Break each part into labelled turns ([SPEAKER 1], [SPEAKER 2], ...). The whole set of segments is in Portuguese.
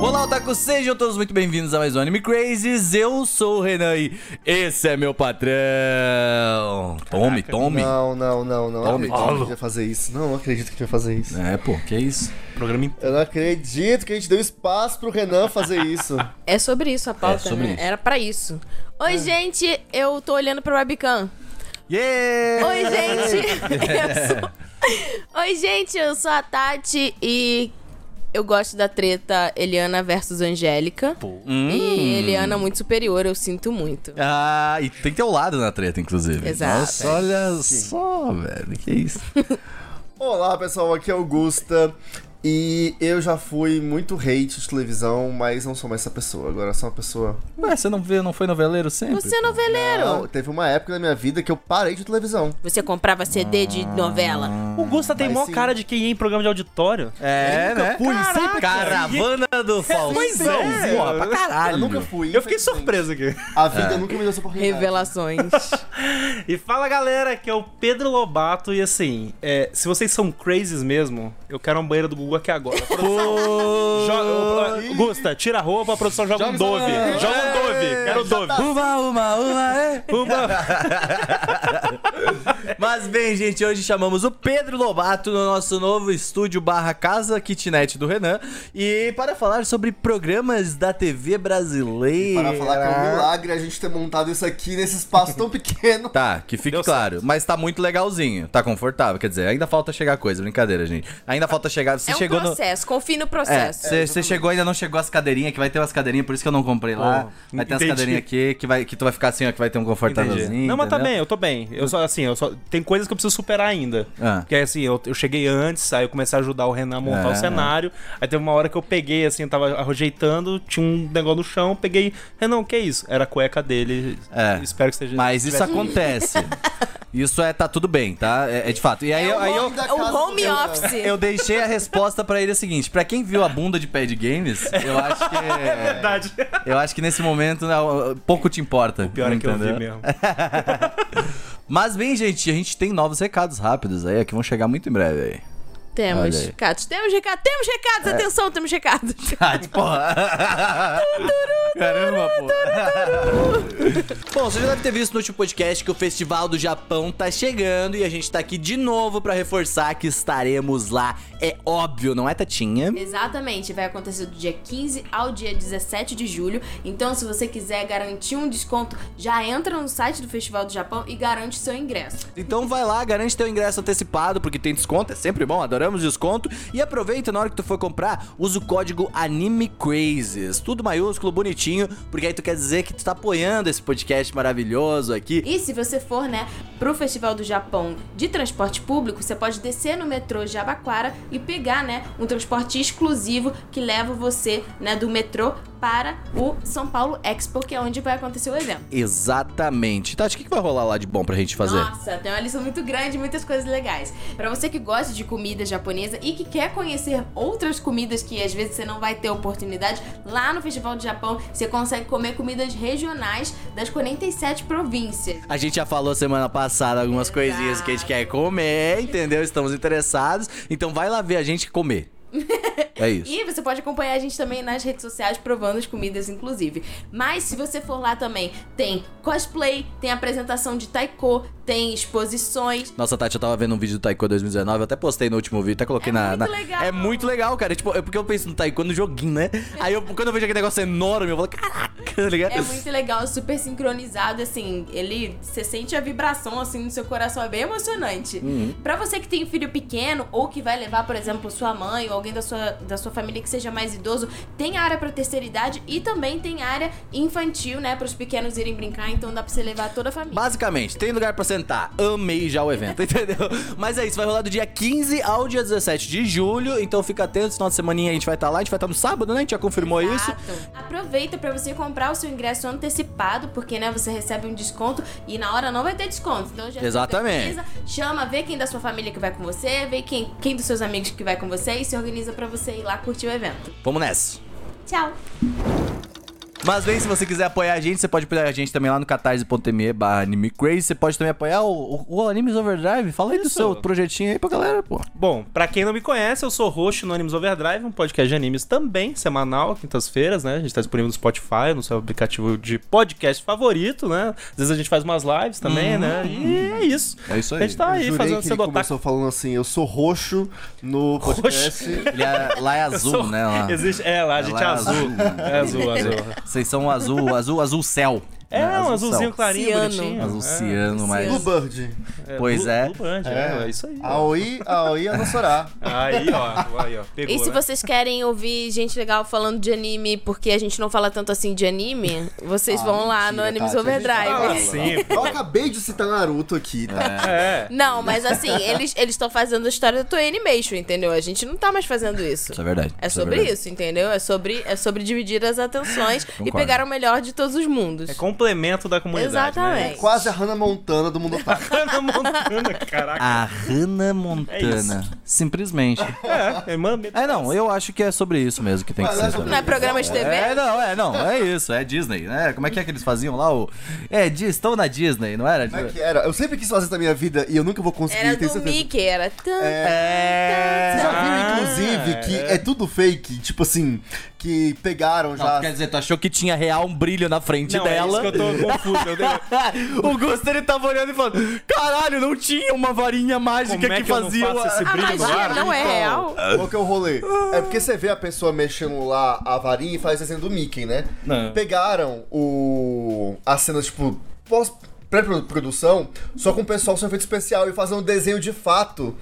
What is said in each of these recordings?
[SPEAKER 1] Olá, Otaku, sejam todos muito bem-vindos a mais um Anime Crazes. Eu sou o Renan e esse é meu patrão. Tome, tome.
[SPEAKER 2] Não, não, não, não.
[SPEAKER 1] Tome,
[SPEAKER 2] acredito que a
[SPEAKER 1] tome.
[SPEAKER 2] gente vai fazer isso. Não, não acredito que a gente vai fazer isso.
[SPEAKER 1] É, pô, que isso?
[SPEAKER 3] Programa inteiro.
[SPEAKER 2] Eu não acredito que a gente deu espaço pro Renan fazer isso.
[SPEAKER 4] É sobre isso a pauta,
[SPEAKER 1] É sobre
[SPEAKER 4] né?
[SPEAKER 1] isso.
[SPEAKER 4] Era pra isso. Oi, gente, eu tô olhando pra webcam.
[SPEAKER 1] Yeah!
[SPEAKER 4] Oi, gente. eu sou... Oi, gente, eu sou a Tati e eu gosto da treta Eliana versus Angélica. E
[SPEAKER 1] Hum.
[SPEAKER 4] Eliana é muito superior, eu sinto muito.
[SPEAKER 1] Ah, e tem teu lado na treta, inclusive.
[SPEAKER 4] Exato.
[SPEAKER 1] Nossa, olha só, velho, que isso?
[SPEAKER 2] Olá, pessoal, aqui é Augusta. E eu já fui muito hate de televisão, mas não sou mais essa pessoa. Agora eu sou uma pessoa.
[SPEAKER 1] Ué, você não, vê, não foi noveleiro sempre?
[SPEAKER 4] Você é noveleiro.
[SPEAKER 2] Não, teve uma época da minha vida que eu parei de televisão.
[SPEAKER 4] Você comprava CD de
[SPEAKER 1] Ah.
[SPEAKER 4] novela.
[SPEAKER 3] O Gusta tem
[SPEAKER 2] Mas
[SPEAKER 3] mó
[SPEAKER 2] sim.
[SPEAKER 3] cara de quem ia em programa de auditório.
[SPEAKER 1] É, né?
[SPEAKER 2] fui, sempre
[SPEAKER 1] Caravana do Faustão.
[SPEAKER 3] Mas é.
[SPEAKER 1] Porra, pra caralho.
[SPEAKER 2] Eu nunca fui.
[SPEAKER 3] Eu fiquei
[SPEAKER 2] infelizmente.
[SPEAKER 3] surpreso É. aqui.
[SPEAKER 2] A vida nunca me deu essa oportunidade.
[SPEAKER 4] Revelações.
[SPEAKER 3] E fala galera, aqui é o Pedro Lobato. E assim, é, se vocês são crazies mesmo, eu quero uma banheira do Google aqui agora. Joga, ô, Gusta, tira a roupa, a produção joga um
[SPEAKER 1] Joga
[SPEAKER 3] Dove.
[SPEAKER 1] essa-
[SPEAKER 3] Joga um Dove,
[SPEAKER 1] É,
[SPEAKER 3] quero Dove.
[SPEAKER 1] Uma, uma, uma, é.
[SPEAKER 3] Uma-
[SPEAKER 1] Mas bem, gente, hoje chamamos o Pedro Lobato no nosso novo estúdio barra casa kitnet do Renan e para falar sobre programas da TV brasileira.
[SPEAKER 2] Para falar que é um milagre a gente ter montado isso aqui nesse espaço tão pequeno.
[SPEAKER 1] Tá, que fique
[SPEAKER 3] Deu
[SPEAKER 1] claro. Mas tá muito legalzinho. Tá confortável. Quer dizer, ainda falta chegar coisa. Brincadeira, gente. Ainda falta chegar. Você
[SPEAKER 4] é um
[SPEAKER 1] chegou
[SPEAKER 4] processo, confie no
[SPEAKER 1] no. É,
[SPEAKER 4] processo.
[SPEAKER 1] você você chegou ainda não chegou as cadeirinhas, que vai ter umas cadeirinhas, por isso que eu não comprei lá.
[SPEAKER 3] Oh,
[SPEAKER 1] Vai ter as
[SPEAKER 3] entendi.
[SPEAKER 1] cadeirinhas aqui, que, vai, que tu vai ficar assim, ó, que vai ter um
[SPEAKER 3] Entendi.
[SPEAKER 1] confortávelzinho.
[SPEAKER 3] Não, mas tá
[SPEAKER 1] entendeu?
[SPEAKER 3] bem, eu tô bem. Eu só, assim, eu só. Tem coisas que eu preciso superar ainda.
[SPEAKER 1] Ah.
[SPEAKER 3] Porque assim, eu, eu cheguei antes, aí eu comecei a ajudar o Renan a montar
[SPEAKER 1] É.
[SPEAKER 3] o cenário. Aí teve uma hora que eu peguei, assim, eu tava ajeitando, tinha um negócio no chão, peguei. Renan, o que é isso? Era a cueca dele.
[SPEAKER 1] É.
[SPEAKER 3] Espero que seja.
[SPEAKER 1] Mas isso acontece. Isso é, tá tudo bem, tá? É, é de fato. E aí, eu- aí eu,
[SPEAKER 2] Da
[SPEAKER 4] É um
[SPEAKER 2] casa
[SPEAKER 4] home
[SPEAKER 2] do Renan.
[SPEAKER 4] office.
[SPEAKER 1] eu deixei a resposta pra ele a seguinte: pra quem viu a bunda de pé de games, eu acho que.
[SPEAKER 3] É verdade.
[SPEAKER 1] Eu acho que nesse momento não, pouco te importa. O
[SPEAKER 3] Pior é que eu vi mesmo.
[SPEAKER 1] Mas bem, gente, a gente tem novos recados rápidos aí, que vão chegar muito em breve aí.
[SPEAKER 4] Temos
[SPEAKER 1] Olha aí. É.
[SPEAKER 4] recados. Temos recados. Temos recados. Atenção, temos recados.
[SPEAKER 1] Ah, tipo... Caramba, pô. Bom, você já deve ter visto no último podcast que o Festival do Japão tá chegando e a gente tá aqui de novo pra reforçar que estaremos lá. É óbvio, não é, Tatinha?
[SPEAKER 4] Exatamente, vai acontecer do dia 15 ao dia 17 de julho. Então, se você quiser garantir um desconto, já entra no site do Festival do Japão e garante seu ingresso.
[SPEAKER 1] Então vai lá, garante teu ingresso antecipado, porque tem desconto, é sempre bom, adoramos desconto. E aproveita na hora que tu for comprar, usa o código AnimeCrazes, tudo maiúsculo, bonitinho, porque aí tu quer dizer que tu tá apoiando esse podcast maravilhoso aqui.
[SPEAKER 4] E se você for, né, pro Festival do Japão de transporte público, você pode descer no metrô de Abaquara e pegar, né, um transporte exclusivo que leva você, né, do metrô para o São Paulo Expo, que é onde vai acontecer o evento.
[SPEAKER 1] Exatamente. Tati, o que, que vai rolar lá de bom pra gente fazer?
[SPEAKER 4] Nossa, tem uma lista muito grande, muitas coisas legais. Pra você que gosta de comida japonesa e que quer conhecer outras comidas que às vezes você não vai ter oportunidade, lá no Festival do Japão você consegue comer comidas regionais das 47 províncias.
[SPEAKER 1] A gente já falou semana passada algumas
[SPEAKER 4] Exato.
[SPEAKER 1] coisinhas que a gente quer comer, entendeu? Estamos interessados. Então vai lá ver a gente comer. É isso.
[SPEAKER 4] E você pode acompanhar a gente também nas redes sociais, provando as comidas, inclusive. Mas se você for lá também, tem cosplay, tem apresentação de taiko, tem exposições.
[SPEAKER 1] Nossa, Tati, eu tava vendo um vídeo do Taiko 2019, eu até postei no último vídeo, até coloquei
[SPEAKER 4] É
[SPEAKER 1] na.
[SPEAKER 4] muito
[SPEAKER 1] na-
[SPEAKER 4] legal.
[SPEAKER 1] É muito legal, cara. Tipo, é porque eu penso no Taiko no joguinho, né? Aí eu, quando eu vejo aquele negócio enorme, eu falo, caraca, tá ligado?
[SPEAKER 4] É muito legal, super sincronizado, assim, ele você sente a vibração assim no seu coração, é bem emocionante. Pra você que tem filho pequeno ou que vai levar, por exemplo, sua mãe ou alguém da sua, da sua família que seja mais idoso, tem área pra terceira idade e também tem área infantil, né, Pros pequenos irem brincar, então dá pra você levar toda a família.
[SPEAKER 1] Basicamente, tem lugar pra sentar. Amei já o evento, entendeu? Mas é isso, vai rolar do dia 15 ao dia 17 de julho. Então fica atento, esse final de semaninha a gente vai estar lá. A gente vai estar no sábado, né? A gente já confirmou isso.
[SPEAKER 4] Exato. Aproveita pra você comprar o seu ingresso antecipado, porque né, você recebe um desconto e na hora não vai ter desconto. Então já se
[SPEAKER 1] Exatamente.
[SPEAKER 4] organiza, chama, vê quem da sua família que vai com você, vê quem, quem dos seus amigos que vai com você e se organiza pra você ir lá curtir o evento.
[SPEAKER 1] Vamos nessa.
[SPEAKER 4] Tchau.
[SPEAKER 1] Mas bem, se você quiser apoiar a gente, você pode apoiar a gente também lá no catarse.me barra animecrazy. Você pode também apoiar o, o, o Animes Overdrive. Fala aí do
[SPEAKER 3] Isso.
[SPEAKER 1] seu projetinho aí pra galera, pô.
[SPEAKER 3] Bom, pra quem não me conhece, eu sou host no Animes Overdrive, um podcast de animes também, semanal, quintas-feiras, né? A gente tá disponível no Spotify, no seu aplicativo de podcast favorito, né? Às vezes a gente faz umas lives também, né? E é isso.
[SPEAKER 1] Uhum. É isso aí.
[SPEAKER 3] A gente tá aí
[SPEAKER 2] Jurei
[SPEAKER 3] fazendo
[SPEAKER 2] que ele
[SPEAKER 3] seu otaku.
[SPEAKER 2] começou falando assim, eu sou roxo no podcast.
[SPEAKER 1] Ele é- lá é azul,
[SPEAKER 3] Sou-
[SPEAKER 1] né? Lá.
[SPEAKER 3] Existe, é, lá a gente é,
[SPEAKER 1] lá é
[SPEAKER 3] azul.
[SPEAKER 1] azul, né?
[SPEAKER 3] É azul, azul.
[SPEAKER 1] Vocês são azul, azul, azul céu.
[SPEAKER 3] É,
[SPEAKER 1] né?
[SPEAKER 3] um
[SPEAKER 1] Azul
[SPEAKER 3] azulzinho
[SPEAKER 1] céu.
[SPEAKER 3] clarinho,
[SPEAKER 4] Ciano.
[SPEAKER 3] bonitinho.
[SPEAKER 1] Azul
[SPEAKER 3] É,
[SPEAKER 1] ciano, mas...
[SPEAKER 2] Blue Bird.
[SPEAKER 1] Pois
[SPEAKER 3] Blue-
[SPEAKER 1] é.
[SPEAKER 3] Blue Band, é. é isso aí.
[SPEAKER 2] Aoi, aoi, anossorá.
[SPEAKER 3] Aí, ó. Aí, ó. Pegou,
[SPEAKER 4] E se
[SPEAKER 3] né?
[SPEAKER 4] vocês querem ouvir gente legal falando de anime, porque a gente não fala tanto assim de anime, vocês
[SPEAKER 2] Ah,
[SPEAKER 4] vão lá no
[SPEAKER 2] mentira,
[SPEAKER 4] Animes
[SPEAKER 2] Tati, a gente
[SPEAKER 3] Ah,
[SPEAKER 4] Overdrive.
[SPEAKER 2] fala.
[SPEAKER 3] sim.
[SPEAKER 2] Eu acabei de citar Naruto aqui, tá?
[SPEAKER 3] É.
[SPEAKER 4] Não, mas assim, eles estão fazendo a história do Toei Animation, entendeu? A gente não tá mais fazendo isso.
[SPEAKER 1] Isso é verdade.
[SPEAKER 4] É sobre
[SPEAKER 1] verdade.
[SPEAKER 4] isso, entendeu? É sobre, é sobre dividir as atenções e
[SPEAKER 1] Concordo.
[SPEAKER 4] pegar o melhor de todos os mundos.
[SPEAKER 3] É complemento da comunidade.
[SPEAKER 4] Exatamente.
[SPEAKER 3] Né?
[SPEAKER 2] Quase a Hannah Montana do mundo otaku.
[SPEAKER 3] Hannah Montana, caraca.
[SPEAKER 1] A Hannah Montana. Simplesmente.
[SPEAKER 3] É, irmã
[SPEAKER 1] É, não, eu acho que é sobre isso mesmo que tem que
[SPEAKER 2] Mas
[SPEAKER 1] ser.
[SPEAKER 2] acho
[SPEAKER 1] Sobre
[SPEAKER 4] Não é programa de TV?
[SPEAKER 1] É, não, é, não, é isso, é Disney, né? Como é que é que eles faziam lá? O... É, Di- estão na Disney, não era?
[SPEAKER 2] Como é que era? Eu sempre quis fazer isso na minha vida e eu nunca vou conseguir,
[SPEAKER 4] Era
[SPEAKER 2] tenho
[SPEAKER 4] do
[SPEAKER 2] certeza.
[SPEAKER 4] Mickey, era tan-
[SPEAKER 1] É.
[SPEAKER 2] Você já viu,
[SPEAKER 3] Ah,
[SPEAKER 2] inclusive, que
[SPEAKER 3] é.
[SPEAKER 2] é tudo fake? Tipo assim, que pegaram
[SPEAKER 1] Não,
[SPEAKER 4] Tá.
[SPEAKER 2] já.
[SPEAKER 1] Quer dizer, tu achou que tinha real um brilho na frente
[SPEAKER 3] Não, é isso
[SPEAKER 1] dela?
[SPEAKER 3] que eu tô confuso. Eu dei-
[SPEAKER 1] o Gusto ele tava olhando e falando: Caralho, não tinha uma varinha mágica
[SPEAKER 3] Como é
[SPEAKER 1] que,
[SPEAKER 3] que eu não
[SPEAKER 1] fazia.
[SPEAKER 3] faço esse
[SPEAKER 4] A
[SPEAKER 3] brilho no
[SPEAKER 4] magia
[SPEAKER 3] ar?
[SPEAKER 4] Ah, não é
[SPEAKER 1] Então.
[SPEAKER 4] real.
[SPEAKER 2] Qual que é o rolê? É porque você vê a pessoa mexendo lá a varinha e faz desenho do Mickey, né?
[SPEAKER 3] Não.
[SPEAKER 2] Pegaram o. as cenas, tipo, pós- pré-produção, só com o pessoal sem efeito especial e fazer um desenho de fato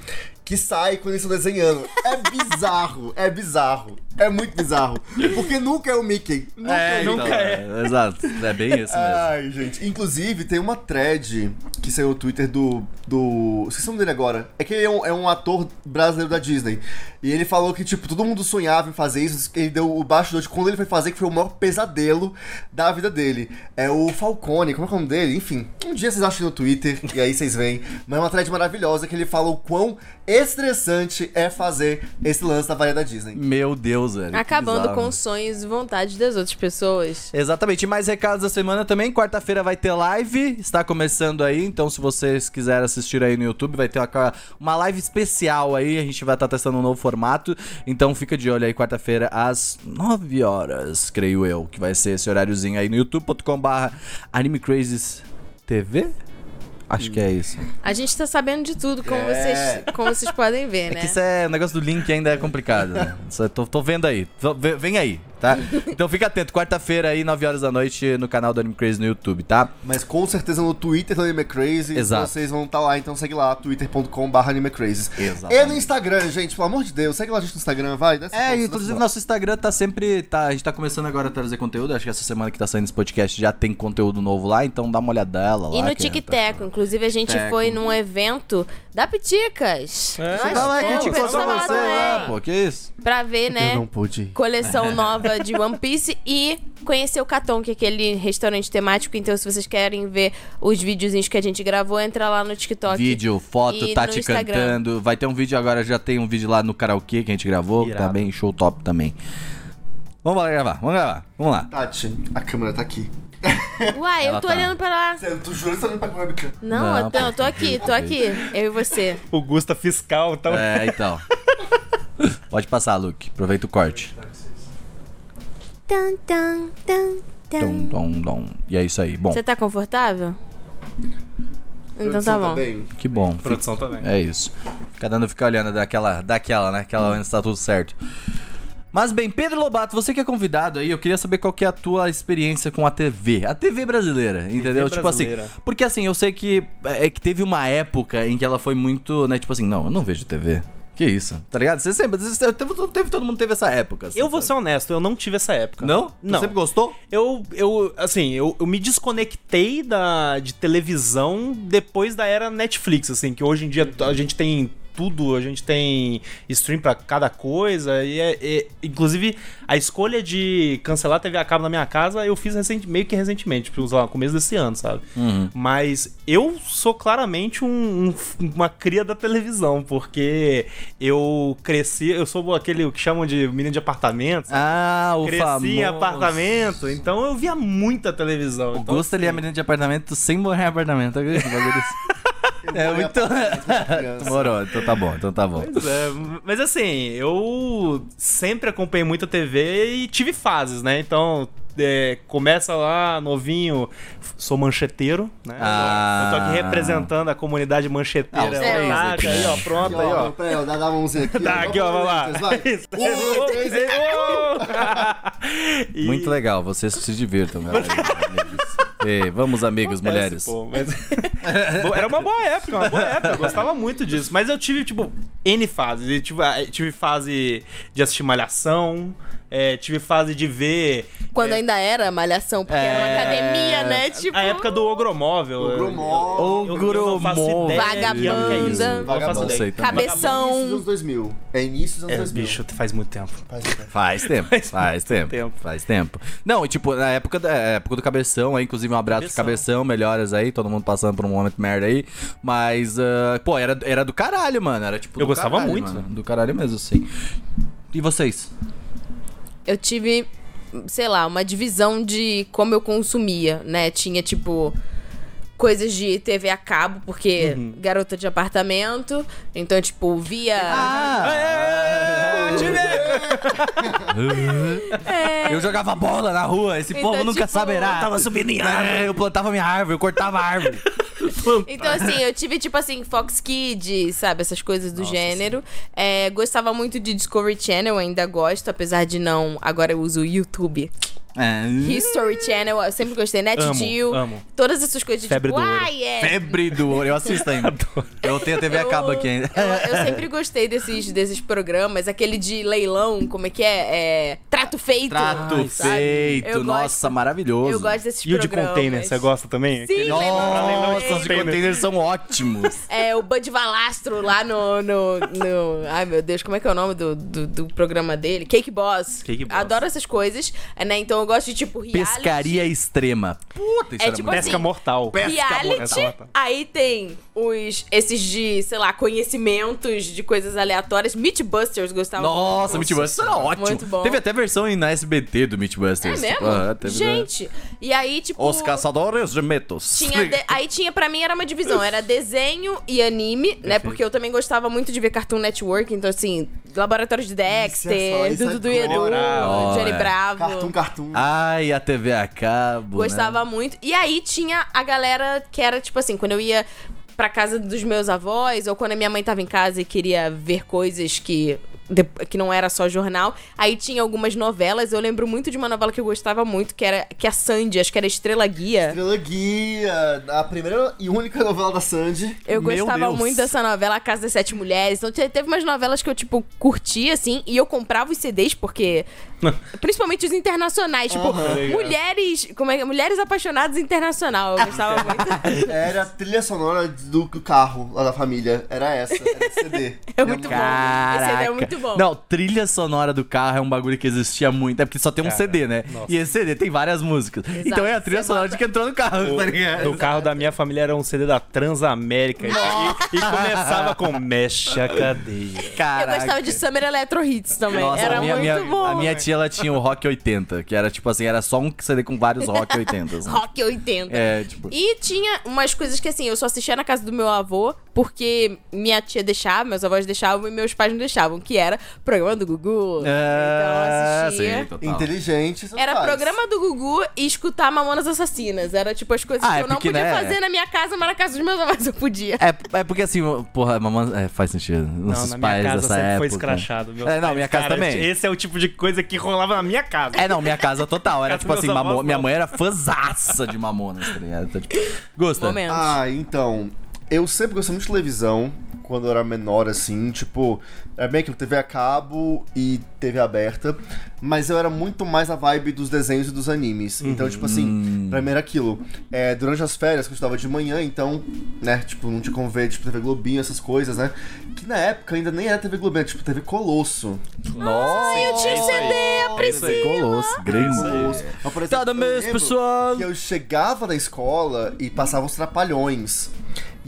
[SPEAKER 2] que sai quando eles estão desenhando. É bizarro, é bizarro. É muito bizarro. Porque nunca é o Mickey. Nunca é,
[SPEAKER 1] É,
[SPEAKER 2] o
[SPEAKER 1] então,
[SPEAKER 2] Mickey.
[SPEAKER 1] é. Exato, é bem isso
[SPEAKER 4] Ah.
[SPEAKER 1] mesmo.
[SPEAKER 2] Ai, gente. Inclusive, tem uma thread que saiu no Twitter do. do. Esqueci o nome dele agora. É que ele é um, é um ator brasileiro da Disney. E ele falou que, tipo, todo mundo sonhava em fazer isso. Ele deu o bastidor de quando ele foi fazer, que foi o maior pesadelo da vida dele. É o Falcone, como é que é o nome dele? Enfim, um dia vocês acham no Twitter, e aí vocês veem. Mas é uma thread maravilhosa que ele fala o quão estressante é fazer esse lance da varia da Disney.
[SPEAKER 1] Meu Deus, velho. que né?
[SPEAKER 4] Acabando
[SPEAKER 1] bizarro.
[SPEAKER 4] com os sonhos e vontades das outras pessoas.
[SPEAKER 1] Exatamente. E mais recados da semana também. Quarta-feira vai ter live. Está começando aí. Então, se vocês quiserem assistir aí no YouTube, vai ter uma, uma live especial aí. A gente vai estar testando um novo formato. Então, fica de olho aí quarta-feira às 9 horas, creio eu, que vai ser esse horáriozinho aí no youtube.com.br animecrazistv. Acho que é isso.
[SPEAKER 4] A gente tá sabendo de tudo, como,
[SPEAKER 2] É.
[SPEAKER 4] vocês, como vocês podem ver,
[SPEAKER 1] É
[SPEAKER 4] né?
[SPEAKER 1] que isso é o negócio do link ainda é complicado, né? Isso eu tô, tô vendo aí. Tô- ve- vem aí, tá? Então fica atento, quarta-feira aí, 9 horas da noite, no canal do Anime Crazy no YouTube, tá?
[SPEAKER 2] Mas com certeza no Twitter do Anime Crazy,
[SPEAKER 1] Exato.
[SPEAKER 2] vocês vão estar lá, então segue lá, twitter.com.br Anime Crazy.
[SPEAKER 1] Exatamente.
[SPEAKER 2] E no Instagram, gente, pelo amor de Deus, segue lá a gente no Instagram, vai. dá esse
[SPEAKER 1] É,
[SPEAKER 2] ponto,
[SPEAKER 1] inclusive
[SPEAKER 2] dá esse
[SPEAKER 1] nosso Instagram tá sempre. Tá, a gente tá começando agora a trazer conteúdo. Acho que essa semana que tá saindo esse podcast já tem conteúdo novo lá, então dá uma olhadela lá.
[SPEAKER 4] E no
[SPEAKER 1] que
[SPEAKER 4] Tic
[SPEAKER 1] tá-
[SPEAKER 4] Teco, inclusive a gente
[SPEAKER 1] Teco.
[SPEAKER 4] foi num evento da Piticas.
[SPEAKER 3] É.
[SPEAKER 4] Nós
[SPEAKER 1] Tá lá,
[SPEAKER 4] fomos,
[SPEAKER 1] criticou
[SPEAKER 4] eu
[SPEAKER 1] só
[SPEAKER 4] tava lá né?
[SPEAKER 1] você
[SPEAKER 4] também,
[SPEAKER 1] lá, pô. Que isso?
[SPEAKER 4] Pra ver,
[SPEAKER 2] ponto.
[SPEAKER 4] né?
[SPEAKER 2] Eu não pude. ir.
[SPEAKER 4] coleção nova de One Piece e conhecer o Caton, que é aquele restaurante temático. Então, se vocês querem ver os videozinhos que a gente gravou, entra lá no TikTok.
[SPEAKER 1] Vídeo, foto,
[SPEAKER 4] E no
[SPEAKER 1] Tati
[SPEAKER 4] Instagram.
[SPEAKER 1] cantando. Vai ter um vídeo agora, já tem um vídeo lá no karaokê que a gente gravou, que tá
[SPEAKER 3] Irado.
[SPEAKER 1] bem show top também. Vamos lá gravar, vamos gravar, vamos lá.
[SPEAKER 2] Tati, a câmera tá aqui.
[SPEAKER 4] Uai, eu
[SPEAKER 1] Ela
[SPEAKER 4] tô
[SPEAKER 1] tá.
[SPEAKER 4] olhando pra lá.
[SPEAKER 2] Sério, tu jura que você não tá com webcam?
[SPEAKER 4] Não,
[SPEAKER 1] Não,
[SPEAKER 4] eu, tô, eu tô aqui, tô aqui. Eu e você.
[SPEAKER 3] O Gusta fiscal tá.
[SPEAKER 1] É, então. Pode passar, Luke. Aproveita o corte.
[SPEAKER 4] Tan, tan, tan, tan.
[SPEAKER 1] Dom, dom, dom. E é isso aí. Bom,
[SPEAKER 4] Você tá confortável? Então tá
[SPEAKER 2] Produção
[SPEAKER 4] bom.
[SPEAKER 2] bem?
[SPEAKER 1] que bom.
[SPEAKER 3] Produção também.
[SPEAKER 1] É isso. Cada um fica olhando daquela, daquela, né? Aquela onde está tudo certo. Mas bem, Pedro Lobato, você que é convidado aí, eu queria saber qual que é a tua experiência com a TV. A TV brasileira, entendeu? tipo
[SPEAKER 3] brasileira.
[SPEAKER 1] assim. Porque assim, eu sei que é que teve uma época em que ela foi muito, né? Tipo assim, não, eu não vejo TV. Que isso? Tá ligado? Você sempre. você- teve, teve- todo mundo teve essa época. assim,
[SPEAKER 3] Eu vou ser
[SPEAKER 1] sabe?
[SPEAKER 3] honesto, eu não tive essa época.
[SPEAKER 1] Não?
[SPEAKER 3] Não.
[SPEAKER 1] Você sempre gostou?
[SPEAKER 3] Eu, eu assim, eu, eu me desconectei da, de televisão depois da era Netflix, assim, que hoje em dia a gente tem tudo. A gente tem stream pra cada coisa. E, é- e- inclusive, a escolha de cancelar a TV a cabo na minha casa eu fiz recente, meio que recentemente, tipo, sei lá, no começo desse ano, sabe? Mas eu sou claramente um- um- uma cria da televisão, porque eu cresci, eu sou aquele que chamam de menino de apartamento. sabe?
[SPEAKER 1] Ah, o
[SPEAKER 3] cresci
[SPEAKER 1] famoso.
[SPEAKER 3] em apartamento, então eu via muita televisão.
[SPEAKER 1] O
[SPEAKER 3] então,
[SPEAKER 1] Gusto ele é menino de apartamento sem morar em apartamento. Olha esse bagulho assim. É muito.
[SPEAKER 2] criança.
[SPEAKER 1] Morou, então tá bom, então tá bom.
[SPEAKER 3] Pois é, mas assim, eu sempre acompanhei muita TV e tive fases, né? Então, é, começa lá, novinho, f- sou mancheteiro, né?
[SPEAKER 1] Ah. é
[SPEAKER 3] Eu tô aqui representando a comunidade
[SPEAKER 2] Ah, os
[SPEAKER 3] mancheteira.
[SPEAKER 4] três
[SPEAKER 3] otaku,
[SPEAKER 1] aqui.
[SPEAKER 3] É,
[SPEAKER 1] né?
[SPEAKER 3] aí, ó,
[SPEAKER 2] Aqui,
[SPEAKER 3] pronto, aí,
[SPEAKER 2] ó,
[SPEAKER 3] ó.
[SPEAKER 2] peraí, ó, dá dá a mãozinha aqui.
[SPEAKER 3] Tá,
[SPEAKER 2] ó,
[SPEAKER 3] aqui, ó, vamos lá.
[SPEAKER 2] Vai.
[SPEAKER 3] Isso.
[SPEAKER 2] Um, dois, três, e-
[SPEAKER 3] E-
[SPEAKER 1] Muito legal, vocês se divirtam, galera. Ei, vamos, amigos, mulheres.
[SPEAKER 3] Pô, mas- Bo- Era uma boa época, uma boa época. Eu gostava muito disso. Mas eu tive, tipo, N fases. Eu tive, eu tive fase de assistir Malhação, é, tive fase de ver
[SPEAKER 4] Quando ainda era malhação, porque era uma academia, né? Tipo.
[SPEAKER 3] É. a época do Ogromóvel.
[SPEAKER 2] Grumó.
[SPEAKER 1] Ô,
[SPEAKER 3] Eu- eu não faço
[SPEAKER 1] Gromô.
[SPEAKER 3] ideia
[SPEAKER 4] Vagabunda.
[SPEAKER 3] de ano que é isso. Eu não faço
[SPEAKER 2] Vagabunda.
[SPEAKER 3] ideia.
[SPEAKER 1] Sei também.
[SPEAKER 4] Cabeça- São-
[SPEAKER 2] Início dos anos 2000. É início dos anos
[SPEAKER 3] É,
[SPEAKER 2] 2000.
[SPEAKER 3] bicho, faz muito tempo.
[SPEAKER 2] Faz tempo.
[SPEAKER 1] Faz tempo, faz tempo,
[SPEAKER 3] tempo.
[SPEAKER 1] faz tempo. Não, e tipo, na época, da, é, época do Cabeção, aí, inclusive um abraço pro Cabeção, melhoras aí, todo mundo passando por um momento merda aí. Mas, ah, pô, era, era do caralho, mano, era tipo
[SPEAKER 3] Eu
[SPEAKER 1] do
[SPEAKER 3] gostava
[SPEAKER 1] caralho,
[SPEAKER 3] muito.
[SPEAKER 1] mano, do caralho mesmo, sim. E vocês?
[SPEAKER 4] eu tive, sei lá, uma divisão de como eu consumia, né? Tinha, tipo, coisas de TV a cabo, porque
[SPEAKER 3] Uhum.
[SPEAKER 4] garota de apartamento. Então, tipo, via.
[SPEAKER 3] Ah,
[SPEAKER 4] É.
[SPEAKER 1] Eu jogava bola na rua, esse
[SPEAKER 4] Então,
[SPEAKER 1] povo nunca
[SPEAKER 4] tipo,
[SPEAKER 1] saberá.
[SPEAKER 4] eu
[SPEAKER 1] tava subindo em árvore. Eu plantava minha árvore, eu cortava a árvore.
[SPEAKER 3] Ah.
[SPEAKER 4] Então, assim, eu tive, tipo assim, Fox Kids, sabe? Essas coisas do gênero. É, gostava muito de Discovery Channel, ainda gosto, apesar de não. Agora eu uso o YouTube.
[SPEAKER 1] É.
[SPEAKER 4] History Channel, eu sempre gostei. Net
[SPEAKER 3] Hum. Amo,
[SPEAKER 4] Geo.
[SPEAKER 3] amo.
[SPEAKER 4] Todas essas coisas de
[SPEAKER 3] Febre
[SPEAKER 4] tipo,
[SPEAKER 3] do ouro.
[SPEAKER 4] ai, é.
[SPEAKER 1] Febre do ouro, eu assisto ainda. Eu tenho a TV a cabo aqui ainda.
[SPEAKER 4] Eu, eu sempre gostei desses, desses programas, aquele de leilão, como é que é? É, trato feito.
[SPEAKER 1] Trato
[SPEAKER 4] sabe?
[SPEAKER 1] feito,
[SPEAKER 4] Eu
[SPEAKER 1] nossa, maravilhoso.
[SPEAKER 4] Gosto, eu gosto desses
[SPEAKER 3] E o de
[SPEAKER 4] programas.
[SPEAKER 3] container, você gosta também?
[SPEAKER 4] Sim,
[SPEAKER 1] tipo
[SPEAKER 4] leilão de
[SPEAKER 1] Nossa, os
[SPEAKER 4] container.
[SPEAKER 1] containers são ótimos.
[SPEAKER 4] É, o Bud Valastro lá no, no, no- Ai, meu Deus, como é que é o nome do, do, do programa dele? Cake Boss.
[SPEAKER 3] Cake Boss.
[SPEAKER 4] Adoro essas coisas, né? Então eu gosto de, tipo, reality.
[SPEAKER 1] Pescaria extrema. Puta, isso
[SPEAKER 4] É
[SPEAKER 1] era
[SPEAKER 4] tipo
[SPEAKER 1] muito-
[SPEAKER 4] assim,
[SPEAKER 3] Pesca mortal.
[SPEAKER 4] reality,
[SPEAKER 3] Pesca mortal.
[SPEAKER 4] aí tem os esses de, sei lá, conhecimentos de coisas aleatórias. Meatbusters gostava
[SPEAKER 1] Nossa,
[SPEAKER 4] muito.
[SPEAKER 1] Meatbusters isso era ótimo.
[SPEAKER 4] Muito bom.
[SPEAKER 1] Teve até versão em- na SBT do
[SPEAKER 4] É
[SPEAKER 1] Meatbusters.
[SPEAKER 4] mesmo?
[SPEAKER 1] Ah, teve-
[SPEAKER 4] Gente, e aí, tipo.
[SPEAKER 1] Os caçadores de metos.
[SPEAKER 4] Tinha de- Aí tinha, pra mim, era uma divisão. Era desenho e anime, né? Porque eu também gostava muito de ver Cartoon Network. Então, assim, Laboratório de
[SPEAKER 2] Isso é só-
[SPEAKER 4] Dexter,
[SPEAKER 2] isso é
[SPEAKER 4] Dudu do Edu,
[SPEAKER 2] moral,
[SPEAKER 4] Johnny
[SPEAKER 1] é.
[SPEAKER 4] Bravo.
[SPEAKER 2] Cartoon, né? cartoon.
[SPEAKER 1] Ah, Ai, a TV a cabo. né?
[SPEAKER 4] Gostava muito. E aí tinha a galera que era, tipo assim, quando eu ia pra casa dos meus avós, ou quando a minha mãe tava em casa e queria ver coisas que. de- Que não era só jornal. Aí tinha algumas novelas. Eu lembro muito de uma novela que eu gostava muito, que era que é a Sandy, acho que era Estrela Guia.
[SPEAKER 2] Estrela Guia, a primeira e única novela da Sandy.
[SPEAKER 4] Eu
[SPEAKER 1] Meu
[SPEAKER 4] gostava
[SPEAKER 1] Deus.
[SPEAKER 4] muito dessa novela A Casa das Sete Mulheres. Então te- teve umas novelas que eu, tipo, curtia, assim, e eu comprava os CDs, porque. Principalmente os internacionais, tipo,
[SPEAKER 1] Tá
[SPEAKER 4] mulheres. Como é que é? Mulheres apaixonadas internacional. Eu gostava muito.
[SPEAKER 2] Era a trilha sonora do carro lá da família. Era essa, era esse CD.
[SPEAKER 4] É muito bom.
[SPEAKER 1] Caraca.
[SPEAKER 4] Esse CD é muito bom.
[SPEAKER 1] Não, trilha sonora do carro é um bagulho que existia muito. É porque só tem um CD, né? E esse CD tem várias músicas. Então é a trilha sonora de que entrou no carro, tá ligado?
[SPEAKER 3] Do carro da minha família era um CD da Transamérica. E, e começava com Mexe a cadeia.
[SPEAKER 4] Eu
[SPEAKER 1] Caraca.
[SPEAKER 4] gostava de Summer Electro Hits também.
[SPEAKER 1] Nossa,
[SPEAKER 4] era
[SPEAKER 1] a minha,
[SPEAKER 4] muito
[SPEAKER 1] minha-
[SPEAKER 4] bom.
[SPEAKER 1] A minha tia, ela tinha o Rock 80, que era tipo assim, era só um CD com vários Rock 80. assim.
[SPEAKER 4] Rock 80.
[SPEAKER 1] É, tipo...
[SPEAKER 4] E tinha umas coisas que, assim, eu só assistia na casa do meu avô, porque minha tia deixava, meus avós deixavam e meus pais não deixavam, que era programa do Gugu. então eu
[SPEAKER 1] É,
[SPEAKER 4] assistia.
[SPEAKER 1] sim, total.
[SPEAKER 2] Inteligente, seus
[SPEAKER 4] Era
[SPEAKER 2] pais.
[SPEAKER 4] programa do Gugu e escutar Mamonas Assassinas. Era tipo as coisas
[SPEAKER 1] Ah,
[SPEAKER 4] que
[SPEAKER 1] é
[SPEAKER 4] eu não
[SPEAKER 1] porque,
[SPEAKER 4] podia
[SPEAKER 1] né?
[SPEAKER 4] fazer na minha casa, mas na casa dos meus avós eu podia.
[SPEAKER 1] É, é porque assim, porra, mamãe, é, faz sentido. Nossos
[SPEAKER 3] na minha
[SPEAKER 1] pais
[SPEAKER 3] casa
[SPEAKER 1] dessa
[SPEAKER 3] sempre
[SPEAKER 1] época.
[SPEAKER 3] foi escrachado. meus
[SPEAKER 1] É, não,
[SPEAKER 3] pais,
[SPEAKER 1] minha casa
[SPEAKER 3] cara,
[SPEAKER 1] também.
[SPEAKER 3] Esse é o tipo de coisa que rolava na minha casa.
[SPEAKER 1] É, não, minha casa total. Era
[SPEAKER 3] Casa
[SPEAKER 1] tipo
[SPEAKER 3] dos
[SPEAKER 1] assim,
[SPEAKER 3] meus
[SPEAKER 1] mamo-
[SPEAKER 3] avós,
[SPEAKER 1] minha
[SPEAKER 3] não.
[SPEAKER 1] mãe era fãzaça de Mamonas, tá ligado? Então, tipo, Gosta.
[SPEAKER 4] Momento.
[SPEAKER 2] Ah, então. Eu sempre gostei muito de televisão. quando eu era menor, assim, tipo, era meio que TV a cabo e TV aberta, mas eu era muito mais a vibe dos desenhos e dos animes. Então, tipo
[SPEAKER 4] Uhum.
[SPEAKER 2] assim, pra mim era aquilo. É, durante as férias, que eu estudava de manhã, então, né, tipo, não tinha como ver, tipo, TV Globinho, essas coisas, né? Que na época ainda nem era TV Globinho, era, tipo, TV Colosso.
[SPEAKER 5] Nossa,
[SPEAKER 4] eu tinha
[SPEAKER 3] isso
[SPEAKER 4] CD,
[SPEAKER 3] aí.
[SPEAKER 4] a
[SPEAKER 5] isso aí,
[SPEAKER 4] Priscila.
[SPEAKER 5] Colosso,
[SPEAKER 2] Colosso.
[SPEAKER 5] grande.
[SPEAKER 2] Mas, por
[SPEAKER 5] Tá
[SPEAKER 2] exemplo,
[SPEAKER 5] na
[SPEAKER 2] eu
[SPEAKER 5] mesa,
[SPEAKER 2] lembro
[SPEAKER 5] pessoal.
[SPEAKER 2] Que eu chegava da escola e passava os trapalhões.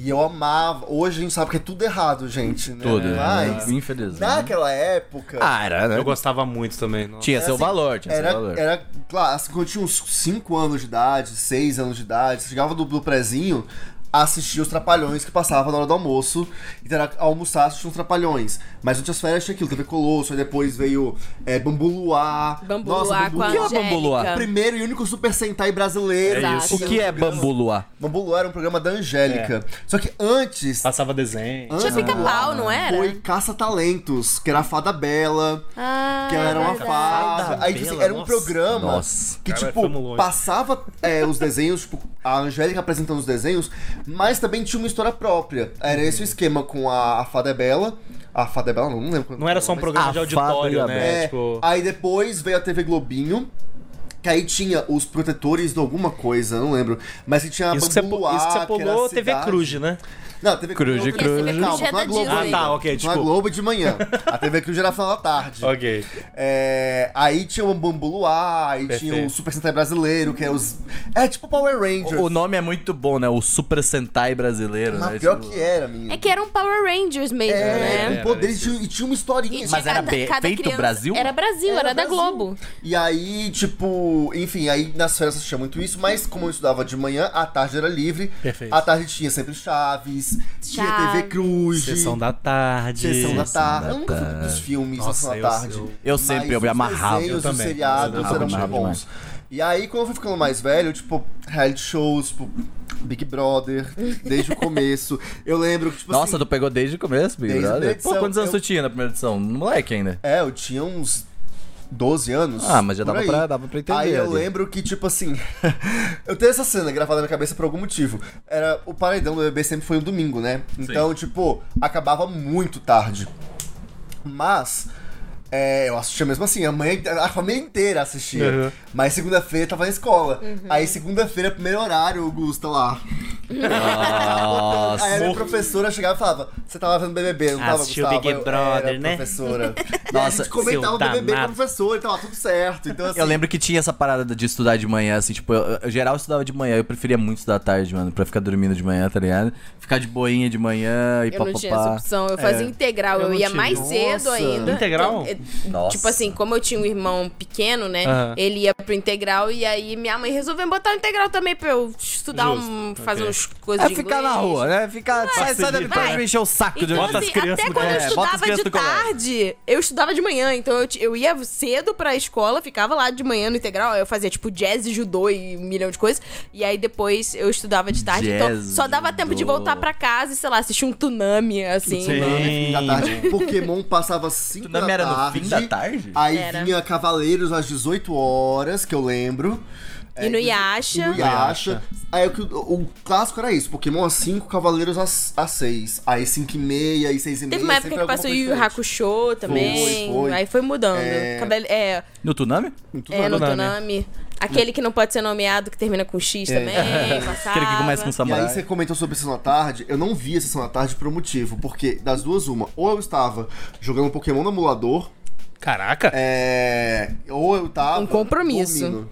[SPEAKER 2] E eu amava. Hoje a gente sabe que é tudo errado, gente. Né?
[SPEAKER 5] Tudo,
[SPEAKER 2] Mas,
[SPEAKER 5] né? infelizmente.
[SPEAKER 2] naquela época.
[SPEAKER 5] Ah, era, né?
[SPEAKER 3] Eu gostava muito também. nossa.
[SPEAKER 5] Tinha seu
[SPEAKER 2] assim,
[SPEAKER 5] valor, tinha seu
[SPEAKER 2] Era,
[SPEAKER 5] valor.
[SPEAKER 2] era clássico, quando eu tinha uns 5 anos de idade, 6 anos de idade, você chegava do, do prezinho, assistia os trapalhões que passava na hora do almoço, e era almoçar assistia os trapalhões. Mas durante as férias tinha aquilo, TV Colosso, aí depois veio é, Bambu Luar.
[SPEAKER 4] Bambu
[SPEAKER 2] Nossa,
[SPEAKER 4] Luar com a
[SPEAKER 5] O que é o
[SPEAKER 4] Angélica.
[SPEAKER 5] Bambu Luar?
[SPEAKER 2] Primeiro e único Super Sentai brasileiro.
[SPEAKER 4] É isso.
[SPEAKER 5] O que
[SPEAKER 2] assim.
[SPEAKER 5] é Bambu Luar?
[SPEAKER 2] Bambu Luar era um programa da Angélica.
[SPEAKER 3] É.
[SPEAKER 2] Só que antes.
[SPEAKER 3] Passava desenho.
[SPEAKER 4] Tinha pica-pau, não era?
[SPEAKER 2] Foi Caça Talentos, que era a Fada Bela,
[SPEAKER 4] Ah,
[SPEAKER 2] que ela era uma
[SPEAKER 4] verdade.
[SPEAKER 2] fada. Aí, tipo assim,
[SPEAKER 3] Bela,
[SPEAKER 2] era um
[SPEAKER 3] nossa.
[SPEAKER 2] programa
[SPEAKER 5] Nossa.
[SPEAKER 2] que,
[SPEAKER 3] Cara, fomos
[SPEAKER 2] tipo,
[SPEAKER 3] longe.
[SPEAKER 2] passava é, os desenhos, tipo, a Angélica apresentando os desenhos, mas também tinha uma história própria. Era esse o esquema com a, a Fada Bela. A Fada Bela, não lembro.
[SPEAKER 3] Não era só um
[SPEAKER 1] Ah,
[SPEAKER 3] programa de
[SPEAKER 5] A
[SPEAKER 3] auditório,
[SPEAKER 5] Fábio
[SPEAKER 3] né?
[SPEAKER 2] É,
[SPEAKER 3] Tipo,
[SPEAKER 2] Aí depois veio a TV Globinho. Que aí tinha os protetores de alguma coisa, não lembro. Mas que tinha a
[SPEAKER 3] isso que você
[SPEAKER 2] Bambu
[SPEAKER 3] isso que
[SPEAKER 2] Luar,
[SPEAKER 3] você
[SPEAKER 2] era a
[SPEAKER 3] pulou TV
[SPEAKER 2] cidade.
[SPEAKER 3] Cruz, né?
[SPEAKER 2] Não, a TV
[SPEAKER 5] Cruz de
[SPEAKER 2] Cruz.
[SPEAKER 5] Cruz.
[SPEAKER 4] Esse é
[SPEAKER 2] Calma,
[SPEAKER 4] Cruz
[SPEAKER 2] não é
[SPEAKER 4] da
[SPEAKER 2] Globo.
[SPEAKER 4] Disney.
[SPEAKER 3] Ah, tá, ok,
[SPEAKER 2] Não é
[SPEAKER 3] desculpa.
[SPEAKER 2] Globo de manhã. A TV Cruz era final da tarde.
[SPEAKER 3] Ok.
[SPEAKER 2] É, aí tinha o Bambu Luar, aí tinha o
[SPEAKER 3] Perfeito.
[SPEAKER 2] Super Sentai Brasileiro, que é os. É tipo Power Rangers.
[SPEAKER 5] O o nome é muito bom, né? O Super Sentai brasileiro,
[SPEAKER 2] Mas
[SPEAKER 5] né?
[SPEAKER 2] pior
[SPEAKER 5] Tipo,
[SPEAKER 2] que era, menino.
[SPEAKER 4] É que era um Power Rangers mesmo,
[SPEAKER 2] É,
[SPEAKER 4] né?
[SPEAKER 2] com
[SPEAKER 3] Era
[SPEAKER 2] poderes
[SPEAKER 3] esse.
[SPEAKER 2] tinha- e tinha uma historinha.
[SPEAKER 4] E
[SPEAKER 5] Mas
[SPEAKER 4] tinha
[SPEAKER 5] era pe- feito Brasil?
[SPEAKER 4] Era Brasil, era, da
[SPEAKER 2] Brasil.
[SPEAKER 4] Globo.
[SPEAKER 2] E aí, tipo, enfim, aí nas férias eu assistia muito isso, mas como eu estudava de manhã, à tarde era livre.
[SPEAKER 3] Perfeito.
[SPEAKER 2] À tarde tinha sempre Chaves, tinha
[SPEAKER 4] Chaves.
[SPEAKER 2] TV Cruz.
[SPEAKER 3] Sessão da tarde.
[SPEAKER 2] Sessão da tarde.
[SPEAKER 5] da
[SPEAKER 2] Eu nunca fui dos filmes,
[SPEAKER 3] Nossa,
[SPEAKER 2] Sessão da
[SPEAKER 3] eu-
[SPEAKER 2] tarde.
[SPEAKER 3] eu-
[SPEAKER 5] Eu sempre,
[SPEAKER 2] Mas
[SPEAKER 5] eu me amarrava.
[SPEAKER 2] Os desenhos,
[SPEAKER 3] Eu
[SPEAKER 2] os
[SPEAKER 3] também.
[SPEAKER 2] seriados
[SPEAKER 3] Eu
[SPEAKER 5] amarrava,
[SPEAKER 2] eram muito
[SPEAKER 5] amarrava
[SPEAKER 2] bons. E aí, quando eu fui ficando mais velho, tipo, reality shows, tipo, Big Brother, desde o começo. Eu lembro que, tipo
[SPEAKER 5] Nossa,
[SPEAKER 2] assim,
[SPEAKER 5] tu pegou desde o começo, Big
[SPEAKER 2] Desde a
[SPEAKER 5] Brother?
[SPEAKER 2] primeira
[SPEAKER 5] Pô,
[SPEAKER 2] edição,
[SPEAKER 5] quantos anos
[SPEAKER 2] eu-
[SPEAKER 5] tu tinha na primeira edição? Moleque ainda.
[SPEAKER 2] É, eu tinha uns 12 anos.
[SPEAKER 5] Ah, mas já
[SPEAKER 2] por
[SPEAKER 5] dava
[SPEAKER 2] aí.
[SPEAKER 5] pra- dava pra entender
[SPEAKER 2] Aí eu
[SPEAKER 5] ali.
[SPEAKER 2] lembro que, tipo assim, eu tenho essa cena gravada na minha cabeça por algum motivo. Era o paredão do bebê sempre foi um domingo, né? Então, tipo, acabava muito tarde. Mas. é, eu assistia mesmo assim, a, mãe, a família inteira assistia.
[SPEAKER 3] Uhum.
[SPEAKER 2] Mas segunda-feira tava na escola. Aí segunda-feira, primeiro horário, Augusta lá. Aí a minha professora chegava e falava: Você tava vendo BBB, não tava
[SPEAKER 3] Assistiu
[SPEAKER 2] Gustavo?"
[SPEAKER 3] Big
[SPEAKER 2] Eu,
[SPEAKER 3] Brother,
[SPEAKER 2] "Era,
[SPEAKER 3] né?"
[SPEAKER 2] Professora. Nossa, a
[SPEAKER 5] Nossa,
[SPEAKER 2] gente comentava
[SPEAKER 3] seu
[SPEAKER 2] o BBB com o
[SPEAKER 3] danado.
[SPEAKER 2] professor e tava tudo certo. Então, assim,
[SPEAKER 5] Eu lembro que tinha essa parada de estudar de manhã, assim, tipo, eu, eu- geral eu estudava de manhã, eu preferia muito estudar à tarde, mano, pra ficar dormindo de manhã, tá ligado? Ficar de boinha de manhã e
[SPEAKER 4] Eu não tinha essa
[SPEAKER 5] papapá.
[SPEAKER 4] opção, eu fazia integral,
[SPEAKER 3] Eu
[SPEAKER 4] eu,
[SPEAKER 3] não
[SPEAKER 4] ia
[SPEAKER 3] tive.
[SPEAKER 4] mais cedo
[SPEAKER 2] Nossa.
[SPEAKER 4] ainda.
[SPEAKER 3] Integral?
[SPEAKER 4] Então, é,
[SPEAKER 5] Nossa.
[SPEAKER 4] Tipo assim, como eu tinha um irmão pequeno, né?
[SPEAKER 3] Aham.
[SPEAKER 4] Ele ia pro integral e aí minha mãe resolveu botar o integral também pra eu estudar,
[SPEAKER 3] Justo,
[SPEAKER 4] um, fazer
[SPEAKER 3] ok.
[SPEAKER 4] umas coisas
[SPEAKER 5] É
[SPEAKER 4] de
[SPEAKER 5] ficar na
[SPEAKER 4] inglês.
[SPEAKER 5] rua, né? Ficar.
[SPEAKER 2] é
[SPEAKER 5] Sai, sai da
[SPEAKER 3] Facilita,
[SPEAKER 5] minha pra
[SPEAKER 4] né?
[SPEAKER 5] me encher o saco de
[SPEAKER 4] Então,
[SPEAKER 3] Bota as
[SPEAKER 4] assim,
[SPEAKER 3] crianças
[SPEAKER 4] até
[SPEAKER 3] no
[SPEAKER 4] quando eu
[SPEAKER 5] colégio. É, bota as
[SPEAKER 4] estudava
[SPEAKER 5] crianças
[SPEAKER 4] de
[SPEAKER 5] no colégio.
[SPEAKER 4] tarde, eu estudava de manhã. Então eu, ti- eu ia cedo pra escola, ficava lá de manhã no integral. Eu fazia tipo jazz e judô e um milhão de coisas. E aí depois eu estudava de tarde. então
[SPEAKER 5] Jazz,
[SPEAKER 4] só dava tempo de
[SPEAKER 5] judô.
[SPEAKER 4] voltar pra casa e, sei lá, assistir um tsunami, assim.
[SPEAKER 2] Sim. Da tarde, Pokémon passava 5 da
[SPEAKER 5] Tsunami
[SPEAKER 2] tarde. Ah.
[SPEAKER 5] era no fim da tarde?
[SPEAKER 2] Aí
[SPEAKER 4] Era.
[SPEAKER 2] vinha Cavaleiros às 18 horas, que eu lembro. É,
[SPEAKER 4] E no Yasha.
[SPEAKER 2] No Yasha. Aí o, que- o- o clássico era isso, Pokémon às 5, Cavaleiros às, às 6. Aí 5 e meia, aí 6 e meia.
[SPEAKER 4] Teve uma época
[SPEAKER 2] sempre
[SPEAKER 4] que
[SPEAKER 2] alguma
[SPEAKER 4] passou
[SPEAKER 2] coisa
[SPEAKER 4] Yu Yu
[SPEAKER 2] diferente.
[SPEAKER 4] Hakusho também.
[SPEAKER 2] foi.
[SPEAKER 4] Aí foi mudando.
[SPEAKER 2] É.
[SPEAKER 4] Cabelo, é,
[SPEAKER 5] No Tsunami?
[SPEAKER 2] Muito
[SPEAKER 4] é, no
[SPEAKER 3] Tsunami.
[SPEAKER 2] né?
[SPEAKER 4] Tonami. Aquele que não pode ser nomeado, que termina com X
[SPEAKER 2] É.
[SPEAKER 4] também.
[SPEAKER 5] Aquele que começa com
[SPEAKER 1] um
[SPEAKER 4] passava.
[SPEAKER 2] E aí
[SPEAKER 5] samurai.
[SPEAKER 2] você comentou sobre Sessão da Tarde, eu não vi a Sessão da Tarde por um motivo, porque das duas uma, ou eu estava jogando um Pokémon no emulador,
[SPEAKER 3] Caraca.
[SPEAKER 2] é, ou eu estava
[SPEAKER 4] Um compromisso.
[SPEAKER 2] dormindo.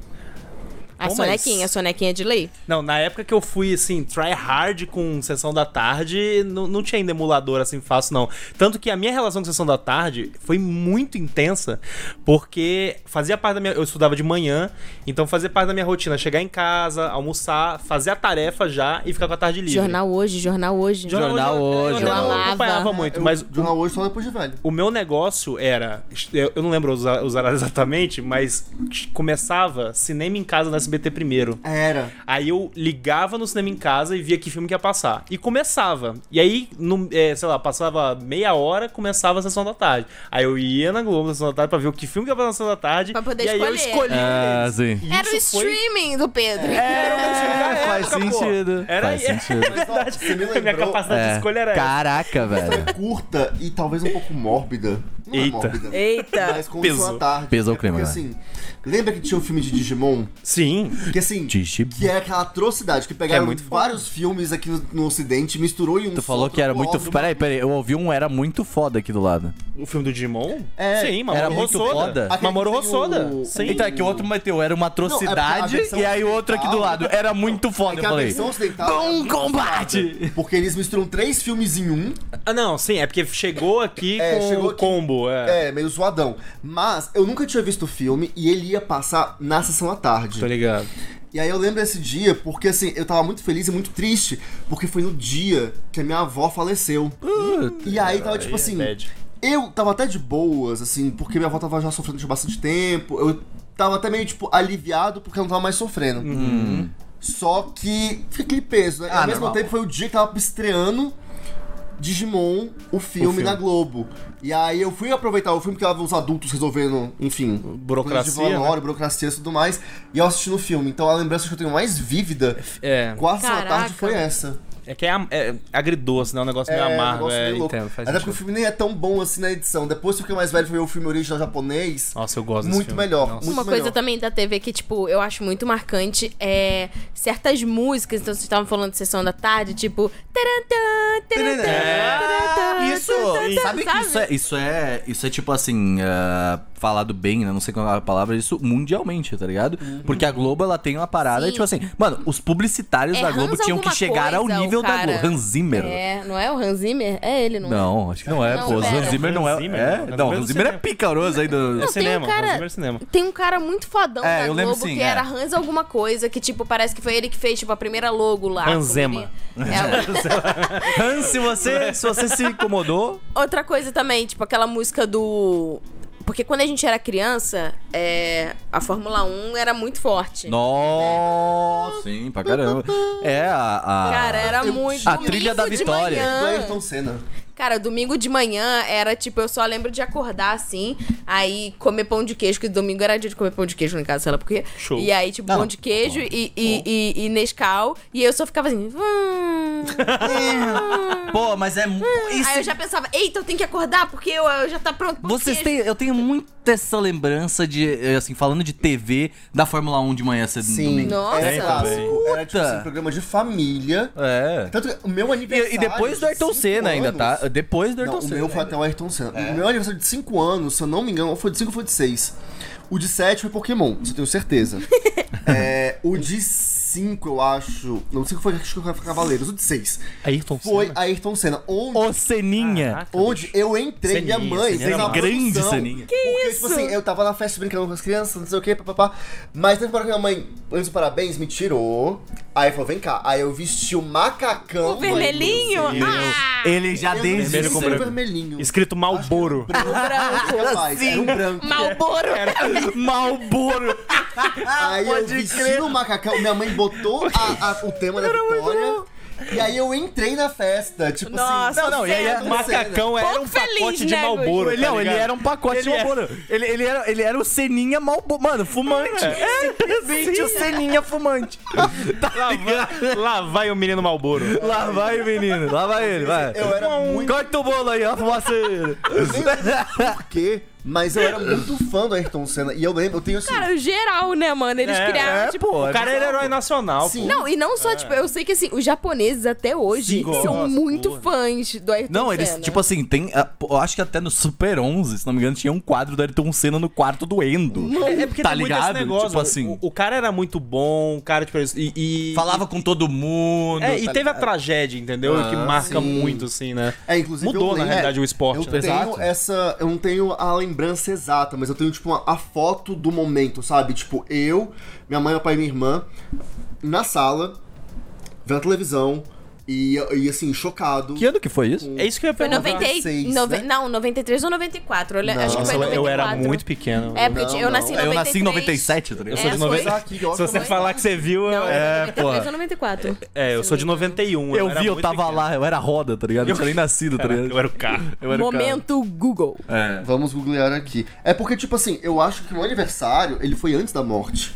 [SPEAKER 2] é
[SPEAKER 4] A
[SPEAKER 3] Pô, mas-
[SPEAKER 4] sonequinha, a sonequinha de lei.
[SPEAKER 3] Não, na época que eu fui, assim, try hard com Sessão da Tarde, não, não tinha ainda emulador assim fácil, não. Tanto que a minha relação com Sessão da Tarde foi muito intensa, porque fazia parte da minha. Eu estudava de manhã, então fazia parte da minha rotina chegar em casa, almoçar, fazer a tarefa já e ficar com a tarde livre.
[SPEAKER 4] Jornal hoje, jornal hoje.
[SPEAKER 5] Jornal Hoje,
[SPEAKER 3] Eu,
[SPEAKER 5] eu
[SPEAKER 3] não
[SPEAKER 4] amava.
[SPEAKER 3] acompanhava muito,
[SPEAKER 2] Eu,
[SPEAKER 3] mas.
[SPEAKER 2] Jornal hoje só depois de velho.
[SPEAKER 3] O meu negócio era. Eu eu não lembro os, os horários exatamente, mas começava cinema em casa nas SBT primeiro.
[SPEAKER 2] Era.
[SPEAKER 3] Aí eu ligava no cinema em casa e via que filme que ia passar. E começava. E aí, no, é, sei lá, passava meia hora, começava a sessão da tarde. Aí eu ia na Globo na sessão da tarde pra ver o que filme que ia passar na sessão da tarde.
[SPEAKER 4] Pra poder
[SPEAKER 3] e aí eu
[SPEAKER 4] escolher.
[SPEAKER 3] escolhi.
[SPEAKER 1] Ah,
[SPEAKER 3] eles.
[SPEAKER 1] sim.
[SPEAKER 3] E
[SPEAKER 4] Era o
[SPEAKER 3] isso foi-
[SPEAKER 4] streaming do Pedro.
[SPEAKER 2] É.
[SPEAKER 3] Era o
[SPEAKER 1] É, Faz
[SPEAKER 3] da época, pô.
[SPEAKER 1] sentido.
[SPEAKER 3] Era
[SPEAKER 1] Faz sentido.
[SPEAKER 3] É verdade.
[SPEAKER 2] Você me
[SPEAKER 3] Minha
[SPEAKER 2] lembrou-
[SPEAKER 3] capacidade de
[SPEAKER 1] É.
[SPEAKER 3] escolha era essa.
[SPEAKER 1] Caraca, velho.
[SPEAKER 2] curta e talvez um pouco mórbida. Não é
[SPEAKER 3] Eita.
[SPEAKER 2] mórbida.
[SPEAKER 6] Eita.
[SPEAKER 2] Mas com
[SPEAKER 3] Pesou.
[SPEAKER 2] sua tarde.
[SPEAKER 1] Pesou
[SPEAKER 2] É
[SPEAKER 1] o clima,
[SPEAKER 2] porque,
[SPEAKER 1] né?
[SPEAKER 2] assim, lembra que tinha o filme de Digimon?
[SPEAKER 3] Sim.
[SPEAKER 2] Que assim,
[SPEAKER 1] Digimon.
[SPEAKER 2] que é aquela atrocidade que pegaram
[SPEAKER 3] muito foda.
[SPEAKER 2] vários filmes aqui no, no ocidente, misturou em um
[SPEAKER 1] Tu falou
[SPEAKER 2] só,
[SPEAKER 1] que era
[SPEAKER 2] trocou
[SPEAKER 1] muito.
[SPEAKER 2] óbvio.
[SPEAKER 1] Peraí, peraí. Eu ouvi um era muito foda aqui do lado.
[SPEAKER 3] O filme do Digimon?
[SPEAKER 2] É,
[SPEAKER 3] Sim, Mamoru
[SPEAKER 1] era muito
[SPEAKER 3] Hosoda.
[SPEAKER 1] foda.
[SPEAKER 3] Mamoru
[SPEAKER 2] Aquele que tem
[SPEAKER 3] Hosoda.
[SPEAKER 2] o-
[SPEAKER 3] Sim.
[SPEAKER 1] Então é que o outro meteu, era uma
[SPEAKER 2] Não, é
[SPEAKER 1] atrocidade,
[SPEAKER 2] porque a versão
[SPEAKER 1] e aí o outro aqui do lado. Era muito foda,
[SPEAKER 2] É que
[SPEAKER 1] eu
[SPEAKER 2] a
[SPEAKER 1] falei.
[SPEAKER 2] versão ocidental é
[SPEAKER 4] Um
[SPEAKER 1] Bom
[SPEAKER 2] muito
[SPEAKER 1] combate!
[SPEAKER 2] Porque eles misturam três filmes em um,
[SPEAKER 3] Ah, não, sim, é porque chegou aqui
[SPEAKER 2] É,
[SPEAKER 3] com
[SPEAKER 2] chegou
[SPEAKER 3] o
[SPEAKER 2] aqui.
[SPEAKER 3] combo. É.
[SPEAKER 2] é, meio zoadão. Mas eu nunca tinha visto o filme e ele ia passar na sessão à tarde.
[SPEAKER 3] Tô ligado.
[SPEAKER 2] E aí eu lembro desse dia porque assim, eu tava muito feliz e muito triste, porque foi no dia que a minha avó faleceu. e aí tava tipo
[SPEAKER 3] aí é
[SPEAKER 2] assim,
[SPEAKER 3] bad.
[SPEAKER 2] eu tava até de boas, assim, porque minha avó tava já sofrendo de bastante tempo. Eu tava até meio tipo aliviado porque eu não tava mais sofrendo. Só que fica aquele peso, né?
[SPEAKER 1] Ah,
[SPEAKER 2] Ao mesmo
[SPEAKER 1] normal.
[SPEAKER 2] tempo foi o dia que tava estreando Digimon, o filme,
[SPEAKER 3] filme.
[SPEAKER 2] na Globo. E aí eu fui aproveitar o filme que tava os adultos resolvendo, enfim,
[SPEAKER 3] Burocracia, né?
[SPEAKER 2] coisas de velório, burocracia né? e tudo mais. E eu assistindo o filme. Então a lembrança que eu tenho mais vívida
[SPEAKER 3] É.
[SPEAKER 2] com a sessão da
[SPEAKER 4] Caraca.
[SPEAKER 2] tarde foi essa.
[SPEAKER 3] É que é, am- é agridoce, né? Um negócio meio
[SPEAKER 2] um
[SPEAKER 3] amargo.
[SPEAKER 2] negócio
[SPEAKER 3] É,
[SPEAKER 2] meio louco.
[SPEAKER 1] Então,
[SPEAKER 3] entendo, faz
[SPEAKER 2] Até porque o
[SPEAKER 3] sentido.
[SPEAKER 2] filme nem é tão bom assim na edição. Depois que eu fiquei mais velho foi ver o filme original japonês.
[SPEAKER 3] Nossa, eu gosto desse
[SPEAKER 2] Muito
[SPEAKER 3] filme.
[SPEAKER 2] melhor.
[SPEAKER 3] Nossa.
[SPEAKER 2] Muito
[SPEAKER 4] Uma
[SPEAKER 2] melhor.
[SPEAKER 4] coisa também da TV que, tipo, eu acho muito marcante é certas músicas. Então, vocês estavam falando de sessão da tarde, tipo. tarantã, tarantã,
[SPEAKER 2] É.
[SPEAKER 4] tarantã,
[SPEAKER 1] É. Isso,
[SPEAKER 4] tarantã,
[SPEAKER 1] sabe que isso é, isso é, isso é tipo assim, ah, falado bem, né? Não sei qual é a palavra, isso mundialmente, tá ligado? Porque a Globo, ela tem uma parada,
[SPEAKER 4] Uhum. Sim.
[SPEAKER 1] tipo assim, mano, os publicitários
[SPEAKER 4] É
[SPEAKER 1] da Globo
[SPEAKER 4] Hans
[SPEAKER 1] tinham que
[SPEAKER 4] alguma
[SPEAKER 1] chegar ao
[SPEAKER 4] coisa, o
[SPEAKER 1] nível da
[SPEAKER 4] cara.
[SPEAKER 1] Globo. Hans Zimmer.
[SPEAKER 4] É, não é o Hans Zimmer? É ele, não, é?
[SPEAKER 1] Não, acho que não é,
[SPEAKER 4] Não,
[SPEAKER 1] pô.
[SPEAKER 4] pera.
[SPEAKER 1] Hans Zimmer não é.
[SPEAKER 3] Hans Zimmer, né?
[SPEAKER 1] é?
[SPEAKER 3] não. Hans
[SPEAKER 1] Não,
[SPEAKER 3] Zimmer
[SPEAKER 1] Hans
[SPEAKER 3] do
[SPEAKER 1] Zimmer é
[SPEAKER 3] cinema.
[SPEAKER 1] picaroso aí do.
[SPEAKER 4] Não, tem
[SPEAKER 3] cinema,
[SPEAKER 4] um
[SPEAKER 3] Hans Zimmer
[SPEAKER 4] cara,
[SPEAKER 3] é cinema.
[SPEAKER 4] tem um cara muito fodão
[SPEAKER 1] É,
[SPEAKER 4] da
[SPEAKER 1] eu lembro
[SPEAKER 4] Globo
[SPEAKER 1] sim,
[SPEAKER 4] que
[SPEAKER 1] é.
[SPEAKER 4] era Hans alguma coisa, que tipo, parece que foi ele que fez tipo a primeira logo lá.
[SPEAKER 3] Hanzema.
[SPEAKER 4] como ele- É,
[SPEAKER 1] Hans, se você, se você se incomodou.
[SPEAKER 4] Outra coisa também, tipo, aquela música do. Porque quando a gente era criança, é, a Fórmula 1 era muito forte.
[SPEAKER 1] Nossa, sim, pra caramba. É, a. a-
[SPEAKER 4] Cara, era muito.
[SPEAKER 1] a trilha da
[SPEAKER 4] domingo de
[SPEAKER 1] vitória.
[SPEAKER 2] Do
[SPEAKER 4] manhã.
[SPEAKER 2] Ayrton Senna.
[SPEAKER 4] Cara, domingo de manhã era tipo, eu só lembro de acordar assim, aí comer pão de queijo, que domingo era dia de comer pão de queijo lá em casa, sei lá por quê.
[SPEAKER 3] Show.
[SPEAKER 4] E aí, tipo,
[SPEAKER 1] Não, tá
[SPEAKER 4] pão de queijo e, e, e, e Nescau, e eu só ficava assim. Hum.
[SPEAKER 1] Pô, mas é. mu- Isso
[SPEAKER 4] Aí eu já pensava, eita, eu tenho que acordar porque eu, eu já tá pronto. pão de
[SPEAKER 1] Vocês
[SPEAKER 4] queijo.
[SPEAKER 1] têm. Eu tenho muita essa lembrança de. eh, Assim, falando de TV da Fórmula 1 de manhã cedo no domingo.
[SPEAKER 4] Nossa.
[SPEAKER 2] Era É clássico. Era tipo
[SPEAKER 1] Puta.
[SPEAKER 2] assim, programa de família.
[SPEAKER 1] É.
[SPEAKER 2] Tanto que o meu aniversário.
[SPEAKER 1] E, e depois do Ayrton
[SPEAKER 2] cinco
[SPEAKER 1] Senna ainda,
[SPEAKER 2] anos-
[SPEAKER 1] tá? Depois do
[SPEAKER 2] Não,
[SPEAKER 1] Ayrton
[SPEAKER 2] o
[SPEAKER 1] Senna. É.
[SPEAKER 2] meu foi até o Ayrton Senna. O meu aniversário de 5 anos, se eu não me engano, ou foi de 5 ou foi de 6. O de 7 foi Pokémon, isso eu tenho certeza. É, o de 5, eu acho. Não, o 5 foi acho que foi Cavaleiros. O de 6
[SPEAKER 3] Ayrton
[SPEAKER 2] foi
[SPEAKER 3] Senna.
[SPEAKER 2] Ayrton Senna. Onde
[SPEAKER 1] O Seninha.
[SPEAKER 3] Caraca,
[SPEAKER 2] Onde eu entrei,
[SPEAKER 3] Ceninha,
[SPEAKER 2] minha mãe
[SPEAKER 3] Ceninha
[SPEAKER 2] fez
[SPEAKER 3] era
[SPEAKER 2] uma
[SPEAKER 3] massa.
[SPEAKER 1] Grande
[SPEAKER 2] produção.
[SPEAKER 1] Ceninha.
[SPEAKER 2] Que Porque, tipo assim, eu tava na festa brincando com as crianças, não sei o que, papapá. Mas teve uma hora que minha mãe, antes do parabéns, me tirou. Aí falou, vem cá. Aí eu vesti o macacão.
[SPEAKER 4] O Um vermelhinho? Ah!
[SPEAKER 1] Ele já
[SPEAKER 2] Mãe,
[SPEAKER 1] desde.
[SPEAKER 3] Vermelho
[SPEAKER 2] vermelho com
[SPEAKER 3] com branco.
[SPEAKER 2] vermelhinho.
[SPEAKER 3] Escrito Malboro.
[SPEAKER 4] Ah,
[SPEAKER 2] branco. Rapaz, era um
[SPEAKER 1] assim.
[SPEAKER 2] branco.
[SPEAKER 4] Malboro!
[SPEAKER 1] É. Malboro!
[SPEAKER 2] Aí eu vesti no macacão, minha mãe botou a- a- o tema da vitória. E aí eu entrei na festa, tipo assim.
[SPEAKER 4] Nossa,
[SPEAKER 1] Não, não, e aí é
[SPEAKER 2] Ayrton
[SPEAKER 3] Macacão
[SPEAKER 4] Pouco
[SPEAKER 3] era um
[SPEAKER 4] feliz,
[SPEAKER 3] pacote de
[SPEAKER 4] né,
[SPEAKER 3] Malboro. tá
[SPEAKER 1] Ele, não, ele era um pacote de
[SPEAKER 3] Ele é-
[SPEAKER 1] Malboro. Ele, ele, era, ele era o Seninha Malboro. Mano, fumante. É, Simplesmente o Seninha fumante.
[SPEAKER 3] Lá vai, lá vai o menino Malboro.
[SPEAKER 1] Lá vai, menino. Lá vai ele, vai.
[SPEAKER 2] Eu era um muito.
[SPEAKER 1] Corta o bolo aí, ó, fumaceiro.
[SPEAKER 2] Por quê? Mas eu era muito fã do Ayrton Senna. E eu lembro, eu tenho assim.
[SPEAKER 4] Cara, geral, né, mano? Eles
[SPEAKER 3] É,
[SPEAKER 4] criaram,
[SPEAKER 1] É,
[SPEAKER 4] tipo.
[SPEAKER 1] pô.
[SPEAKER 3] O cara era um herói nacional,
[SPEAKER 2] Sim.
[SPEAKER 3] pô.
[SPEAKER 4] Não, e não só, tipo, eu sei que assim, os japoneses até hoje
[SPEAKER 3] Sim,
[SPEAKER 4] são
[SPEAKER 3] gosta,
[SPEAKER 4] muito
[SPEAKER 3] porra.
[SPEAKER 4] fãs do Ayrton
[SPEAKER 1] Não, eles,
[SPEAKER 4] Senna.
[SPEAKER 1] tipo assim, tem. ah, pô, Eu acho que até no Super 11, se não me engano, tinha um quadro do Ayrton Senna no quarto do Endo.
[SPEAKER 3] É é porque
[SPEAKER 1] tá
[SPEAKER 3] tem muito
[SPEAKER 1] ligado?
[SPEAKER 3] esse negócio.
[SPEAKER 1] Tipo assim,
[SPEAKER 3] O, o cara era muito bom, o cara, tipo, e. e-
[SPEAKER 1] falava com todo mundo.
[SPEAKER 3] É, e teve a tragédia, entendeu? que marca
[SPEAKER 2] Ah, sim.
[SPEAKER 3] muito, assim, né?
[SPEAKER 2] É, inclusive
[SPEAKER 3] Mudou,
[SPEAKER 2] eu
[SPEAKER 3] na
[SPEAKER 2] lembro-
[SPEAKER 3] realidade, o esporte,
[SPEAKER 2] Eu
[SPEAKER 3] né?
[SPEAKER 2] tenho
[SPEAKER 1] Exato.
[SPEAKER 2] essa. Eu não tenho a lembrança exata, mas eu tenho, tipo, uma- a foto do momento, sabe? Tipo, eu, minha mãe, meu pai e minha irmã, na sala, vendo a televisão, E, e assim, chocado.
[SPEAKER 1] Que ano que foi isso?
[SPEAKER 3] É isso que eu ia
[SPEAKER 4] Foi
[SPEAKER 3] perguntar.
[SPEAKER 4] 90, e-
[SPEAKER 2] 96,
[SPEAKER 4] nove-
[SPEAKER 2] né?
[SPEAKER 4] Não, 93 ou 94. Eu le- acho que
[SPEAKER 3] Nossa,
[SPEAKER 4] foi 94.
[SPEAKER 3] eu era muito pequeno.
[SPEAKER 4] É, porque
[SPEAKER 2] Não,
[SPEAKER 4] eu nasci em
[SPEAKER 2] não.
[SPEAKER 4] 93.
[SPEAKER 1] Eu nasci em 97, tá ligado?
[SPEAKER 4] É,
[SPEAKER 3] sou de
[SPEAKER 4] foi-
[SPEAKER 3] 90.
[SPEAKER 2] Tá aqui, ó,
[SPEAKER 3] Se você
[SPEAKER 2] como é.
[SPEAKER 3] falar que você viu,
[SPEAKER 4] Não,
[SPEAKER 3] é,
[SPEAKER 4] é,
[SPEAKER 3] pô.
[SPEAKER 4] 93 ou 94.
[SPEAKER 3] É, eu sou de 91.
[SPEAKER 1] Eu
[SPEAKER 3] era
[SPEAKER 1] vi, eu
[SPEAKER 3] muito
[SPEAKER 1] tava
[SPEAKER 3] pequeno.
[SPEAKER 1] lá, eu era roda, tá ligado? Eu não tinha nem nascido, tá
[SPEAKER 3] Caraca,
[SPEAKER 1] ligado?
[SPEAKER 3] Eu era o carro.
[SPEAKER 1] Eu era o cara.
[SPEAKER 4] Momento Google.
[SPEAKER 1] É.
[SPEAKER 2] Vamos googlear aqui. É porque, tipo assim, eu acho que meu aniversário, ele foi antes da morte.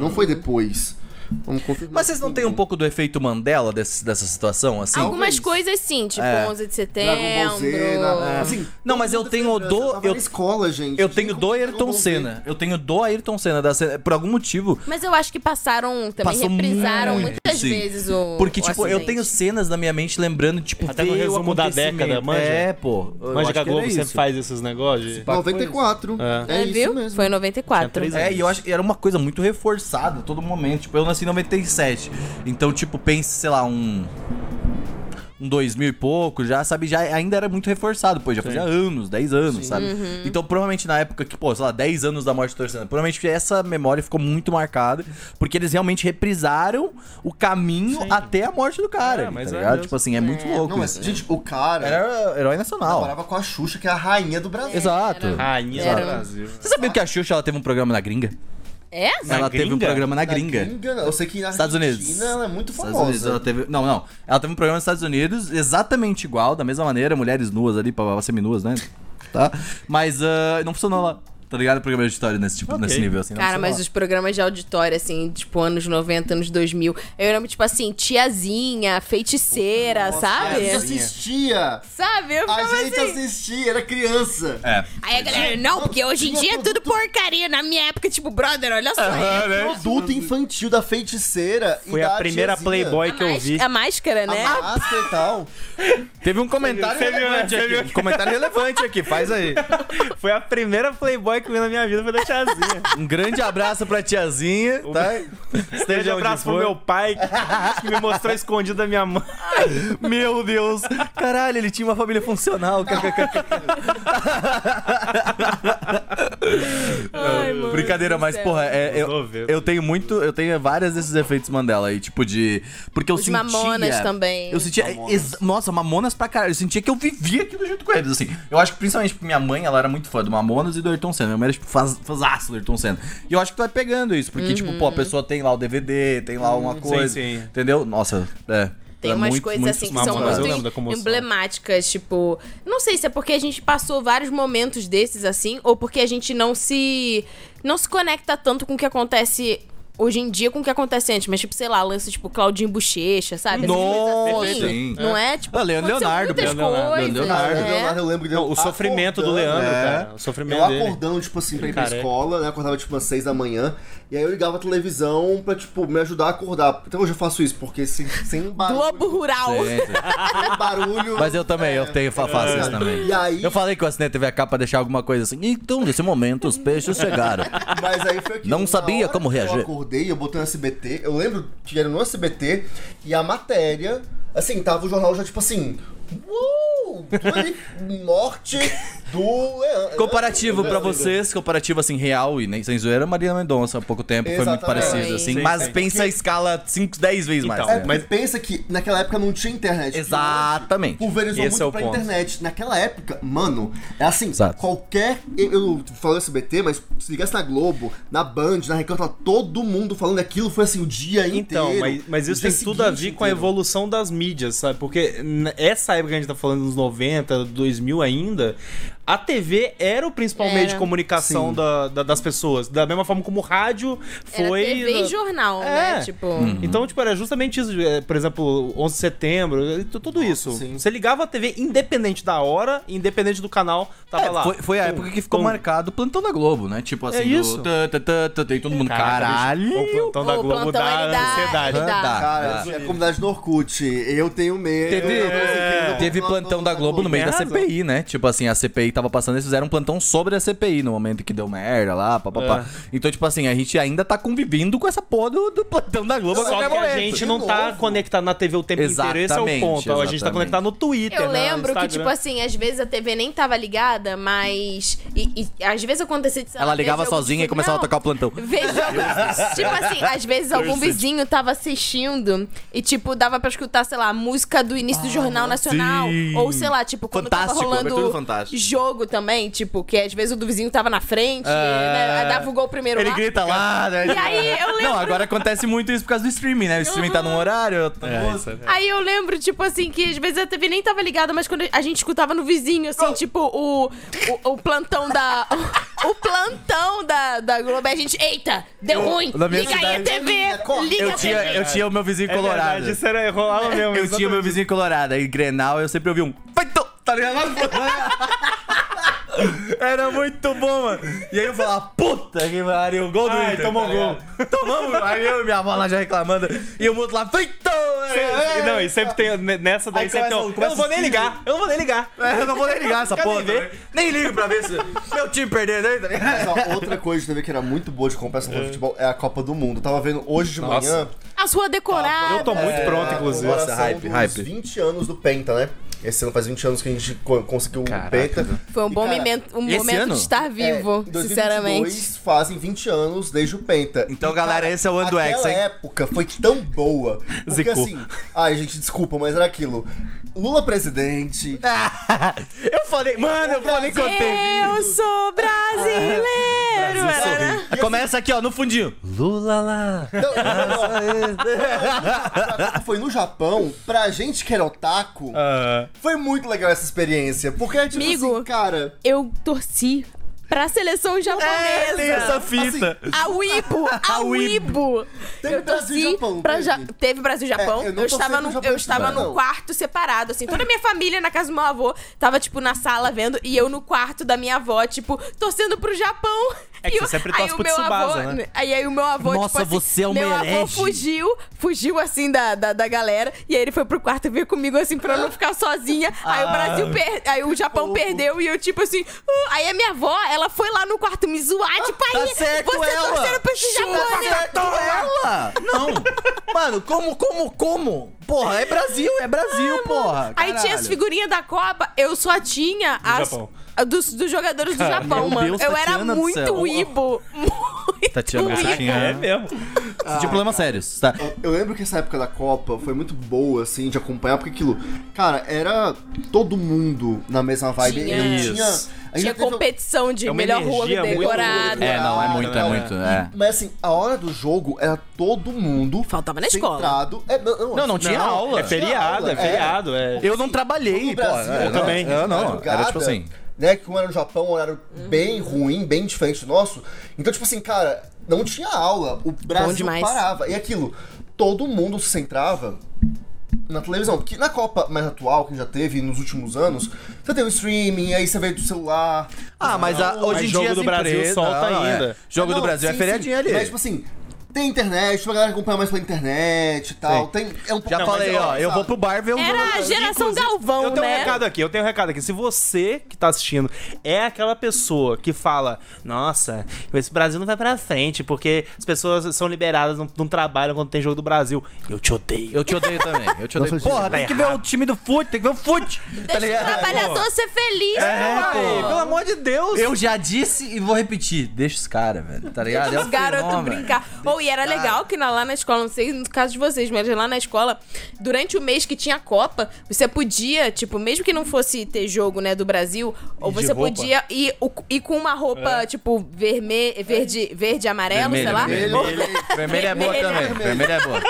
[SPEAKER 2] Não foi depois. Vamos confirmar.
[SPEAKER 1] Mas vocês não têm um pouco do efeito Mandela desse- dessa situação, assim?
[SPEAKER 3] Ah,
[SPEAKER 4] Algumas coisas sim, tipo 11 de
[SPEAKER 2] Dragon Ball
[SPEAKER 4] setembro.
[SPEAKER 2] Z, na... assim,
[SPEAKER 1] Não, mas eu tenho o do-
[SPEAKER 2] Eu tava
[SPEAKER 1] eu-
[SPEAKER 2] na escola, gente.
[SPEAKER 1] Eu
[SPEAKER 2] Gente,
[SPEAKER 1] tenho
[SPEAKER 2] como
[SPEAKER 1] do
[SPEAKER 2] que
[SPEAKER 1] Ayrton
[SPEAKER 2] Dragon Ball Z?
[SPEAKER 1] Senna. Eu tenho do Ayrton Senna. Da Senna. Por algum motivo,
[SPEAKER 4] Mas eu acho que passaram também,
[SPEAKER 1] Passou
[SPEAKER 4] reprisaram
[SPEAKER 1] muito,
[SPEAKER 4] muitas
[SPEAKER 1] sim.
[SPEAKER 4] vezes o.
[SPEAKER 1] Porque,
[SPEAKER 4] o
[SPEAKER 1] tipo, eu
[SPEAKER 4] acidente.
[SPEAKER 1] tenho cenas na minha mente lembrando, tipo,
[SPEAKER 3] Até no
[SPEAKER 1] veio o
[SPEAKER 3] resumo da
[SPEAKER 1] acontecimento.
[SPEAKER 3] década, manja?
[SPEAKER 1] É, pô. Eu
[SPEAKER 3] Mas
[SPEAKER 1] acho
[SPEAKER 3] de
[SPEAKER 1] que era
[SPEAKER 3] Globo sempre
[SPEAKER 1] isso.
[SPEAKER 3] faz esses negócios. de-
[SPEAKER 2] 94. É,
[SPEAKER 4] É,
[SPEAKER 2] isso
[SPEAKER 4] viu?
[SPEAKER 2] mesmo.
[SPEAKER 4] Foi em
[SPEAKER 3] Tinha
[SPEAKER 4] 94.
[SPEAKER 3] três
[SPEAKER 1] É, e eu acho que era uma coisa muito reforçada a todo momento. Tipo, eu nasci em 97. Então, tipo, pense, sei lá, um. Um 2000 e pouco, já, sabe? Já ainda era muito reforçado, pô. Já fazia anos, 10 anos, sabe?
[SPEAKER 4] Uhum.
[SPEAKER 1] Então, provavelmente na época que, pô, sei lá, 10 anos da morte do Senna, provavelmente essa memória ficou muito marcada, porque eles realmente reprisaram o caminho até a morte do cara.
[SPEAKER 3] É,
[SPEAKER 1] tá
[SPEAKER 3] mas é
[SPEAKER 1] ligado?
[SPEAKER 3] mesmo.
[SPEAKER 1] Tipo assim, é muito louco.
[SPEAKER 2] Não, mas,
[SPEAKER 1] isso.
[SPEAKER 2] gente, o cara
[SPEAKER 1] Era herói nacional.
[SPEAKER 2] namorava com a Xuxa, que é a rainha do Brasil.
[SPEAKER 1] Exato.
[SPEAKER 3] Rainha do
[SPEAKER 4] Era.
[SPEAKER 3] Brasil.
[SPEAKER 1] Você sabia que a Xuxa ela teve um programa na gringa?
[SPEAKER 4] É?
[SPEAKER 1] ela teve um
[SPEAKER 3] gringa?
[SPEAKER 1] programa na
[SPEAKER 2] Na
[SPEAKER 1] gringa.
[SPEAKER 2] não. Eu sei que na
[SPEAKER 1] Estados Unidos.
[SPEAKER 2] Argentina ela é muito
[SPEAKER 1] Estados Unidos, ela
[SPEAKER 2] famosa.
[SPEAKER 1] teve. Não, não. Ela teve um programa nos Estados Unidos exatamente igual, da mesma maneira, mulheres nuas ali, pra- pra seminuas, né? Tá? Mas ah, não funcionou lá. Tá ligado? Programa de história nesse tipo, nesse nível, assim. não
[SPEAKER 4] Cara,
[SPEAKER 1] funcionou
[SPEAKER 4] mas
[SPEAKER 1] lá.
[SPEAKER 4] os programas de auditório, assim, tipo, anos 90, anos 2000, eu lembro, tipo assim, tiazinha, feiticeira,
[SPEAKER 2] A
[SPEAKER 4] sabe?
[SPEAKER 2] gente assistia.
[SPEAKER 4] Sabe? Eu
[SPEAKER 2] A
[SPEAKER 4] ficava
[SPEAKER 2] gente
[SPEAKER 4] assim.
[SPEAKER 2] assistia, era criança.
[SPEAKER 1] É.
[SPEAKER 4] Aí a galera, não, porque hoje em dia é tudo porcaria. Na minha época, tipo, brother, olha só. É
[SPEAKER 2] Produto infantil da feiticeira e
[SPEAKER 3] Foi
[SPEAKER 2] da
[SPEAKER 3] a primeira
[SPEAKER 2] tiazinha.
[SPEAKER 3] Playboy
[SPEAKER 4] A
[SPEAKER 3] que eu
[SPEAKER 4] más-
[SPEAKER 3] vi.
[SPEAKER 4] A máscara, né?
[SPEAKER 2] A máscara e tal.
[SPEAKER 1] Teve um comentário
[SPEAKER 3] Você viu, né?
[SPEAKER 1] relevante
[SPEAKER 3] Você viu
[SPEAKER 1] aqui. Um comentário relevante aqui, faz aí.
[SPEAKER 3] Foi a primeira Playboy que eu vi na minha vida, foi da Tiazinha.
[SPEAKER 1] Um grande abraço pra tiazinha, tá?
[SPEAKER 3] Grande
[SPEAKER 1] Esteja onde
[SPEAKER 3] abraço pro
[SPEAKER 1] for.
[SPEAKER 3] meu pai, que me mostrou escondido da minha mãe.
[SPEAKER 1] Meu Deus! Caralho, ele tinha uma família funcional.
[SPEAKER 4] Ai, mano
[SPEAKER 1] Brincadeira,
[SPEAKER 4] do
[SPEAKER 1] mas,
[SPEAKER 4] céu.
[SPEAKER 1] porra, é, eu,
[SPEAKER 3] Resolveu.
[SPEAKER 1] eu tenho muito. Eu tenho vários desses efeitos Mandela aí, tipo de. Porque eu
[SPEAKER 4] Os
[SPEAKER 1] sentia.
[SPEAKER 4] Mamonas também.
[SPEAKER 1] Eu sentia. ex- nossa, Mamonas pra caralho. Eu sentia que eu vivia aquilo junto com eles, assim. Eu acho que principalmente porque minha mãe, ela era muito fã do Mamonas e do Ayrton Senna. Minha mãe era, tipo, faz, fazaço do Ayrton Senna. E eu acho que tu vai pegando isso, porque, tipo,
[SPEAKER 4] Uhum.
[SPEAKER 1] pô, a pessoa tem lá o DVD, tem lá uma coisa.
[SPEAKER 3] sim.
[SPEAKER 1] Entendeu? Nossa, é.
[SPEAKER 4] Tem
[SPEAKER 1] É
[SPEAKER 4] umas
[SPEAKER 1] muito-
[SPEAKER 4] coisas
[SPEAKER 1] muito
[SPEAKER 4] assim que
[SPEAKER 1] Mamonas.
[SPEAKER 4] são
[SPEAKER 3] Mas eu
[SPEAKER 4] muito
[SPEAKER 3] lembro da comoção.
[SPEAKER 4] emblemáticas, tipo. Não sei se é porque a gente passou vários momentos desses assim, ou porque a gente não se. não se conecta tanto com o que acontece. Hoje em dia com o que acontece antes, mas tipo, sei lá, lance tipo Claudinho Bochecha, sabe? Essas
[SPEAKER 1] Nossa,
[SPEAKER 4] coisas
[SPEAKER 1] sim.
[SPEAKER 4] assim. Não é? Tipo,
[SPEAKER 1] Ah, Leandro
[SPEAKER 4] aconteceu
[SPEAKER 1] Leonardo,
[SPEAKER 4] muitas
[SPEAKER 1] Leandro Leonardo,
[SPEAKER 4] coisas,
[SPEAKER 1] Leonardo,
[SPEAKER 2] Leonardo,
[SPEAKER 4] né?
[SPEAKER 2] Leonardo, eu lembro dele.
[SPEAKER 3] É. Não, o sofrimento do
[SPEAKER 2] acordando,
[SPEAKER 3] Leandro,
[SPEAKER 2] é.
[SPEAKER 3] cara. O sofrimento
[SPEAKER 2] Eu
[SPEAKER 3] dele. é.
[SPEAKER 2] acordando, tipo assim, pra ir pra
[SPEAKER 3] Careca.
[SPEAKER 2] escola, né? Eu acordava, tipo, umas seis da manhã. E aí eu ligava a televisão pra, tipo, me ajudar a acordar. Então hoje eu faço isso, porque sem, sem um barulho. um
[SPEAKER 4] Globo Rural.
[SPEAKER 1] Gente,
[SPEAKER 2] barulho
[SPEAKER 1] Mas eu também, eu tenho, fa- faço isso também.
[SPEAKER 2] É. E aí-
[SPEAKER 1] Eu falei que eu assinei a TV a capa pra deixar alguma coisa assim. Então, nesse momento, os peixes chegaram.
[SPEAKER 2] Mas aí foi aquilo,
[SPEAKER 1] Não
[SPEAKER 2] na
[SPEAKER 1] sabia
[SPEAKER 2] hora
[SPEAKER 1] como
[SPEAKER 2] que
[SPEAKER 1] reagir.
[SPEAKER 2] Eu acordei, eu botei no SBT. Eu lembro que era no SBT e a matéria, assim, tava o jornal já tipo assim. Uou! Tô ali, morte do Leandro.
[SPEAKER 1] Comparativo pra
[SPEAKER 2] Leandro.
[SPEAKER 1] vocês, comparativo assim, real e nem sem zoeira, Maria Mendonça há pouco tempo foi muito
[SPEAKER 2] Exatamente.
[SPEAKER 1] parecido, assim.
[SPEAKER 3] Sim,
[SPEAKER 1] mas
[SPEAKER 3] sim.
[SPEAKER 1] pensa a escala 5, 10 vezes mais.
[SPEAKER 3] Então,
[SPEAKER 1] né?
[SPEAKER 2] É, mas pensa que naquela época não tinha internet.
[SPEAKER 1] Exatamente.
[SPEAKER 2] Pulverizou
[SPEAKER 3] Esse
[SPEAKER 2] Tipo, muito
[SPEAKER 3] é o
[SPEAKER 2] pra
[SPEAKER 3] ponto.
[SPEAKER 2] internet. Naquela época, mano, é assim,
[SPEAKER 1] Exato.
[SPEAKER 2] qualquer. Eu, eu falo SBT, mas se ligasse na Globo, na Band, na Record, tava todo mundo falando aquilo, foi assim, o dia inteiro.
[SPEAKER 3] Então, mas, mas
[SPEAKER 2] o
[SPEAKER 3] isso
[SPEAKER 2] dia
[SPEAKER 3] tem tudo a ver
[SPEAKER 2] seguinte
[SPEAKER 3] com a
[SPEAKER 2] inteiro.
[SPEAKER 3] evolução das mídias, sabe? Porque n- essa época que a gente tá falando, nos 90, 2000 ainda, a TV era o principal meio de
[SPEAKER 4] Era.
[SPEAKER 3] comunicação da- da- das pessoas. Da mesma forma como o rádio
[SPEAKER 4] Era
[SPEAKER 3] foi.
[SPEAKER 4] TV e jornal, né?
[SPEAKER 3] É.
[SPEAKER 4] Tipo.
[SPEAKER 1] Hum.
[SPEAKER 3] Então, tipo, era justamente isso. é, Por exemplo, 11 de setembro, t- tudo isso.
[SPEAKER 2] sim.
[SPEAKER 3] Você ligava a TV independente da hora, independente do canal, tava
[SPEAKER 1] É,
[SPEAKER 3] lá.
[SPEAKER 1] foi, foi a
[SPEAKER 3] Pum,
[SPEAKER 1] época que ficou
[SPEAKER 3] pum.
[SPEAKER 1] marcado o plantão da Globo, né? Tipo assim,
[SPEAKER 3] isso.
[SPEAKER 1] do tã, tã, tã, tã, tã, e todo mundo, caralho.
[SPEAKER 3] O plantão Então da
[SPEAKER 4] Pô,
[SPEAKER 3] Globo
[SPEAKER 4] plantão, ele
[SPEAKER 3] dá
[SPEAKER 4] dá-
[SPEAKER 3] ansiedade.
[SPEAKER 4] ele
[SPEAKER 1] Dá,
[SPEAKER 4] dá.
[SPEAKER 3] Ah,
[SPEAKER 2] Cara, é a comunidade do Orkut. Eu tenho medo.
[SPEAKER 1] Teve,
[SPEAKER 4] É.
[SPEAKER 2] eu não sei o que, eu não vou
[SPEAKER 1] teve
[SPEAKER 3] É.
[SPEAKER 2] falar,
[SPEAKER 1] plantão
[SPEAKER 2] não,
[SPEAKER 1] da
[SPEAKER 2] não,
[SPEAKER 1] Globo no meio da
[SPEAKER 3] Tem razão.
[SPEAKER 1] CPI, né? Tipo assim, a CPI tava passando, eles fizeram um plantão sobre a CPI no momento que deu merda lá, papapá.
[SPEAKER 3] É.
[SPEAKER 1] Então, tipo assim, a gente ainda tá convivindo com essa porra do, do plantão da Globo a
[SPEAKER 3] Só que
[SPEAKER 1] qualquer
[SPEAKER 3] a
[SPEAKER 1] momento.
[SPEAKER 3] gente não tá conectado na TV o tempo inteiro, esse é o
[SPEAKER 1] Exatamente,
[SPEAKER 3] ponto. A gente tá
[SPEAKER 1] exatamente.
[SPEAKER 3] conectado no Twitter,
[SPEAKER 4] Eu
[SPEAKER 3] né,
[SPEAKER 4] lembro que,
[SPEAKER 3] Instagram.
[SPEAKER 4] tipo assim, às vezes a TV nem tava ligada, mas. E, e às vezes acontecia de sei
[SPEAKER 1] Ela
[SPEAKER 4] lá,
[SPEAKER 1] ligava
[SPEAKER 4] ver jogo de
[SPEAKER 1] sozinha e
[SPEAKER 4] futebol.
[SPEAKER 1] começava a tocar o plantão.
[SPEAKER 4] Vejo... tipo assim, às vezes algum vizinho tava assistindo e, tipo, dava pra escutar, sei lá, música do início
[SPEAKER 3] Ah,
[SPEAKER 4] do Jornal Nacional.
[SPEAKER 1] sim.
[SPEAKER 4] Ou, sei lá, tipo, quando
[SPEAKER 1] Fantástico,
[SPEAKER 4] tava
[SPEAKER 1] abertura do
[SPEAKER 4] rolando
[SPEAKER 1] Fantástico.
[SPEAKER 4] jogo também, tipo, que às vezes o do vizinho tava na frente,
[SPEAKER 3] É.
[SPEAKER 4] né, dava o gol primeiro
[SPEAKER 1] Ele
[SPEAKER 4] lá.
[SPEAKER 1] grita lá, né?
[SPEAKER 4] E aí, eu lembro- Uhum.
[SPEAKER 1] Não, agora acontece muito isso por causa do streaming, né? O streaming tá num horário. tá
[SPEAKER 3] É,
[SPEAKER 1] num
[SPEAKER 3] isso
[SPEAKER 1] outro.
[SPEAKER 3] é-
[SPEAKER 4] Aí eu lembro, tipo assim, que às vezes a TV nem tava ligada, mas quando a gente escutava no vizinho,
[SPEAKER 1] Oh.
[SPEAKER 4] assim, tipo, o, o, o plantão da. O, o plantão da, da Globo, aí a gente, eita, deu ruim!
[SPEAKER 1] na minha
[SPEAKER 4] Liga aí a
[SPEAKER 1] cidade-
[SPEAKER 4] TV! Liga
[SPEAKER 1] Eu
[SPEAKER 4] a
[SPEAKER 1] tinha,
[SPEAKER 4] TV!
[SPEAKER 1] eu tinha o meu vizinho
[SPEAKER 3] É
[SPEAKER 1] colorado.
[SPEAKER 3] verdade, isso era, rolava mesmo.
[SPEAKER 1] Eu tinha meu vizinho colorado, aí Grenal eu sempre ouvi um. Vai tu! Tá ligado? Era muito bom, mano. E aí eu falava, puta que pariu, o gol do
[SPEAKER 3] Ai,
[SPEAKER 1] Inter.
[SPEAKER 3] tomou
[SPEAKER 1] tá
[SPEAKER 3] gol.
[SPEAKER 1] ligado? Tomamos, aí eu e minha avó lá já reclamando. E o outro lá, tá feito!
[SPEAKER 3] E Não, e sempre tem. ne- Nessa daí
[SPEAKER 1] Aí
[SPEAKER 3] sempre tem.
[SPEAKER 1] começa-
[SPEAKER 3] um, Eu
[SPEAKER 1] começa
[SPEAKER 3] não vou nem
[SPEAKER 1] assim,
[SPEAKER 3] ligar, eu não vou nem ligar.
[SPEAKER 1] É, Eu não vou nem ligar essa
[SPEAKER 3] Quero
[SPEAKER 1] porra.
[SPEAKER 3] nem ver.
[SPEAKER 1] também. Nem ligo pra ver se meu time perdeu, né? Tá ligado?
[SPEAKER 2] Só outra coisa de TV que era muito boa de comparação com o futebol é a Copa do Mundo. Eu tava vendo hoje de
[SPEAKER 3] Nossa.
[SPEAKER 2] manhã é,
[SPEAKER 4] As ruas decoradas.
[SPEAKER 3] Eu
[SPEAKER 1] É.
[SPEAKER 3] tô muito pronto, inclusive.
[SPEAKER 2] Nossa,
[SPEAKER 1] hype,
[SPEAKER 2] hype,
[SPEAKER 1] hype.
[SPEAKER 2] 20 anos do Penta, né? Esse ano faz 20 anos que a gente co- conseguiu
[SPEAKER 3] Caraca,
[SPEAKER 2] o Penta.
[SPEAKER 4] Foi um
[SPEAKER 2] E,
[SPEAKER 4] bom
[SPEAKER 2] cara,
[SPEAKER 4] momento, um
[SPEAKER 1] esse
[SPEAKER 4] momento
[SPEAKER 1] ano?
[SPEAKER 4] de estar vivo,
[SPEAKER 2] é, em 2022
[SPEAKER 4] sinceramente.
[SPEAKER 2] fazem 20 anos desde o Penta.
[SPEAKER 1] Então, galera, esse é o ano do Hexa,
[SPEAKER 2] Aquela
[SPEAKER 1] hein?
[SPEAKER 2] época foi tão boa. Porque
[SPEAKER 3] Zicou.
[SPEAKER 2] assim. Ai, gente, desculpa, mas era aquilo. Lula presidente.
[SPEAKER 1] Eu falei, mano, eu falei que eu tenho.
[SPEAKER 4] Eu sou brasileiro! era-
[SPEAKER 1] Começa aqui, ó, no fundinho. Lula lá.
[SPEAKER 2] Não, não, não. Foi no Japão, pra gente que era otaku,
[SPEAKER 3] Ah,
[SPEAKER 2] foi muito legal essa experiência. Porque, tipo
[SPEAKER 4] Amigo.
[SPEAKER 2] assim, cara.
[SPEAKER 4] Eu torci pra seleção
[SPEAKER 1] É,
[SPEAKER 4] japonesa!
[SPEAKER 1] tem essa
[SPEAKER 2] assim,
[SPEAKER 1] fita.
[SPEAKER 4] A Weibo! A Weibo!
[SPEAKER 2] Teve
[SPEAKER 4] eu
[SPEAKER 2] Brasil e
[SPEAKER 4] torci
[SPEAKER 2] Japão,
[SPEAKER 4] pra
[SPEAKER 2] teve?
[SPEAKER 4] ja... Teve Brasil e Japão.
[SPEAKER 2] É, eu
[SPEAKER 4] eu,
[SPEAKER 2] não torci
[SPEAKER 4] estava
[SPEAKER 2] pro
[SPEAKER 4] no,
[SPEAKER 2] Japão
[SPEAKER 4] eu
[SPEAKER 2] e
[SPEAKER 4] estava
[SPEAKER 2] Japão.
[SPEAKER 4] num quarto separado, assim. Toda a minha família na casa do meu avô tava, tipo, na sala vendo. E eu no quarto da minha avó, tipo, torcendo pro Japão.
[SPEAKER 3] É que
[SPEAKER 4] e
[SPEAKER 3] você
[SPEAKER 4] eu-
[SPEAKER 3] sempre
[SPEAKER 4] aí
[SPEAKER 3] torce
[SPEAKER 4] o
[SPEAKER 3] pro
[SPEAKER 4] meu
[SPEAKER 3] Tsubasa,
[SPEAKER 4] avô,
[SPEAKER 3] né?
[SPEAKER 4] Aí, aí o meu avô,
[SPEAKER 1] Nossa,
[SPEAKER 4] tipo assim,
[SPEAKER 1] você
[SPEAKER 3] um
[SPEAKER 1] é uma
[SPEAKER 4] Meu avô
[SPEAKER 1] herege.
[SPEAKER 4] fugiu, fugiu, assim, da, da, da galera. E aí ele foi pro quarto e veio comigo, assim, pra eu não ficar sozinha. Aí
[SPEAKER 3] Ah.
[SPEAKER 4] o Brasil... Per... Aí o Japão perdeu e eu, tipo assim... "Ah". Aí a minha avó, ela foi lá no quarto me zoar, tipo,
[SPEAKER 1] Tá
[SPEAKER 4] aí...
[SPEAKER 1] certo tá
[SPEAKER 4] você
[SPEAKER 1] ela!
[SPEAKER 4] torcendo pra esse japonês!
[SPEAKER 1] ela! Não! Mano, como, como, como? Porra, é Brasil, é Brasil, porra!
[SPEAKER 4] Aí tinha as figurinhas da Copa, eu só tinha as.
[SPEAKER 3] Japão.
[SPEAKER 4] a Dos, dos jogadores do Japão,
[SPEAKER 1] meu
[SPEAKER 4] mano.
[SPEAKER 1] Deus,
[SPEAKER 4] eu era
[SPEAKER 1] Tatiana do céu.
[SPEAKER 4] muito ibo. Muito
[SPEAKER 1] Tatiana,
[SPEAKER 4] ibo.
[SPEAKER 1] caraca,
[SPEAKER 3] é mesmo.
[SPEAKER 1] Tinha problemas sérios, tá?
[SPEAKER 2] Eu lembro que essa época da Copa foi muito boa, assim, de acompanhar, porque aquilo. Cara, era todo mundo na mesma vibe.
[SPEAKER 4] Tinha.
[SPEAKER 2] Não
[SPEAKER 3] Isso.
[SPEAKER 2] tinha.
[SPEAKER 4] Tinha
[SPEAKER 2] ainda teve-
[SPEAKER 4] competição de
[SPEAKER 3] É uma
[SPEAKER 4] melhor rua
[SPEAKER 3] energia muito
[SPEAKER 4] decorada.
[SPEAKER 2] boa.
[SPEAKER 1] É, não, é muito, é
[SPEAKER 2] Não,
[SPEAKER 1] muito, é.
[SPEAKER 2] Mas assim, a hora do jogo era todo mundo.
[SPEAKER 4] Faltava na escola.
[SPEAKER 2] centrado. É, não, não,
[SPEAKER 1] Não, não tinha aula.
[SPEAKER 3] É feriado, é
[SPEAKER 2] aula, é.
[SPEAKER 3] feriado. É.
[SPEAKER 1] Eu não trabalhei,
[SPEAKER 2] No Brasil, né?
[SPEAKER 1] porra. é,
[SPEAKER 2] eu
[SPEAKER 1] não,
[SPEAKER 3] também.
[SPEAKER 1] Eu não,
[SPEAKER 2] madrugada,
[SPEAKER 1] era tipo assim.
[SPEAKER 2] Né, que um era no Japão, um horário bem ruim, bem diferente do nosso. Então, tipo assim, cara, não tinha aula. O Brasil
[SPEAKER 4] demais.
[SPEAKER 2] parava. E aquilo, todo mundo se centrava na televisão. Porque na Copa mais atual, que já teve nos últimos anos, você tem o streaming, aí você veio do celular.
[SPEAKER 1] Ah, mas a- hoje em
[SPEAKER 3] jogo
[SPEAKER 1] dia
[SPEAKER 3] do
[SPEAKER 1] as
[SPEAKER 3] Brasil
[SPEAKER 1] empresas-
[SPEAKER 3] solta
[SPEAKER 1] não, é.
[SPEAKER 3] ainda.
[SPEAKER 1] Jogo do
[SPEAKER 2] Não,
[SPEAKER 1] Brasil é
[SPEAKER 2] sim,
[SPEAKER 1] feriadinho
[SPEAKER 2] sim.
[SPEAKER 1] ali.
[SPEAKER 2] Mas, tipo assim, tem internet, tem uma galera que acompanha mais pela internet e tal.
[SPEAKER 1] Sim.
[SPEAKER 2] Tem, é um pouco
[SPEAKER 1] Já
[SPEAKER 2] mais
[SPEAKER 1] falei,
[SPEAKER 2] legal,
[SPEAKER 1] ó, eu
[SPEAKER 2] sabe?
[SPEAKER 1] vou pro bar ver um
[SPEAKER 4] Era a geração Galvão,
[SPEAKER 3] Eu tenho
[SPEAKER 4] né?
[SPEAKER 3] um recado aqui, eu tenho um recado aqui. Se você que tá assistindo é aquela pessoa que fala, nossa, esse Brasil não vai pra frente, porque as pessoas são liberadas, não, não trabalham quando tem jogo do Brasil. Eu te odeio.
[SPEAKER 1] Eu te odeio também, eu te odeio. Porra, tem que ver o time do fute, tem que ver o fute, tá
[SPEAKER 4] Deixa o
[SPEAKER 1] ligado?
[SPEAKER 4] trabalhador ser feliz, né,
[SPEAKER 3] Ai,
[SPEAKER 4] pô?
[SPEAKER 3] pelo amor de Deus!
[SPEAKER 1] Eu já disse e vou repetir, deixa os caras, velho, tá ligado? É
[SPEAKER 4] Os
[SPEAKER 1] um
[SPEAKER 4] garotos
[SPEAKER 1] fenômeno.
[SPEAKER 4] brincar. Ou e era legal que na- lá na escola, não sei no caso de vocês, mas lá na escola, durante o mês que tinha a Copa, você podia, tipo, mesmo que não fosse ter jogo, né, do Brasil, ou
[SPEAKER 3] de
[SPEAKER 4] você
[SPEAKER 3] roupa.
[SPEAKER 4] podia ir, o- ir com uma
[SPEAKER 3] É.
[SPEAKER 4] roupa, tipo, vermelha, verde, verde e amarelo,
[SPEAKER 1] Vermelho,
[SPEAKER 4] sei lá.
[SPEAKER 1] vermelho.
[SPEAKER 4] Ou-
[SPEAKER 1] Vermelho é boa
[SPEAKER 4] Vermelho.
[SPEAKER 1] também, vermelho é boa.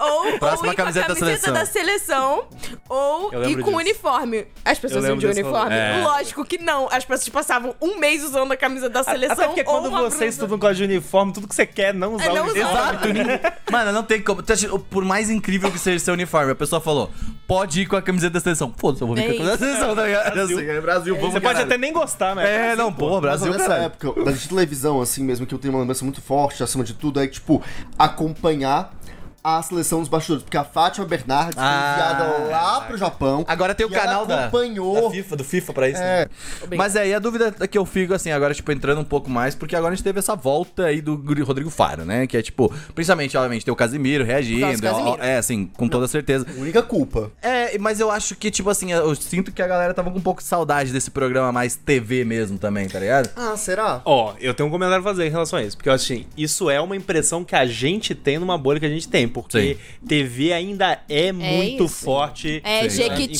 [SPEAKER 4] Ou, ou ir com a
[SPEAKER 1] Próxima
[SPEAKER 4] camiseta,
[SPEAKER 1] camiseta da seleção.
[SPEAKER 4] da seleção, ou
[SPEAKER 3] Eu
[SPEAKER 4] ir
[SPEAKER 3] lembro
[SPEAKER 4] com
[SPEAKER 3] disso.
[SPEAKER 4] uniforme. As pessoas
[SPEAKER 3] Eu
[SPEAKER 4] iam de
[SPEAKER 3] lembro desse
[SPEAKER 4] uniforme?
[SPEAKER 3] rolê. É.
[SPEAKER 4] Lógico que não. As pessoas passavam um mês usando a camisa da seleção.
[SPEAKER 3] Até porque quando
[SPEAKER 4] ou uma
[SPEAKER 3] você
[SPEAKER 4] blusa.
[SPEAKER 3] estuda um código de uniforme, tudo que você quer é não usar
[SPEAKER 4] É, não
[SPEAKER 3] o uniforme.
[SPEAKER 4] usar.
[SPEAKER 1] Exato. ninguém- Mano, não tem como. Tá, tipo, Por mais incrível que seja seu uniforme, a pessoa falou: pode ir com a camiseta da seleção. Foda-se, eu vou vir com a
[SPEAKER 4] É
[SPEAKER 1] camisa da seleção, tá ligado? Assim, é Brasil, vamos
[SPEAKER 3] Você pode
[SPEAKER 1] caralho.
[SPEAKER 3] até nem gostar, né? mas.
[SPEAKER 1] É, não, porra,
[SPEAKER 2] Mas
[SPEAKER 1] Brasil,
[SPEAKER 2] nessa
[SPEAKER 1] caralho.
[SPEAKER 2] época, da televisão, assim mesmo, que eu tenho uma lembrança muito forte, acima de tudo, é, tipo, acompanhar a seleção dos bastidores, porque a Fátima Bernardes foi
[SPEAKER 1] Ah.
[SPEAKER 2] enviada lá pro Japão.
[SPEAKER 1] Agora tem o
[SPEAKER 2] e
[SPEAKER 1] canal
[SPEAKER 2] ela
[SPEAKER 1] da-
[SPEAKER 2] acompanhou.
[SPEAKER 1] Da FIFA, do FIFA pra isso.
[SPEAKER 2] É.
[SPEAKER 1] né? Mas aí a dúvida é que eu fico, assim, agora, tipo, entrando um pouco mais, porque agora a gente teve essa volta aí do Gri- Rodrigo Faro, né? Que é, tipo, principalmente, obviamente, tem o Casimiro
[SPEAKER 4] causa
[SPEAKER 1] reagindo.
[SPEAKER 4] do Casimiro.
[SPEAKER 1] ó, ó, É, assim, com toda certeza.
[SPEAKER 2] Única culpa.
[SPEAKER 1] É, mas eu acho que, tipo assim, eu sinto que a galera tava com um pouco de saudade desse programa mais TV mesmo também, tá ligado?
[SPEAKER 2] Ah, será?
[SPEAKER 3] Ó, eu tenho um comentário a fazer em relação a isso, porque assim, isso é uma impressão que a gente tem numa bolha que a gente tem, porque TV ainda é, muito
[SPEAKER 4] isso.
[SPEAKER 3] forte né,
[SPEAKER 4] É,
[SPEAKER 1] Sim.
[SPEAKER 3] em
[SPEAKER 4] Jequiti.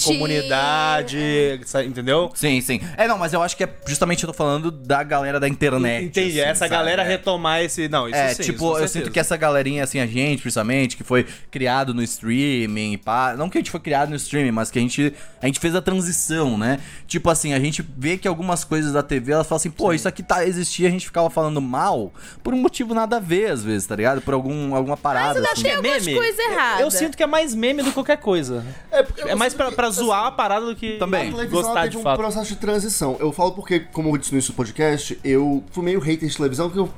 [SPEAKER 3] comunidade, sa- entendeu?
[SPEAKER 1] Sim, sim. É, não, mas eu acho que é justamente eu tô falando da galera da internet.
[SPEAKER 3] Entendi,
[SPEAKER 1] assim,
[SPEAKER 3] essa
[SPEAKER 1] sabe?
[SPEAKER 3] galera
[SPEAKER 1] É.
[SPEAKER 3] retomar esse. Não, isso
[SPEAKER 1] É,
[SPEAKER 3] sim, isso
[SPEAKER 1] tipo,
[SPEAKER 3] com
[SPEAKER 1] eu
[SPEAKER 3] certeza.
[SPEAKER 1] sinto que essa galerinha, assim, a gente, principalmente, que foi criado no streaming, e pá, não que a gente foi criado no streaming, mas que a gente, a gente fez a transição, né? Tipo assim, a gente vê que algumas coisas da TV, elas falam assim, pô, isso aqui tá, existia, a gente ficava falando mal por um motivo nada a ver, às vezes, tá ligado? Por algum, alguma parada,
[SPEAKER 4] ainda
[SPEAKER 1] assim.
[SPEAKER 4] tem algumas coisas erradas.
[SPEAKER 3] Eu, eu sinto que é mais meme do que qualquer coisa.
[SPEAKER 2] É, porque eu
[SPEAKER 3] É mais
[SPEAKER 2] sinto
[SPEAKER 3] pra,
[SPEAKER 2] que-
[SPEAKER 3] pra zoar a parada do que
[SPEAKER 1] Também.
[SPEAKER 2] A televisão ela
[SPEAKER 3] gostar
[SPEAKER 2] teve
[SPEAKER 3] de
[SPEAKER 2] um
[SPEAKER 3] fato.
[SPEAKER 2] processo de transição. Eu falo porque, como eu disse no início do podcast, eu fui meio hater de televisão, que eu...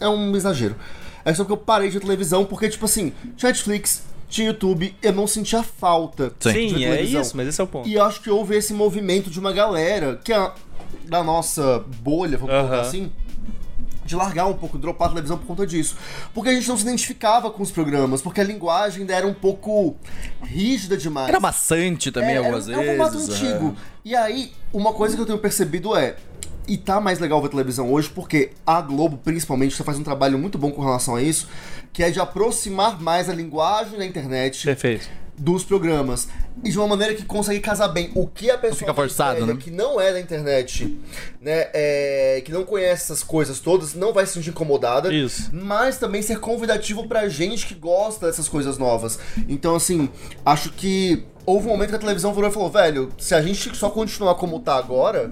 [SPEAKER 2] é um exagero. É só que eu parei de ver televisão porque, tipo assim, tinha Netflix, tinha YouTube, eu não sentia falta.
[SPEAKER 1] Sim.
[SPEAKER 2] de
[SPEAKER 3] Sim,
[SPEAKER 2] ver
[SPEAKER 3] é
[SPEAKER 2] televisão.
[SPEAKER 3] isso, mas esse é o ponto.
[SPEAKER 2] E eu acho que houve esse movimento de uma galera que é da nossa bolha, vamos colocar
[SPEAKER 3] Aham.
[SPEAKER 2] assim. De largar um pouco, dropar a televisão por conta disso. Porque a gente não se identificava com os programas, porque a linguagem ainda era um pouco rígida demais.
[SPEAKER 1] Era maçante também,
[SPEAKER 2] É, é,
[SPEAKER 1] algumas
[SPEAKER 2] é
[SPEAKER 1] vezes. né?
[SPEAKER 2] um formato antigo.
[SPEAKER 3] é.
[SPEAKER 2] E aí, uma coisa que eu tenho percebido é. E tá mais legal ver televisão hoje porque a Globo, principalmente, está fazendo um trabalho muito bom com relação a isso, que é de aproximar mais a linguagem da internet
[SPEAKER 3] Perfeito.
[SPEAKER 2] dos programas. E de uma maneira que consegue casar bem o que a pessoa
[SPEAKER 1] fica forçado,
[SPEAKER 2] mais velha,
[SPEAKER 1] né?
[SPEAKER 2] que não é da internet, né, é, que não conhece essas coisas todas, não vai se sentir incomodada.
[SPEAKER 3] Isso.
[SPEAKER 2] Mas também ser convidativo pra gente que gosta dessas coisas novas. Então, assim, acho que houve um momento que a televisão virou e falou, velho, se a gente só continuar como tá agora,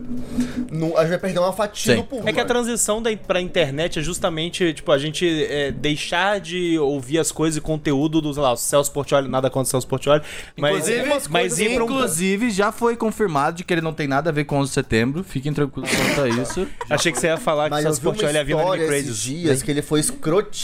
[SPEAKER 2] não- a gente vai perder uma fatia
[SPEAKER 1] Sim.
[SPEAKER 2] do público.
[SPEAKER 3] É que a transição da, pra internet é justamente, tipo, a gente é, deixar de ouvir as coisas e conteúdo dos, sei lá, o Celso Portioli, nada contra o Celso Portioli, mas,
[SPEAKER 1] Inclusive,
[SPEAKER 3] mas, ir pra um...
[SPEAKER 1] Inclusive, já foi confirmado de que ele não tem nada a ver com 11 de setembro. Fiquem tranquilos quanto a isso.
[SPEAKER 3] Achei que você ia falar que o
[SPEAKER 2] Mas eu
[SPEAKER 3] Celso
[SPEAKER 2] vi uma
[SPEAKER 3] Portioli ia vir no
[SPEAKER 2] história
[SPEAKER 3] Anime
[SPEAKER 2] esses
[SPEAKER 3] Crazy.
[SPEAKER 2] dias que ele foi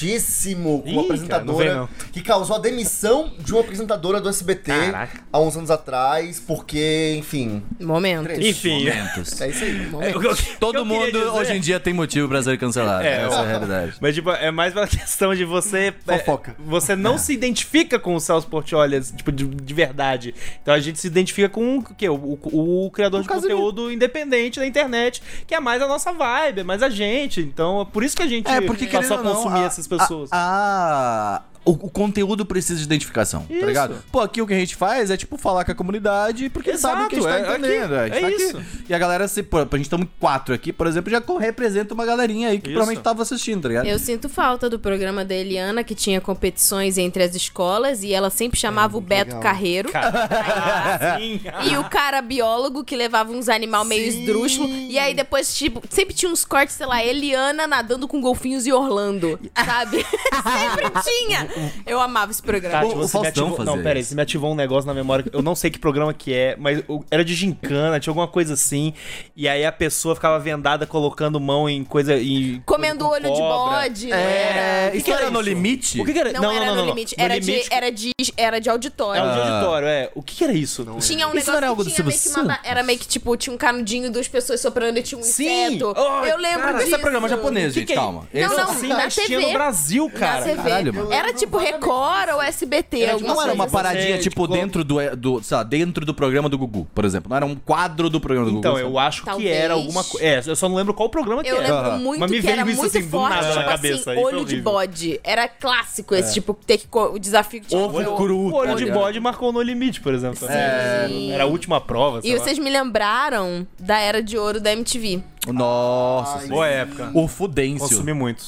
[SPEAKER 2] escrotíssimo com
[SPEAKER 3] Ih,
[SPEAKER 2] uma
[SPEAKER 3] cara, não
[SPEAKER 2] apresentadora
[SPEAKER 3] vem não.
[SPEAKER 2] que causou a demissão de uma apresentadora do SBT
[SPEAKER 3] Caraca.
[SPEAKER 2] há uns anos atrás, porque, enfim,
[SPEAKER 4] Momento.
[SPEAKER 3] Enfim,
[SPEAKER 1] Momentos.
[SPEAKER 2] é isso aí.
[SPEAKER 3] é, o que eu- o que
[SPEAKER 1] Todo
[SPEAKER 3] eu queria
[SPEAKER 1] mundo
[SPEAKER 3] dizer-
[SPEAKER 1] hoje em dia tem motivo pra ser cancelado.
[SPEAKER 3] É,
[SPEAKER 1] Essa
[SPEAKER 3] ó.
[SPEAKER 1] é a realidade.
[SPEAKER 3] Mas, tipo, é mais pela questão de você. é,
[SPEAKER 2] Fofoca.
[SPEAKER 3] você não se identifica com o Celso Portioli, tipo, de, de verdade. Então a gente se identifica com o quê? O, o- o criador de conteúdo independente da internet, que é mais a nossa vibe, é mais a gente. Então é por isso que a gente
[SPEAKER 1] É, porque querendo
[SPEAKER 3] passou a
[SPEAKER 1] ou não,
[SPEAKER 3] consumir
[SPEAKER 1] a-
[SPEAKER 3] essas pessoas.
[SPEAKER 1] a- a- o, o conteúdo precisa de identificação, tá ligado? Pô, aqui o que a gente faz é, tipo, falar com a comunidade, porque
[SPEAKER 3] Exato,
[SPEAKER 1] sabe que a gente
[SPEAKER 3] é-
[SPEAKER 1] tá
[SPEAKER 3] aqui-
[SPEAKER 1] entendendo. a gente
[SPEAKER 3] é
[SPEAKER 1] tá
[SPEAKER 3] isso.
[SPEAKER 1] E a galera, se, pô, a gente tá em quatro aqui, por exemplo, já co- representa uma galerinha aí que
[SPEAKER 3] Isso.
[SPEAKER 1] provavelmente tava assistindo, tá
[SPEAKER 2] É.
[SPEAKER 1] ligado?
[SPEAKER 4] Eu sinto falta do programa da Eliana, que tinha competições entre as escolas e ela sempre chamava o Beto
[SPEAKER 2] Ah, legal.
[SPEAKER 4] Carreiro.
[SPEAKER 3] Cara, sim.
[SPEAKER 4] E o cara biólogo que levava uns animal meio
[SPEAKER 2] Sim.
[SPEAKER 4] esdrúxulo. E aí depois, tipo, sempre tinha uns cortes, sei lá, Eliana nadando com golfinhos e Orlando. Sabe? sempre tinha. Eu amava esse programa.
[SPEAKER 1] Tá.
[SPEAKER 3] Tati,
[SPEAKER 1] O- o
[SPEAKER 3] tipo, você me
[SPEAKER 1] Faustão
[SPEAKER 3] ativou... Não,
[SPEAKER 1] fazia
[SPEAKER 3] pera aí,
[SPEAKER 1] isso.
[SPEAKER 3] você me ativou um negócio na memória. que Eu não sei que programa que é, mas o- era de gincana, tinha alguma coisa assim. E aí a pessoa ficava vendada colocando mão em coisa. Em
[SPEAKER 4] Comendo
[SPEAKER 3] coisa
[SPEAKER 4] olho
[SPEAKER 3] com
[SPEAKER 4] de
[SPEAKER 3] cobra.
[SPEAKER 4] bode. não
[SPEAKER 1] É,
[SPEAKER 4] era?
[SPEAKER 1] isso era no limite?
[SPEAKER 3] O que, que era?
[SPEAKER 4] Não, era no limite.
[SPEAKER 3] No
[SPEAKER 4] Era,
[SPEAKER 3] limite-
[SPEAKER 4] de, era, de, era de
[SPEAKER 3] É o
[SPEAKER 4] auditório.
[SPEAKER 3] de auditório, é. O que, que era isso?
[SPEAKER 4] Tinha um
[SPEAKER 1] Isso
[SPEAKER 4] negócio
[SPEAKER 1] não era algo
[SPEAKER 4] que
[SPEAKER 1] do
[SPEAKER 4] tinha meio que
[SPEAKER 1] Silvio
[SPEAKER 4] uma, ba-
[SPEAKER 1] Santos?
[SPEAKER 4] Era meio que, tipo, tinha um canudinho e duas pessoas soprando e tinha um
[SPEAKER 3] Sim!
[SPEAKER 4] inseto.
[SPEAKER 3] Oh,
[SPEAKER 4] eu lembro
[SPEAKER 3] cara,
[SPEAKER 4] disso.
[SPEAKER 1] Esse é programa japonês,
[SPEAKER 3] Que
[SPEAKER 1] gente,
[SPEAKER 3] que é-
[SPEAKER 1] calma.
[SPEAKER 4] Não,
[SPEAKER 1] Esse-
[SPEAKER 4] não,
[SPEAKER 3] Sim,
[SPEAKER 4] na
[SPEAKER 3] mas tinha
[SPEAKER 4] TV.
[SPEAKER 3] no Brasil,
[SPEAKER 4] Na
[SPEAKER 3] cara.
[SPEAKER 4] TV.
[SPEAKER 1] caralho, mano.
[SPEAKER 4] Era tipo Record ou SBT,
[SPEAKER 3] Era
[SPEAKER 1] Não
[SPEAKER 4] alguma
[SPEAKER 1] era
[SPEAKER 4] coisa
[SPEAKER 1] uma
[SPEAKER 4] assim.
[SPEAKER 1] paradinha,
[SPEAKER 3] Você,
[SPEAKER 1] tipo,
[SPEAKER 3] tipo,
[SPEAKER 1] dentro do, do, sei lá, dentro do programa do Gugu, por exemplo. Não era um quadro do programa do
[SPEAKER 3] Então,
[SPEAKER 1] Gugu.
[SPEAKER 3] eu acho que
[SPEAKER 4] Talvez.
[SPEAKER 3] era alguma coisa. É, eu só não lembro qual programa que
[SPEAKER 4] Eu
[SPEAKER 3] era.
[SPEAKER 4] lembro
[SPEAKER 1] Aham.
[SPEAKER 4] muito
[SPEAKER 3] Mas me
[SPEAKER 4] que
[SPEAKER 3] veio
[SPEAKER 4] era
[SPEAKER 3] isso,
[SPEAKER 4] muito
[SPEAKER 3] assim, do
[SPEAKER 4] forte,
[SPEAKER 3] nada na
[SPEAKER 4] tipo
[SPEAKER 3] cabeça, aí foi
[SPEAKER 4] assim, olho de
[SPEAKER 3] horrível.
[SPEAKER 4] bode. Era clássico esse, tipo, ter que co- o desafio que tinha que fazer o-
[SPEAKER 1] cru,
[SPEAKER 3] é O olho
[SPEAKER 1] tá
[SPEAKER 3] de
[SPEAKER 1] ligado?
[SPEAKER 3] bode marcou no limite, por exemplo.
[SPEAKER 4] Sim.
[SPEAKER 3] Era a última prova. sei
[SPEAKER 4] E
[SPEAKER 3] lá.
[SPEAKER 4] vocês me lembraram da Era de Ouro da MTV.
[SPEAKER 1] Nossa, senhora.
[SPEAKER 3] Boa época.
[SPEAKER 1] o Fudêncio.
[SPEAKER 3] Consumi muito.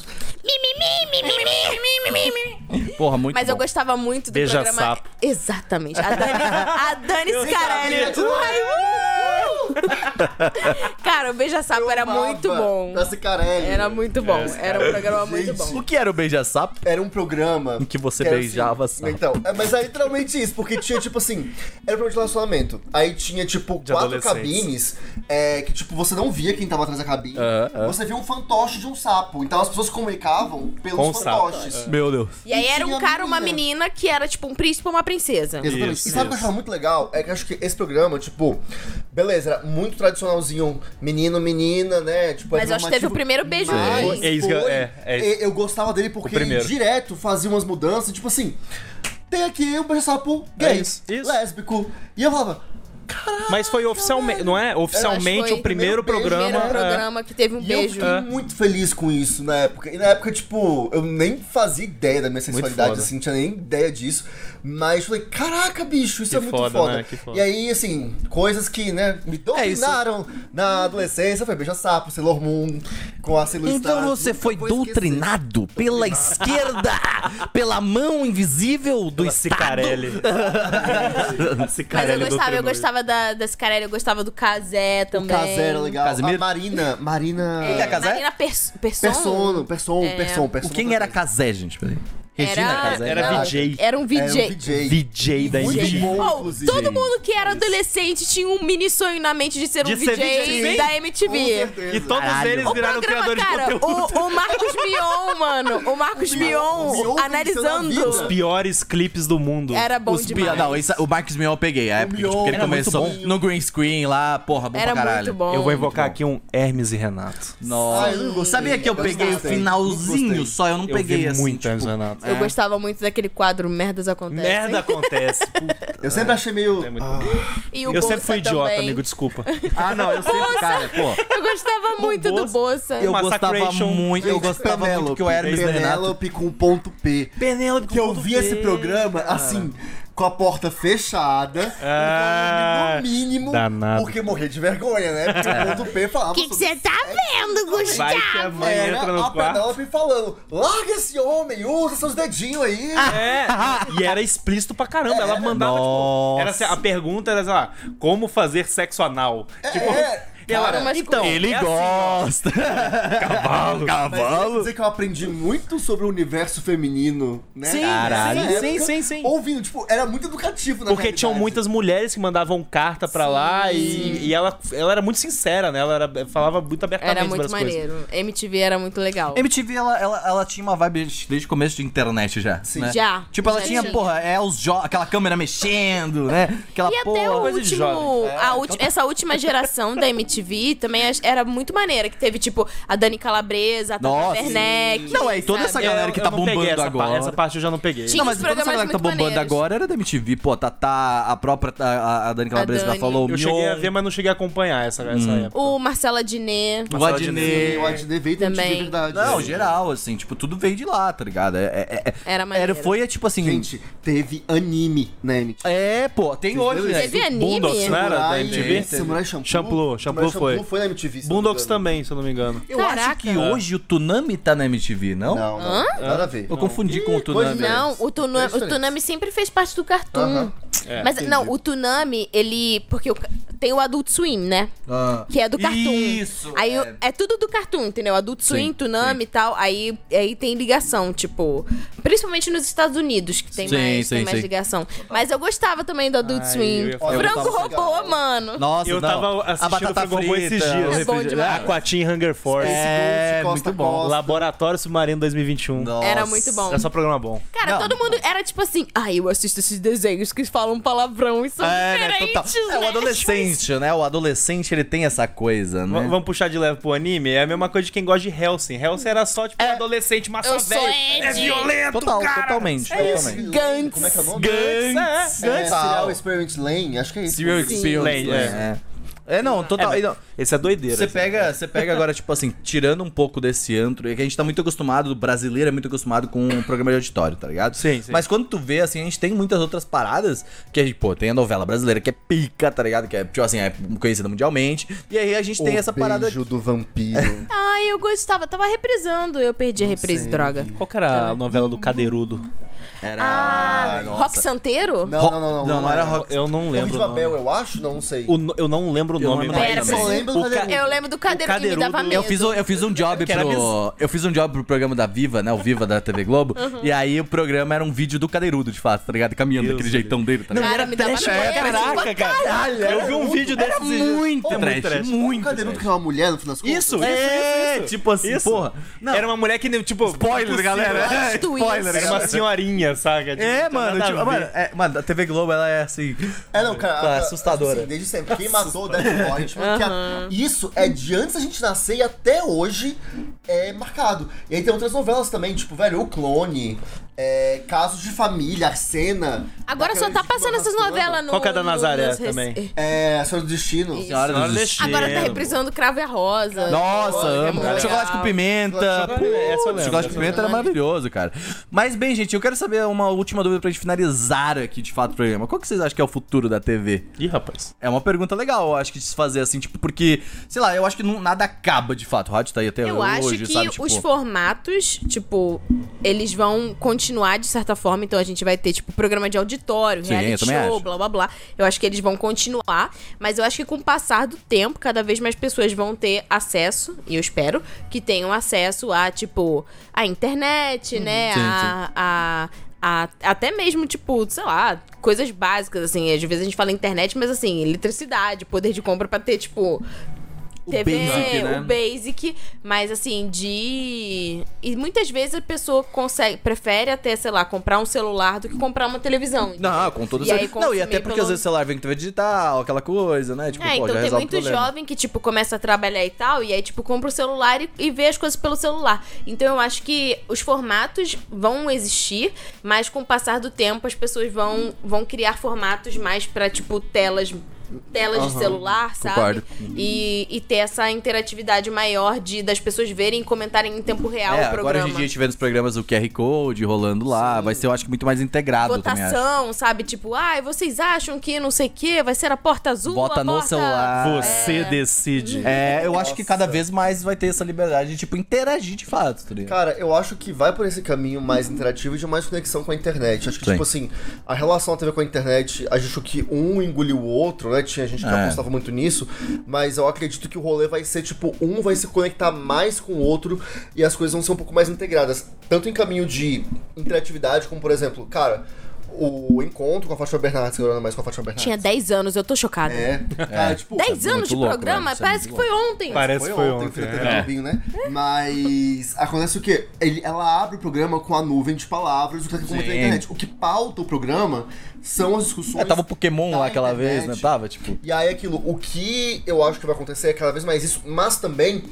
[SPEAKER 1] Porra, muito
[SPEAKER 4] Mas eu
[SPEAKER 1] bom.
[SPEAKER 4] gostava muito do
[SPEAKER 3] Beija
[SPEAKER 4] programa.
[SPEAKER 3] sapo.
[SPEAKER 4] Exatamente. A Dani, a Dani
[SPEAKER 3] Eu
[SPEAKER 4] Scarelli.
[SPEAKER 3] sabia.
[SPEAKER 4] Ai, uh, uh. Cara, o Beija Sapo era muito bom.
[SPEAKER 2] Cicarelli.
[SPEAKER 4] Era muito bom.
[SPEAKER 3] É.
[SPEAKER 4] Era um programa muito
[SPEAKER 2] Gente.
[SPEAKER 4] bom.
[SPEAKER 1] O que era o beija-sapo?
[SPEAKER 2] Era um programa. Em
[SPEAKER 1] que você beijava sapo.
[SPEAKER 2] Então, é, mas é literalmente isso, porque tinha tipo assim. Era um programa de relacionamento. Aí tinha tipo quatro
[SPEAKER 3] adolescentes.
[SPEAKER 2] cabines é, que tipo você não via quem tava atrás da cabine. Você via um fantoche de um sapo. Então as pessoas se comunicavam pelos
[SPEAKER 3] Com o sapo,
[SPEAKER 2] fantoches.
[SPEAKER 1] Meu Deus.
[SPEAKER 4] E aí era um
[SPEAKER 2] Tinha
[SPEAKER 4] cara, uma
[SPEAKER 2] menina.
[SPEAKER 4] menina que era tipo um príncipe ou uma princesa.
[SPEAKER 2] Exatamente.
[SPEAKER 3] Isso,
[SPEAKER 2] e sabe o que eu
[SPEAKER 3] isso.
[SPEAKER 2] achava muito legal? É que eu acho que esse programa, tipo, beleza, era muito tradicionalzinho, menino, menina, né? Tipo,
[SPEAKER 4] Mas eu acho que
[SPEAKER 2] heteronormativo.
[SPEAKER 4] teve o primeiro beijo
[SPEAKER 2] Mas
[SPEAKER 4] gay.
[SPEAKER 3] É isso que eu-
[SPEAKER 2] foi-
[SPEAKER 3] é, é
[SPEAKER 2] e- Eu gostava dele porque
[SPEAKER 3] O
[SPEAKER 2] ele
[SPEAKER 3] primeiro.
[SPEAKER 2] direto fazia umas mudanças, tipo assim, tem aqui o beijo-sapo
[SPEAKER 3] É
[SPEAKER 2] gay,
[SPEAKER 3] isso, isso.
[SPEAKER 2] lésbico. E eu falava,
[SPEAKER 3] Mas foi oficialmente, não é? Oficialmente
[SPEAKER 4] foi
[SPEAKER 3] o primeiro
[SPEAKER 2] o primeiro
[SPEAKER 3] programa.
[SPEAKER 4] Primeiro
[SPEAKER 3] é.
[SPEAKER 4] programa que teve um
[SPEAKER 2] e eu
[SPEAKER 4] beijo.
[SPEAKER 2] fiquei muito feliz com isso na época. E na época, tipo, eu nem fazia ideia da minha sexualidade,
[SPEAKER 3] foda.
[SPEAKER 2] assim, não tinha nem ideia disso. Mas falei, caraca, bicho, isso
[SPEAKER 3] Que
[SPEAKER 2] é muito
[SPEAKER 3] foda,
[SPEAKER 2] foda.
[SPEAKER 3] né? Que foda.
[SPEAKER 2] E aí, assim, coisas que, né,
[SPEAKER 1] É
[SPEAKER 2] me doutrinaram na adolescência. Foi beija-sapo, Sailor Moon, com a Sailor
[SPEAKER 1] Então
[SPEAKER 2] Star,
[SPEAKER 1] você
[SPEAKER 2] nunca
[SPEAKER 1] foi
[SPEAKER 2] vou esquecer.
[SPEAKER 1] doutrinado pela esquerda, pela mão invisível do Estado.
[SPEAKER 3] Cicarelli.
[SPEAKER 4] Mas eu
[SPEAKER 3] Cicarelli
[SPEAKER 4] gostava,
[SPEAKER 3] doutrinou.
[SPEAKER 4] eu gostava da, da Cicarelli, eu gostava do Casé também.
[SPEAKER 2] Casé era é legal.
[SPEAKER 1] Casimiro?
[SPEAKER 2] A Marina, Marina...
[SPEAKER 4] É,
[SPEAKER 1] a Casé?
[SPEAKER 4] Marina Pers Persson.
[SPEAKER 2] Persona, Person,
[SPEAKER 4] É.
[SPEAKER 2] Person, Person.
[SPEAKER 1] O quem era Casé, gente? Peraí. Regina né?
[SPEAKER 4] Era,
[SPEAKER 1] Casé.
[SPEAKER 3] Era
[SPEAKER 4] não,
[SPEAKER 3] VJ.
[SPEAKER 4] Era um VJ.
[SPEAKER 2] Era um VJ.
[SPEAKER 1] DJ da
[SPEAKER 2] Muito
[SPEAKER 1] MTV.
[SPEAKER 2] bom,
[SPEAKER 4] Oh,
[SPEAKER 2] inclusive.
[SPEAKER 4] todo mundo que era adolescente tinha um mini sonho na mente de ser um
[SPEAKER 3] De ser
[SPEAKER 4] VJ,
[SPEAKER 3] VJ.
[SPEAKER 4] da
[SPEAKER 2] Com
[SPEAKER 4] MTV.
[SPEAKER 2] certeza.
[SPEAKER 3] E todos
[SPEAKER 1] Caralho.
[SPEAKER 3] eles
[SPEAKER 4] O
[SPEAKER 3] viraram
[SPEAKER 4] programa,
[SPEAKER 3] criadores de
[SPEAKER 4] cara,
[SPEAKER 3] conteúdo.
[SPEAKER 4] o, o Marcos Mion, mano. O Marcos Mion,
[SPEAKER 2] Mion venceu na
[SPEAKER 4] analisando.
[SPEAKER 2] vida.
[SPEAKER 3] Piores clipes do mundo.
[SPEAKER 4] Era bom
[SPEAKER 1] Os pi-
[SPEAKER 4] demais.
[SPEAKER 1] Não, esse- o Marcos Mion eu peguei. A época,
[SPEAKER 2] Mion
[SPEAKER 1] tipo, que ele
[SPEAKER 2] era muito
[SPEAKER 1] começou
[SPEAKER 2] bom.
[SPEAKER 1] no green screen lá, porra, bom
[SPEAKER 4] era
[SPEAKER 1] pra caralho.
[SPEAKER 4] muito bom.
[SPEAKER 3] Eu vou invocar aqui um Hermes e Renato.
[SPEAKER 1] Nossa.
[SPEAKER 2] Ah, eu não gostei.
[SPEAKER 1] Sabia que eu
[SPEAKER 2] Eu
[SPEAKER 1] peguei o
[SPEAKER 2] gostei. Eu
[SPEAKER 1] finalzinho
[SPEAKER 2] gostei.
[SPEAKER 1] só? Eu não
[SPEAKER 3] Eu
[SPEAKER 1] peguei
[SPEAKER 3] vi
[SPEAKER 1] assim,
[SPEAKER 3] muito Hermes e
[SPEAKER 1] tipo,
[SPEAKER 3] Renato.
[SPEAKER 4] Eu gostava muito daquele quadro Merdas Acontecem.
[SPEAKER 3] É. Merda acontece. Puta,
[SPEAKER 2] Eu sempre achei meio...
[SPEAKER 3] é muito
[SPEAKER 2] Ah,
[SPEAKER 4] E o
[SPEAKER 3] Eu sempre
[SPEAKER 4] Bolsa
[SPEAKER 3] fui idiota,
[SPEAKER 4] também.
[SPEAKER 3] amigo, desculpa.
[SPEAKER 1] Ah, não, eu sempre, cara, pô.
[SPEAKER 4] Eu gostava muito do
[SPEAKER 3] Bolsa.
[SPEAKER 4] Bolsa.
[SPEAKER 1] Eu gostava
[SPEAKER 3] Massacration.
[SPEAKER 1] muito, eu
[SPEAKER 2] gente,
[SPEAKER 1] gostava muito que o Hermes
[SPEAKER 2] Penélope,
[SPEAKER 1] Renato.
[SPEAKER 2] Penélope com ponto P.
[SPEAKER 1] Penélope
[SPEAKER 2] Que eu vi esse programa, assim, com a porta fechada,
[SPEAKER 3] Ah,
[SPEAKER 2] no mínimo,
[SPEAKER 3] danado.
[SPEAKER 2] porque morria de vergonha, né? Porque o ponto P falava... sobre-
[SPEAKER 4] tá vendo,
[SPEAKER 3] Vai que a mãe né?
[SPEAKER 2] Era
[SPEAKER 3] entra
[SPEAKER 2] a
[SPEAKER 3] no quarto.
[SPEAKER 2] Penélope falando, larga esse homem, usa seus dedinhos aí.
[SPEAKER 3] É, e era explícito pra caramba. Ela mandava, tipo,
[SPEAKER 1] Nossa.
[SPEAKER 3] era assim, a pergunta era, sei lá, como fazer sexo anal? tipo,
[SPEAKER 2] é,
[SPEAKER 3] ela,
[SPEAKER 2] cara,
[SPEAKER 4] mas
[SPEAKER 3] então,
[SPEAKER 4] com-
[SPEAKER 1] Ele
[SPEAKER 3] é assim, ó.
[SPEAKER 1] gosta. Cavalo.
[SPEAKER 2] Mas eu quero
[SPEAKER 1] Cavalo.
[SPEAKER 2] dizer que eu aprendi muito sobre o universo feminino, né?
[SPEAKER 3] Sim,
[SPEAKER 1] Caralho.
[SPEAKER 2] Nessa
[SPEAKER 3] sim,
[SPEAKER 2] época,
[SPEAKER 3] sim, sim.
[SPEAKER 2] Ouvindo, tipo, era muito educativo na
[SPEAKER 3] Porque tinham
[SPEAKER 2] realidade.
[SPEAKER 3] muitas mulheres que mandavam carta pra lá e, e ela, ela era muito sincera, né? Ela era- falava muito abertamente
[SPEAKER 4] Era
[SPEAKER 3] sobre
[SPEAKER 4] muito
[SPEAKER 3] as coisas.
[SPEAKER 4] maneiro. MTV era muito legal.
[SPEAKER 1] MTV, ela, ela, ela tinha uma vibe desde desde o começo de internet já. Sim. Né?
[SPEAKER 4] Já.
[SPEAKER 1] Tipo, ela
[SPEAKER 4] Já
[SPEAKER 1] tinha,
[SPEAKER 4] tinha.
[SPEAKER 1] porra, é os jo aquela câmera mexendo, né? Aquela
[SPEAKER 4] E
[SPEAKER 1] porra.
[SPEAKER 4] até o
[SPEAKER 3] coisa de
[SPEAKER 4] último,
[SPEAKER 3] jovem. É, então tá.
[SPEAKER 4] a ulti- essa última geração da MTV também ach- era muito maneira, que teve tipo a Dani Calabresa, a Tata
[SPEAKER 1] Nossa.
[SPEAKER 4] Werneck.
[SPEAKER 1] Não, é, e toda essa
[SPEAKER 4] sabe?
[SPEAKER 3] Eu-
[SPEAKER 1] galera que
[SPEAKER 3] eu
[SPEAKER 1] tá
[SPEAKER 3] não peguei
[SPEAKER 1] bombando
[SPEAKER 3] essa pa-
[SPEAKER 1] agora.
[SPEAKER 3] essa parte eu já não peguei.
[SPEAKER 4] Tinha-
[SPEAKER 1] Não, mas
[SPEAKER 4] uns
[SPEAKER 1] toda essa galera
[SPEAKER 4] programas
[SPEAKER 1] que tá bombando
[SPEAKER 4] muito maneiros.
[SPEAKER 1] agora era da MTV, pô. Tá, tá, a própria a, a Dani Calabresa já
[SPEAKER 4] Dani.
[SPEAKER 1] falou.
[SPEAKER 3] Eu cheguei a
[SPEAKER 1] Mion, Hum.
[SPEAKER 3] ver, mas não cheguei a acompanhar essa, essa época.
[SPEAKER 4] O Marcela Diné.
[SPEAKER 1] o
[SPEAKER 3] Marcelo
[SPEAKER 1] Adnet.
[SPEAKER 2] Eu adnei veio
[SPEAKER 4] Também.
[SPEAKER 2] também. de verdade.
[SPEAKER 1] Não, geral, assim, tipo, tudo veio de lá, tá ligado? É- é- é-
[SPEAKER 4] Era maneiro.
[SPEAKER 1] Foi, é, tipo assim...
[SPEAKER 2] Gente, teve anime né, na MTV.
[SPEAKER 1] É, pô, tem
[SPEAKER 2] Vocês
[SPEAKER 1] hoje,
[SPEAKER 2] viram
[SPEAKER 1] né?
[SPEAKER 2] isso?
[SPEAKER 4] Teve anime?
[SPEAKER 3] Boondocks, né? Era da
[SPEAKER 2] Samurai-
[SPEAKER 3] MTV?
[SPEAKER 2] Samurai Champloo.
[SPEAKER 3] Champloo, Champloo foi.
[SPEAKER 2] é foi na MTV. se não me
[SPEAKER 3] Boondocks
[SPEAKER 2] engano.
[SPEAKER 3] também, se eu não me engano.
[SPEAKER 1] Eu acho
[SPEAKER 4] Caraca.
[SPEAKER 1] que hoje o Tsunami tá na MTV, não?
[SPEAKER 2] Não, não. Nada a ver.
[SPEAKER 1] Eu confundi com o
[SPEAKER 2] coisa
[SPEAKER 1] Tsunami.
[SPEAKER 2] de-
[SPEAKER 4] Não, o,
[SPEAKER 1] É
[SPEAKER 4] Tuna-
[SPEAKER 2] Coisas
[SPEAKER 4] o
[SPEAKER 2] diferentes.
[SPEAKER 4] Tsunami sempre fez parte do Cartoon.
[SPEAKER 2] Aham.
[SPEAKER 3] É,
[SPEAKER 4] Mas, não, o Tsunami, ele. Porque o ca- tem o Adult Swim, né?
[SPEAKER 1] Ah.
[SPEAKER 4] Que é do Cartoon.
[SPEAKER 1] Isso,
[SPEAKER 4] Aí
[SPEAKER 1] é.
[SPEAKER 4] o- é, tudo do Cartoon, entendeu? Adult Swim,
[SPEAKER 1] Sim,
[SPEAKER 4] Tsunami e tal. Aí, aí tem ligação, tipo. Principalmente nos Estados Unidos, que tem
[SPEAKER 1] Sim,
[SPEAKER 4] mais, tem
[SPEAKER 1] sim,
[SPEAKER 4] mais
[SPEAKER 1] sim.
[SPEAKER 4] ligação. Mas eu gostava também do Adult
[SPEAKER 3] Ai, eu
[SPEAKER 4] Swim.
[SPEAKER 3] ia falar-
[SPEAKER 4] Frango
[SPEAKER 2] eu gostava-
[SPEAKER 4] robô, mano.
[SPEAKER 1] Nossa,
[SPEAKER 3] Eu
[SPEAKER 1] não.
[SPEAKER 3] tava
[SPEAKER 1] a
[SPEAKER 3] assistindo
[SPEAKER 1] batata
[SPEAKER 3] o Frango Robô
[SPEAKER 1] frita,
[SPEAKER 3] esses dias.
[SPEAKER 1] o
[SPEAKER 4] É bom
[SPEAKER 1] refrigerante.
[SPEAKER 4] demais.
[SPEAKER 3] Aquatim Hunger Force.
[SPEAKER 1] É,
[SPEAKER 2] Costa
[SPEAKER 1] muito bom.
[SPEAKER 2] Costa.
[SPEAKER 3] Laboratório Submarino 2021.
[SPEAKER 1] Nossa.
[SPEAKER 4] Era muito bom.
[SPEAKER 3] Era só programa bom.
[SPEAKER 4] Cara,
[SPEAKER 1] Não.
[SPEAKER 4] todo mundo era tipo assim, ai, eu assisto esses desenhos que falam palavrão e são
[SPEAKER 1] É, né, total.
[SPEAKER 4] diferentes.
[SPEAKER 1] É, o
[SPEAKER 4] né?"
[SPEAKER 1] adolescente, né? O adolescente, ele tem essa coisa,
[SPEAKER 3] V-
[SPEAKER 1] né?
[SPEAKER 3] Vamos puxar de leve pro anime? É a mesma coisa de quem gosta de Hellsing. Hellsing era só, tipo, adolescente, massa
[SPEAKER 4] Eu sou
[SPEAKER 3] velho. É
[SPEAKER 4] Ed.
[SPEAKER 3] violento,
[SPEAKER 1] Total,
[SPEAKER 3] cara.
[SPEAKER 1] totalmente,
[SPEAKER 3] É isso.
[SPEAKER 1] totalmente.
[SPEAKER 4] Gantz.
[SPEAKER 2] Como é que é o nome?
[SPEAKER 3] Gantz.
[SPEAKER 2] É,
[SPEAKER 3] Gantz.
[SPEAKER 2] Serial Experiment Lane, acho que é isso.
[SPEAKER 1] Serial
[SPEAKER 4] Sim.
[SPEAKER 1] Experience. né? É. É, não, total. e não,
[SPEAKER 3] Esse é doideira.
[SPEAKER 1] Você
[SPEAKER 3] assim.
[SPEAKER 1] pega, você pega agora, tipo assim, tirando um pouco desse antro, é que a gente tá muito acostumado, o brasileiro é muito acostumado com um programa de auditório, tá ligado?
[SPEAKER 3] Sim, sim.
[SPEAKER 1] Mas quando tu vê, assim, a gente tem muitas outras paradas, que a gente, pô, tem a novela brasileira que é pica, tá ligado? Que é, tipo assim, é conhecida mundialmente, e aí a gente tem essa parada...
[SPEAKER 2] beijo do vampiro.
[SPEAKER 4] Ai, eu gostava. Tava reprisando. Eu perdi a reprise, droga.
[SPEAKER 3] Qual que era a novela do Cadeirudo?
[SPEAKER 5] Era.
[SPEAKER 2] Ah,
[SPEAKER 4] Ah,
[SPEAKER 2] nossa.
[SPEAKER 4] rock santeiro?
[SPEAKER 2] Não, não, não, não. é.
[SPEAKER 1] Não, não era rock.
[SPEAKER 3] Eu não
[SPEAKER 2] Torre
[SPEAKER 3] lembro.
[SPEAKER 2] de
[SPEAKER 3] o nome.
[SPEAKER 2] Babel, eu acho? Não, não sei.
[SPEAKER 3] O no- eu não lembro o
[SPEAKER 1] Eu
[SPEAKER 3] nome
[SPEAKER 1] lembro
[SPEAKER 3] dele
[SPEAKER 4] Pera,
[SPEAKER 3] também.
[SPEAKER 2] só lembro
[SPEAKER 3] O
[SPEAKER 2] do
[SPEAKER 3] ca-
[SPEAKER 2] Cadeirudo.
[SPEAKER 4] Eu lembro do cadeiro, que me
[SPEAKER 3] cadeirudo-
[SPEAKER 4] dava medo.
[SPEAKER 1] Eu fiz, um- eu fiz um job
[SPEAKER 3] Que era
[SPEAKER 1] pro.
[SPEAKER 3] bizarro.
[SPEAKER 1] Eu fiz um job pro programa da Viva, né? O Viva da TV Globo. E aí o programa era um vídeo do cadeirudo, de fato, tá ligado? Caminhando
[SPEAKER 3] Deus
[SPEAKER 1] daquele
[SPEAKER 3] Deus.
[SPEAKER 1] jeitão dele, tá
[SPEAKER 4] Cara,
[SPEAKER 1] ligado?
[SPEAKER 4] me dava
[SPEAKER 3] trash
[SPEAKER 4] medo.
[SPEAKER 3] pra caraca, cara. eu vi um vídeo desse.
[SPEAKER 1] Era muito
[SPEAKER 3] Era
[SPEAKER 1] trash, muito
[SPEAKER 2] O Cadeirudo
[SPEAKER 1] trash.
[SPEAKER 2] que é uma mulher, no final das contas?
[SPEAKER 3] Isso, isso,
[SPEAKER 1] É,
[SPEAKER 3] isso, isso.
[SPEAKER 1] tipo assim,
[SPEAKER 3] Isso.
[SPEAKER 1] porra. Não.
[SPEAKER 3] Era uma mulher que, tipo.
[SPEAKER 1] Spoiler,
[SPEAKER 3] impossível.
[SPEAKER 1] galera.
[SPEAKER 4] Plot twist.
[SPEAKER 3] Era uma senhorinha, saca? Tipo,
[SPEAKER 1] É,
[SPEAKER 3] não tinha
[SPEAKER 1] mano,
[SPEAKER 3] nada a
[SPEAKER 1] tipo,
[SPEAKER 3] ver.
[SPEAKER 1] mano, é, mano, a TV Globo, ela é assim.
[SPEAKER 2] É, não, cara.
[SPEAKER 1] Tá,
[SPEAKER 2] a- a-
[SPEAKER 1] assustadora.
[SPEAKER 2] assim, desde sempre. Quem matou o Death Point, mano, que a- isso é de antes da gente nascer e até hoje é marcado. E aí tem outras novelas também, tipo, velho, O Clone, é, Casos de Família, Arcena.
[SPEAKER 4] Agora só tá passando essas novelas no...
[SPEAKER 3] Qual que é da
[SPEAKER 4] no-
[SPEAKER 3] Nazaré
[SPEAKER 4] nos rec-
[SPEAKER 3] também?
[SPEAKER 2] É, A Senhora do Destino.
[SPEAKER 1] Senhora
[SPEAKER 3] Senhora
[SPEAKER 1] dos-
[SPEAKER 3] Destino.
[SPEAKER 4] Agora tá
[SPEAKER 3] Cheiro,
[SPEAKER 4] reprisando Cravo e a Rosa. é
[SPEAKER 1] Nossa,
[SPEAKER 2] Olha,
[SPEAKER 1] amo.
[SPEAKER 2] cara.
[SPEAKER 1] Chocolate com pimenta.
[SPEAKER 2] Chocolate
[SPEAKER 1] Pô,
[SPEAKER 3] com pimenta, essa eu lembro.
[SPEAKER 1] Chocolate com pimenta era maravilhoso, cara. Mas bem, gente, eu quero saber uma última dúvida pra gente finalizar aqui de fato o programa. Qual que vocês acham que é o futuro da TV?
[SPEAKER 3] Ih, rapaz.
[SPEAKER 1] É uma pergunta legal, eu acho que de se fazer assim, tipo, porque, sei lá, eu acho que não- nada acaba de fato. O rádio tá aí até
[SPEAKER 4] Eu
[SPEAKER 1] hoje,
[SPEAKER 4] acho que
[SPEAKER 1] sabe? Tipo,
[SPEAKER 4] os formatos, tipo, eles vão continuar de certa forma. Então a gente vai ter, tipo, programa de auditório,
[SPEAKER 1] Sim, eu
[SPEAKER 4] reality
[SPEAKER 1] também
[SPEAKER 4] show,
[SPEAKER 1] acho.
[SPEAKER 4] blá blá blá. Eu acho que eles vão continuar. Mas eu acho que com o passar do tempo, cada vez mais pessoas vão ter acesso, e eu espero, que tenham acesso a, tipo, a internet, né?
[SPEAKER 1] Uhum, sim,
[SPEAKER 4] a. a- a- até mesmo, tipo, sei lá, coisas básicas, assim. Às vezes a gente fala internet, mas assim, eletricidade, poder de compra pra ter, tipo, TV,
[SPEAKER 1] basic, né?
[SPEAKER 4] o basic, mas assim, de. E muitas vezes a pessoa consegue, prefere até, sei lá, comprar um celular do que comprar uma televisão.
[SPEAKER 1] Não, tipo, com toda
[SPEAKER 4] E
[SPEAKER 1] certeza.
[SPEAKER 4] aí
[SPEAKER 1] Não, e
[SPEAKER 4] consumir
[SPEAKER 1] até porque
[SPEAKER 4] pelo-
[SPEAKER 1] às vezes o celular vem com TV digital, aquela coisa, né? Tipo,
[SPEAKER 4] É,
[SPEAKER 1] pô,
[SPEAKER 4] então
[SPEAKER 1] já
[SPEAKER 4] tem
[SPEAKER 1] resolve o
[SPEAKER 4] muito
[SPEAKER 1] problema.
[SPEAKER 4] jovem que, tipo, começa a trabalhar e tal, e aí, tipo, compra o celular e, e vê as coisas pelo celular. Então eu acho que os formatos vão existir, mas com o passar do tempo as pessoas vão, vão criar formatos mais pra, tipo, telas. Telas de celular,
[SPEAKER 1] Concordo.
[SPEAKER 4] sabe? E, e ter essa interatividade maior de das pessoas verem e comentarem em tempo real
[SPEAKER 1] É,
[SPEAKER 4] o
[SPEAKER 1] agora
[SPEAKER 4] programa.
[SPEAKER 1] hoje em dia a gente vê nos programas o QR Code rolando lá, vai ser, eu acho que muito mais integrado também. Acho.
[SPEAKER 4] Votação, sabe? Tipo, ai, vocês acham que não sei o quê, vai ser a porta azul?
[SPEAKER 1] Vota
[SPEAKER 4] a
[SPEAKER 1] no
[SPEAKER 4] porta...
[SPEAKER 1] celular.
[SPEAKER 3] Você decide.
[SPEAKER 1] Ah. É, eu acho que cada vez mais vai ter essa liberdade de, tipo, interagir de fato, tá ligado?
[SPEAKER 2] Cara, eu acho que vai por esse caminho mais interativo e de mais conexão com a internet. Acho que,
[SPEAKER 1] Sim.
[SPEAKER 2] tipo assim, a relação da TV com a internet, acho que um engoliu o outro, né? Tinha gente que
[SPEAKER 1] É.
[SPEAKER 2] apostava muito nisso, mas eu acredito que o rolê vai ser, tipo, um vai se conectar mais com o outro e as coisas vão ser um pouco mais integradas. Tanto em caminho de interatividade, como, por exemplo, cara, o encontro com a Fátima Bernardes, que agora não é mais com a Fátima Bernardes.
[SPEAKER 4] Tinha 10 anos, eu tô chocada.
[SPEAKER 2] É, cara, tipo...
[SPEAKER 4] 10
[SPEAKER 1] é
[SPEAKER 4] anos de
[SPEAKER 1] muito louco, velho,
[SPEAKER 4] programa?
[SPEAKER 1] isso é
[SPEAKER 4] Parece que
[SPEAKER 1] muito
[SPEAKER 4] foi ontem.
[SPEAKER 3] Parece
[SPEAKER 2] Foi,
[SPEAKER 3] que
[SPEAKER 2] ontem, foi ontem
[SPEAKER 3] né?
[SPEAKER 2] Globinho, né? Mas acontece o quê? Ele, ela abre o programa com a nuvem de palavras, o que tá acontecendo na
[SPEAKER 1] Sim.
[SPEAKER 2] internet. O que pauta o programa são as discussões.
[SPEAKER 1] É, tava o Pokémon
[SPEAKER 2] da
[SPEAKER 1] lá aquela
[SPEAKER 2] internet.
[SPEAKER 1] vez, né? Tava, tipo.
[SPEAKER 2] E aí é aquilo, o que eu acho que vai acontecer é cada vez mais isso, mas também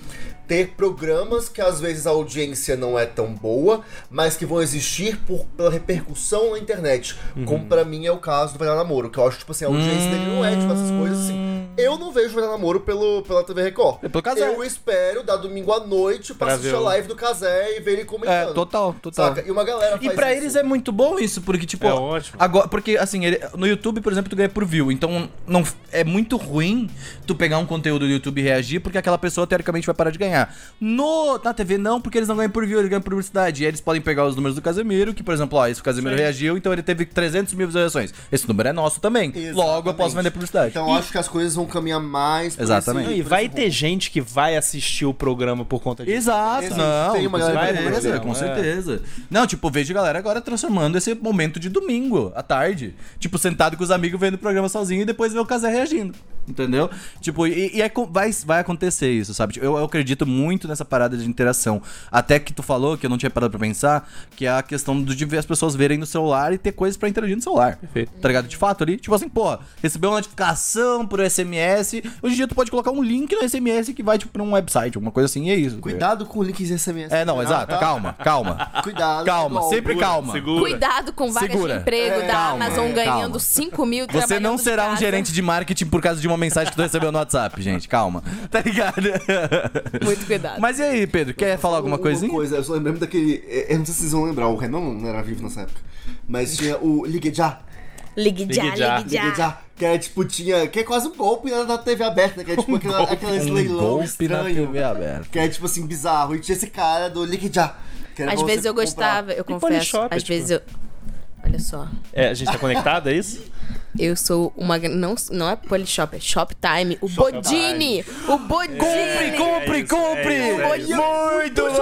[SPEAKER 2] ter programas que às vezes a audiência não é tão boa, mas que vão existir por, pela repercussão na internet.
[SPEAKER 1] Uhum.
[SPEAKER 2] Como pra mim é o caso do Vai Dar Namoro, que eu acho que tipo assim, a audiência dele não é tipo essas coisas assim. Eu não vejo o Vai Dar Namoro pelo, pela TV Record.
[SPEAKER 1] Hum. É pelo Cazé.
[SPEAKER 2] Eu espero dar domingo à noite pra,
[SPEAKER 3] Pra
[SPEAKER 2] assistir
[SPEAKER 3] ver
[SPEAKER 2] a
[SPEAKER 3] o-
[SPEAKER 2] live do Casé e ver ele comentando.
[SPEAKER 1] É, total, total.
[SPEAKER 2] Saca? E uma galera
[SPEAKER 1] E
[SPEAKER 2] faz
[SPEAKER 1] pra
[SPEAKER 2] isso.
[SPEAKER 1] eles é muito bom isso, porque, tipo.
[SPEAKER 3] É ótimo.
[SPEAKER 1] Agora, porque, assim, ele- no YouTube, por exemplo, tu ganha por view. Então, não, é muito ruim tu pegar um conteúdo do YouTube e reagir, porque aquela pessoa, teoricamente, vai parar de ganhar. No, na TV, não, porque eles não ganham por view, eles ganham por publicidade. E aí eles podem pegar os números do Casemiro, que, por exemplo, ó, esse Casemiro reagiu, então ele teve 300 mil visualizações. Esse número é nosso também. Logo, eu posso
[SPEAKER 2] Exatamente.
[SPEAKER 1] vender publicidade.
[SPEAKER 2] Então eu acho que as coisas vão caminhar mais por
[SPEAKER 1] Exatamente.
[SPEAKER 2] esse-
[SPEAKER 3] Não, e
[SPEAKER 2] por
[SPEAKER 3] vai
[SPEAKER 2] esse
[SPEAKER 3] ter gente que vai assistir o programa por conta disso.
[SPEAKER 1] Exato,
[SPEAKER 2] Existe,
[SPEAKER 1] não.
[SPEAKER 2] tem uma
[SPEAKER 1] com
[SPEAKER 2] galera que É.
[SPEAKER 1] certeza,
[SPEAKER 3] vai,
[SPEAKER 1] com
[SPEAKER 3] né?
[SPEAKER 1] certeza. Não, tipo, vejo a galera agora transformando esse momento de domingo, à tarde. Tipo, sentado com os amigos vendo o programa sozinho e depois ver o casal reagindo. Entendeu? Tipo, e, e é co- vai, vai acontecer isso, sabe? Tipo, Eu, eu acredito muito nessa parada de interação. Até que tu falou, que eu não tinha parado pra pensar, que é a questão do- de ver as pessoas verem no celular e ter coisas pra interagir no celular.
[SPEAKER 3] Perfeito.
[SPEAKER 1] Tá ligado? De fato ali, tipo assim, porra, recebeu uma notificação por SMS. Hoje em dia tu pode colocar um link no SMS que vai, tipo, pra um website, alguma coisa assim, e é isso. tá ligado?
[SPEAKER 2] Cuidado com o link de SMS.
[SPEAKER 1] É, não,
[SPEAKER 2] tá?
[SPEAKER 1] exato. Calma, calma.
[SPEAKER 2] Cuidado. é
[SPEAKER 1] Calma,
[SPEAKER 2] Igual.
[SPEAKER 1] sempre calma.
[SPEAKER 4] Cuidado com vagas
[SPEAKER 1] Segura.
[SPEAKER 4] de emprego da
[SPEAKER 1] calma,
[SPEAKER 4] Amazon
[SPEAKER 1] é,
[SPEAKER 4] ganhando
[SPEAKER 1] calma.
[SPEAKER 4] 5 mil
[SPEAKER 1] Você não
[SPEAKER 4] trabalhando de
[SPEAKER 1] será um
[SPEAKER 4] casa.
[SPEAKER 1] gerente de marketing por causa de uma mensagem que tu recebeu no WhatsApp, gente. Calma. Tá ligado?
[SPEAKER 4] Muito cuidado.
[SPEAKER 1] Mas e aí, Pedro? Quer falar alguma
[SPEAKER 2] Uma
[SPEAKER 1] coisinha?
[SPEAKER 2] coisa, eu só lembrei daquele. é, Eu não sei se vocês vão lembrar, o Renan não era vivo nessa época. Mas tinha o Ligue Já.
[SPEAKER 4] Ligue já,
[SPEAKER 3] Ligue já.
[SPEAKER 4] ligue
[SPEAKER 2] Ligue
[SPEAKER 4] já.
[SPEAKER 2] Já. Que é tipo, tinha. Que é quase um golpe né, na TV aberta, que é tipo aquela, aqueles
[SPEAKER 1] Um
[SPEAKER 2] leilão
[SPEAKER 1] golpe na
[SPEAKER 2] estranho.
[SPEAKER 1] TV aberta.
[SPEAKER 2] Que é tipo assim, bizarro. E tinha esse cara do Ligue Já. que era
[SPEAKER 4] Às
[SPEAKER 2] pra
[SPEAKER 1] É
[SPEAKER 4] vezes
[SPEAKER 2] você
[SPEAKER 4] eu
[SPEAKER 2] comprar.
[SPEAKER 4] gostava, eu confesso.
[SPEAKER 3] Polishop,
[SPEAKER 4] às
[SPEAKER 3] tipo.
[SPEAKER 4] vezes eu. Olha só.
[SPEAKER 3] É, a gente tá conectado, é isso?
[SPEAKER 4] Eu sou uma. gran- Não, não é Polishop, é Shoptime. O Bodini! O Bodini! é
[SPEAKER 3] Compre, compre!
[SPEAKER 5] Muito
[SPEAKER 4] Eu